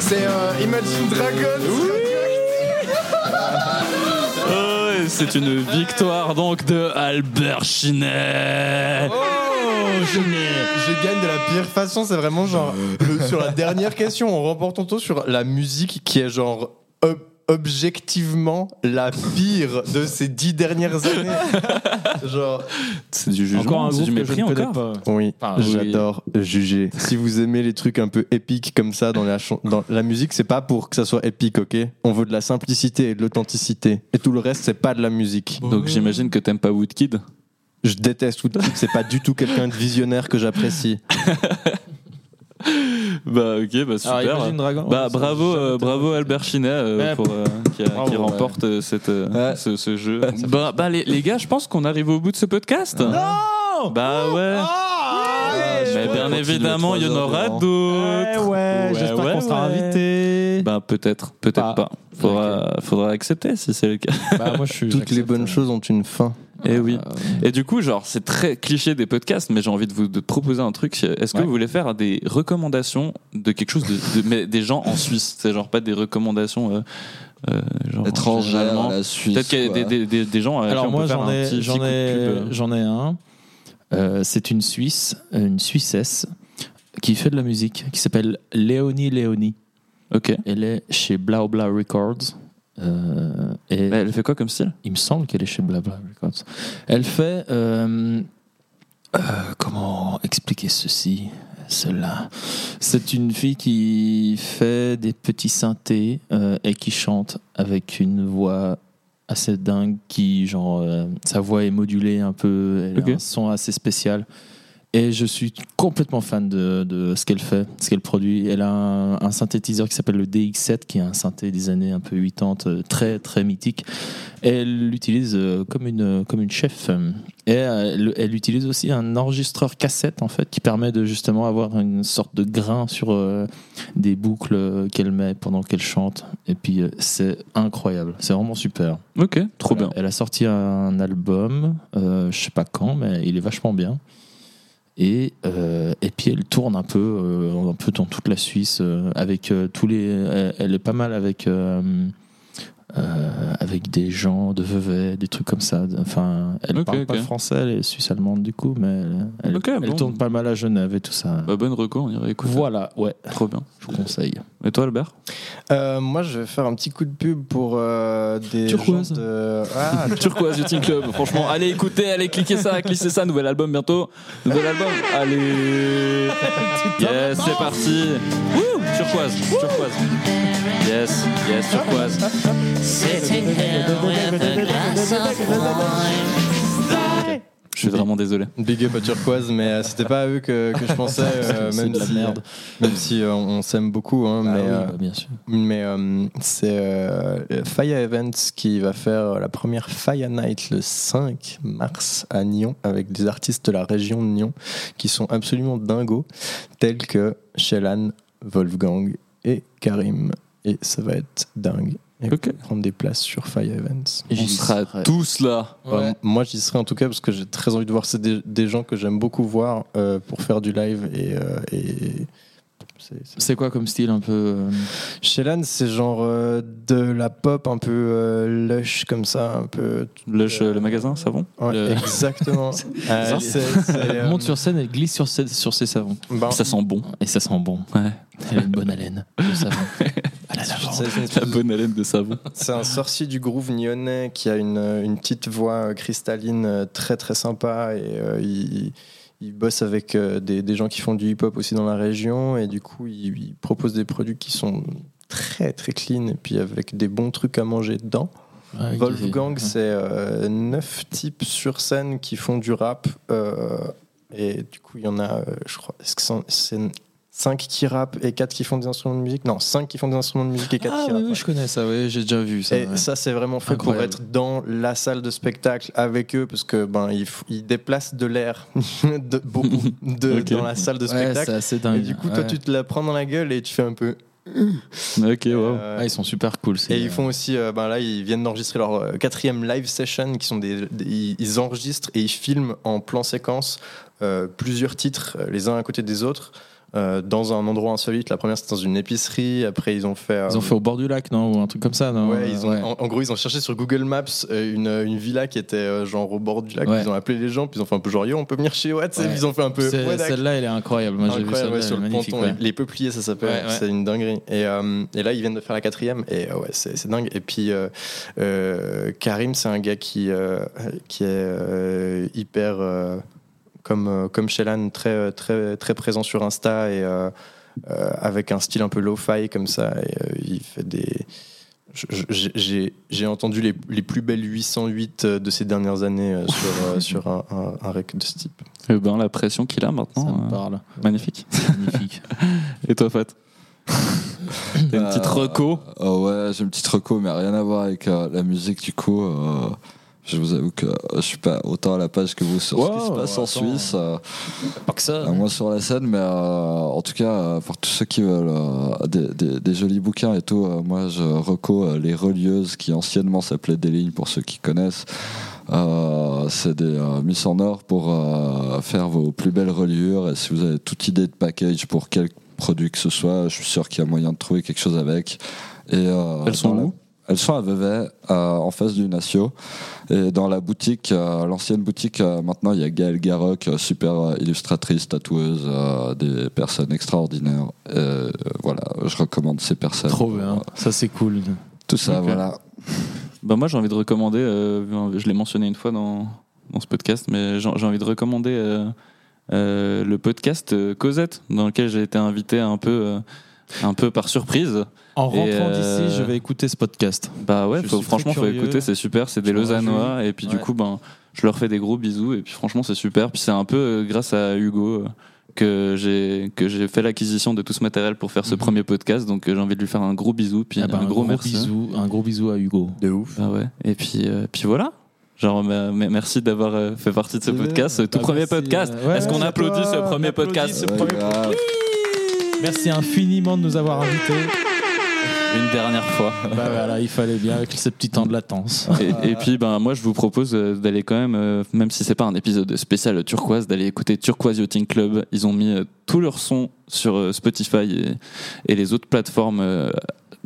C'est euh, Imagine Dragons. Oh, et c'est une victoire donc de Albert Chinet. Je gagne de la pire façon, c'est vraiment genre le- sur la dernière question, on remporte ton taux sur la musique qui est genre ob- objectivement la pire de ces dix dernières années. (laughs) genre C'est du jugement, Encore un c'est groupe du que je mépris ne connais encore. pas. oui, Ah, j'adore juger. Si vous aimez les trucs un peu épiques comme ça dans la chan- dans la musique, c'est pas pour que ça soit épique, OK On veut de la simplicité et de l'authenticité et tout le reste c'est pas de la musique. Donc j'imagine que t'aimes pas Woodkid. Je déteste Woodkid, c'est pas du tout quelqu'un de visionnaire que j'apprécie. Bah ok, bah super. Alors, Imagine Dragon. Bah ouais, ça, bravo, j'ai euh, jamais bravo Albert Chinet euh, Ouais. pour, euh, qui, a- Bravo, qui remporte euh, cette, euh, Ouais. ce, ce jeu. (laughs) Bah, bah, les, les gars, je pense qu'on arrive au bout de ce podcast. entendu. bah ouais. Ah, ouais, Mais je bien pourrais évidemment, il y continuer en trois aura heures devant. d'autres. ouais, j'espère qu'on sera invité. Bah peut-être, peut-être Ah. pas. Faudra, faudra accepter si c'est le cas. Bah, moi je suis. Toutes les j'accepte. bonnes choses ont une fin. Et Eh oui. Et du coup, genre, c'est très cliché des podcasts, mais j'ai envie de vous de proposer un truc. Est-ce que Ouais. vous voulez faire des recommandations de quelque chose de, de- mais des gens en Suisse C'est genre pas des recommandations euh, euh, genre Étrangère, généralement. la Suisse. Peut-être qu'il y a quoi. des, des, des, des gens. à qui Alors on moi peut faire j'en un ai, petit- j'en petit coup de ai, pub. j'en ai un. Euh, c'est une Suisse, une Suissesse qui fait de la musique, qui s'appelle Léonie Léonie. Ok. Elle est chez Blau Blau Records. Euh, et Mais elle fait quoi comme style il me semble qu'elle est chez Blabla Records. Elle fait. euh, euh, comment expliquer ceci Cela. C'est une fille qui fait des petits synthés euh, et qui chante avec une voix assez dingue qui, genre, euh, sa voix est modulée un peu, elle Ok. a un son assez spécial. Et je suis complètement fan de, de ce qu'elle fait, ce qu'elle produit. Elle a un, un synthétiseur qui s'appelle le DX7, qui est un synthé des années un peu 80, euh, très très mythique. Et elle l'utilise euh, comme une, comme une chef. Et euh, elle, elle utilise aussi un enregistreur cassette, en fait, qui permet de justement avoir une sorte de grain sur euh, des boucles euh, qu'elle met pendant qu'elle chante. Et puis, euh, c'est incroyable. C'est vraiment super. Ok, trop bien. Voilà. Euh, Elle a sorti un album, euh, je sais pas quand, mais il est vachement bien. Et, euh, et puis elle tourne un peu, euh, un peu dans toute la Suisse euh, avec euh, tous les. elle- elle est pas mal avec euh, euh, avec des gens de Vevey, des trucs comme ça. Enfin, elle Ok, parle pas ok. français, elle est suisse allemande du coup, mais elle, elle- Ok, elle bon. tourne pas mal à Genève et tout ça. Bah, euh, bonne reco, on irait écouter. voilà, ouais, Trop bien. je vous conseille. Et toi, Albert Euh, moi, je vais faire un petit coup de pub pour euh, des. Turquoise. gens de- Ah, Turquoise Yachting Club, franchement, allez écouter, allez cliquer ça, cliquez ça, nouvel album bientôt. Nouvel album, allez Yes, c'est parti Wouh, Turquoise, turquoise. Yes, yes, turquoise. Sitting here with a glass of wine. Je suis vraiment désolé. (laughs) Big up à Turquoise, mais euh, c'était pas à eux que, que je pensais, (laughs) euh, C'est même, de la si, merde. même si euh, on s'aime beaucoup. hein, Ah mais oui, euh, bah, bien sûr. mais euh, c'est euh, Fire Events qui va faire euh, la première Fire Night le 5 mars à Nyon avec des artistes de la région de Nyon qui sont absolument dingos, tels que Shellan, Wolfgang et Karim. Et ça va être dingue. Et Ok. prendre des places sur Fire Events. On J'y sera serai. tous là. Ouais. Euh, moi, j'y serai en tout cas parce que j'ai très envie de voir. C'est des, des gens que j'aime beaucoup voir euh, pour faire du live. Et, euh, et- c'est- c'est- C'est quoi comme style un peu euh, Shelan, c'est genre euh, de la pop un peu euh, lush comme ça, un peu. Lush, euh, le magasin, savon Ouais, Le- Exactement. Euh, (laughs) ça. c'est- c'est, euh, Monte sur scène et glisse sur ses, sur ses savons. ben, Ça sent bon. Et ça sent bon. Ouais. Elle a une bonne haleine, le Ah (laughs) savon. À la lavande. c'est- c'est- La bonne haleine de savon. C'est un sorcier du groove nyonnais qui a une, euh, une petite voix euh, cristalline euh, très très sympa et euh, il, il bosse avec euh, des, des gens qui font du hip-hop aussi dans la région et du coup il, il propose des produits qui sont très très clean et puis avec des bons trucs à manger dedans. Ouais, Wolfgang qui- c'est euh, neuf types sur scène qui font du rap euh, et du coup il y en a euh, je crois est-ce que c'est- c'est 5 qui rappent et 4 qui font des instruments de musique Non, 5 qui font des instruments de musique et 4 Ah qui oui, rappent. oui, ouais. je connais ça, oui, j'ai déjà vu ça. Et ouais. ça, c'est vraiment fait Incroyable. pour être dans la salle de spectacle avec eux, parce que ben ils, f- ils déplacent de l'air (laughs) de, (laughs) beaucoup de- Ok. dans la salle de Ouais, spectacle. c'est assez dingue. et du coup, toi, ouais. tu te la prends dans la gueule et tu fais un peu. Ok, wow. euh, Ah, ils sont super cool. ces et ils gars. font aussi, euh, ben là, ils viennent d'enregistrer leur euh, quatrième live session, qui sont des, des- ils ils enregistrent et ils filment en plan séquence euh, plusieurs titres, euh, les uns à côté des autres, euh, dans un endroit insolite. La première, c'était dans une épicerie. Après, ils ont fait. euh, Ils ont fait au bord du lac, non Ou un truc comme ça, non Ouais, ils ont, Ouais. En, en gros, ils ont cherché sur Google Maps euh, une, euh, une villa qui était euh, genre au bord du lac. Ouais. Ils ont appelé les gens, puis ils ont fait un peu genre yo, on peut venir chez Watt. Ouais. Ils ont fait un peu. C'est- ouais, d'accord. Celle-là, elle est incroyable. Moi, j'ai vu Incroyable, celle-là, ouais, elle est sur le magnifique. ponton, ouais. les, les peupliers, ça s'appelle, Ouais, ouais. c'est une dinguerie. Et, euh, et là, ils viennent de faire la quatrième, et euh, ouais, c'est c'est dingue. Et puis, euh, euh, Karim, c'est un gars qui, euh, qui est euh, hyper, euh, comme, euh, comme Shelan, très, euh, très, très présent sur Insta, et euh, euh, avec un style un peu low-fi comme ça. Et, euh, il fait des. je- je- j'ai- J'ai j'ai entendu les, les plus belles 808 de ces dernières années euh, sur, euh, sur un, un, un rec de ce type. Eh ben, la pression qu'il a Ça maintenant. me euh, parle. (laughs) magnifique. Magnifique. Et toi, Fat T'as une petite Euh, reco Oh ouais, j'ai une petite reco, mais rien à voir avec euh, la musique du coup. euh, je vous avoue que euh, je suis pas autant à la page que vous sur ce qui se Wow, passe en attends. Suisse. euh, Pas que ça. euh, moi sur la scène, mais euh, en tout cas, euh, pour tous ceux qui veulent euh, des, des- des jolis bouquins et tout, euh, moi je reco euh, Les Relieuses qui anciennement s'appelaient Des Lignes pour ceux qui connaissent. Euh, c'est des euh, mises en or pour euh, faire vos plus belles reliures. Et si vous avez toute idée de package pour quel produit que ce soit, je suis sûr qu'il y a moyen de trouver quelque chose avec. Et, euh, Elles sont dans la- où Elles sont à Vevey, euh, en face du Natio. Et dans la boutique, euh, l'ancienne boutique, euh, maintenant il y a Gaëlle Garoc, euh, super euh, illustratrice, tatoueuse, euh, des personnes extraordinaires. Et, euh, voilà, je recommande ces personnes. Trop bien. Ça, c'est cool. Tout ça, Ok. voilà. Bah moi j'ai envie de recommander, euh, je l'ai mentionné une fois dans, dans ce podcast, mais j'ai j'ai envie de recommander euh, euh, le podcast euh, Cosette, dans lequel j'ai été invité un peu euh, un peu par surprise. En Et, rentrant euh, d'ici, je vais écouter ce podcast. Bah ouais, Je faut- suis très franchement, faut curieux. écouter, c'est super, c'est des Je me Lausannois, et puis du Ouais. coup, ben, je leur fais des gros bisous, et puis franchement, c'est super. Puis c'est un peu euh, grâce à Hugo euh, que j'ai que j'ai fait l'acquisition de tout ce matériel pour faire ce Mhm. premier podcast, donc euh, j'ai envie de lui faire un gros bisou, puis Ah bah, un, gros, merci. bisou, hein. un gros bisou à Hugo. De ouf. Bah ouais, et puis, euh, puis voilà. Genre, bah, mais merci d'avoir euh, fait partie de ce Ouais, podcast, ce tout bah, premier merci, podcast. euh, ouais, Est-ce qu'on c'est applaudit toi, ce on premier applaudit podcast ce Ouais, premier grave. Merci infiniment de nous avoir invités. une dernière (laughs) fois Bah voilà, il fallait bien avec ce petit temps de latence. Et, et puis, ben, moi, je vous propose euh, d'aller quand même, euh, même si c'est pas un épisode spécial turquoise, d'aller écouter Turquoise Yachting Club. Ils ont mis euh, tous leurs sons sur euh, Spotify et, et les autres plateformes euh,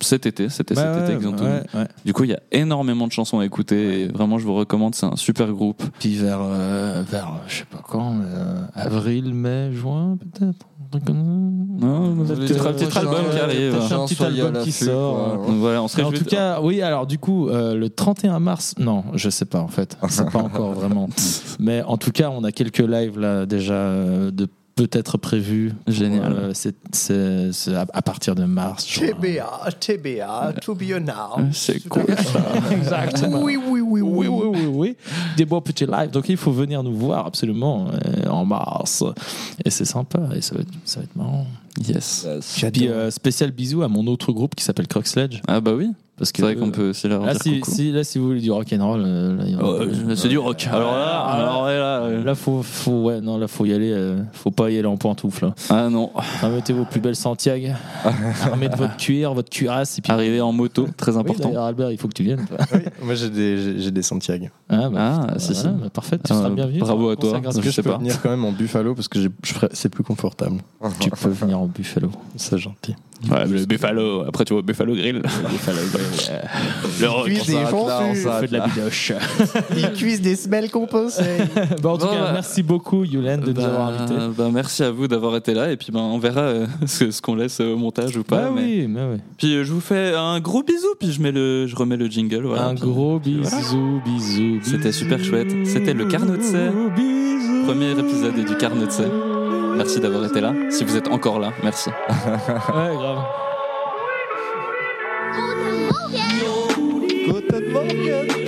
cet été. C'était Bah cet été ouais, qu'ils ont tout ouais, mis. ouais. Du coup, il y a énormément de chansons à écouter. Et vraiment, je vous recommande. C'est un super groupe. Puis vers, euh, vers euh, je sais pas quand, mais, euh, avril, mai, juin peut-être. un truc comme ça. Non, vous avez Euh, peut-être un petit ouais, album ouais, qui ouais, arrive. peut-être un petit Chanson, il y a album qui l'affût, sort. quoi. Donc voilà, on serait Mais en tout cas, oui, alors du coup, euh, le 31 mars, non, je sais pas en fait, c'est pas encore (laughs) vraiment. Mais en tout cas, on a quelques lives là déjà euh, de peut-être prévus. Génial. Euh, c'est, c'est- c'est à, à partir de mars. juin. TBA, TBA, to be now. (laughs) C'est cool. (laughs) Exactement. Oui, oui, oui, Oui, oui. Mm. oui, oui, oui. Des beaux petits lives. Donc il faut venir nous voir absolument euh, en mars. Et c'est sympa. Et ça va être, ça va être marrant. Yes. Yes. Puis euh, spécial bisou à mon autre groupe qui s'appelle Croc Sledge. Ah bah oui, Parce que c'est vrai euh, qu'on peut aussi leur Là dire si, coucou. si- là, si vous voulez du rock'n'roll, euh, là, il y en a- Euh, c'est du rock. Alors là, alors là, euh, Là, faut, faut, ouais, non, là, faut y aller. euh, faut pas y aller en pantoufle. là. ah non, Remettez vos plus belles (laughs) Santiago. armez de votre cuir, votre cuirasse. Et puis, arriver en moto, très Oui, important. d'ailleurs, Albert, il faut que tu viennes. toi. (laughs) Moi, j'ai des, j'ai- j'ai des Santiago. Ah, bah, Ah, si, si. voilà, bah, parfait, tu Ah, seras bienvenu. bravo Tu à toi. seras grâce Je sais que Je peux pas. venir quand même en Buffalo parce que j'ai- je ferais- c'est plus confortable. Tu peux venir en Buffalo. C'est gentil. Ouais, le Buffalo, après tu vois Buffalo (laughs) Grill. le rock. Cuise des s'arrête là, on s'arrête Fais de la bidoche. Ils cuisent des semelles composées. (laughs) bon, en tout Bon, cas, bah. merci beaucoup, Yulen, de nous avoir invités. merci à vous d'avoir été là et puis ben, on verra euh, (laughs) ce, ce qu'on laisse au montage ou pas. Bah mais- oui, mais oui. Puis euh, je vous fais un gros bisou puis je, mets le, je remets le jingle. voilà. Un gros bisou, bisou, bisou. C'était super chouette. C'était le Carnot de Serre. Bisou. Premier épisode et du Carnot de Serre. Merci d'avoir été là. Si vous êtes encore là, merci. Ouais, grave. Guten Morgen.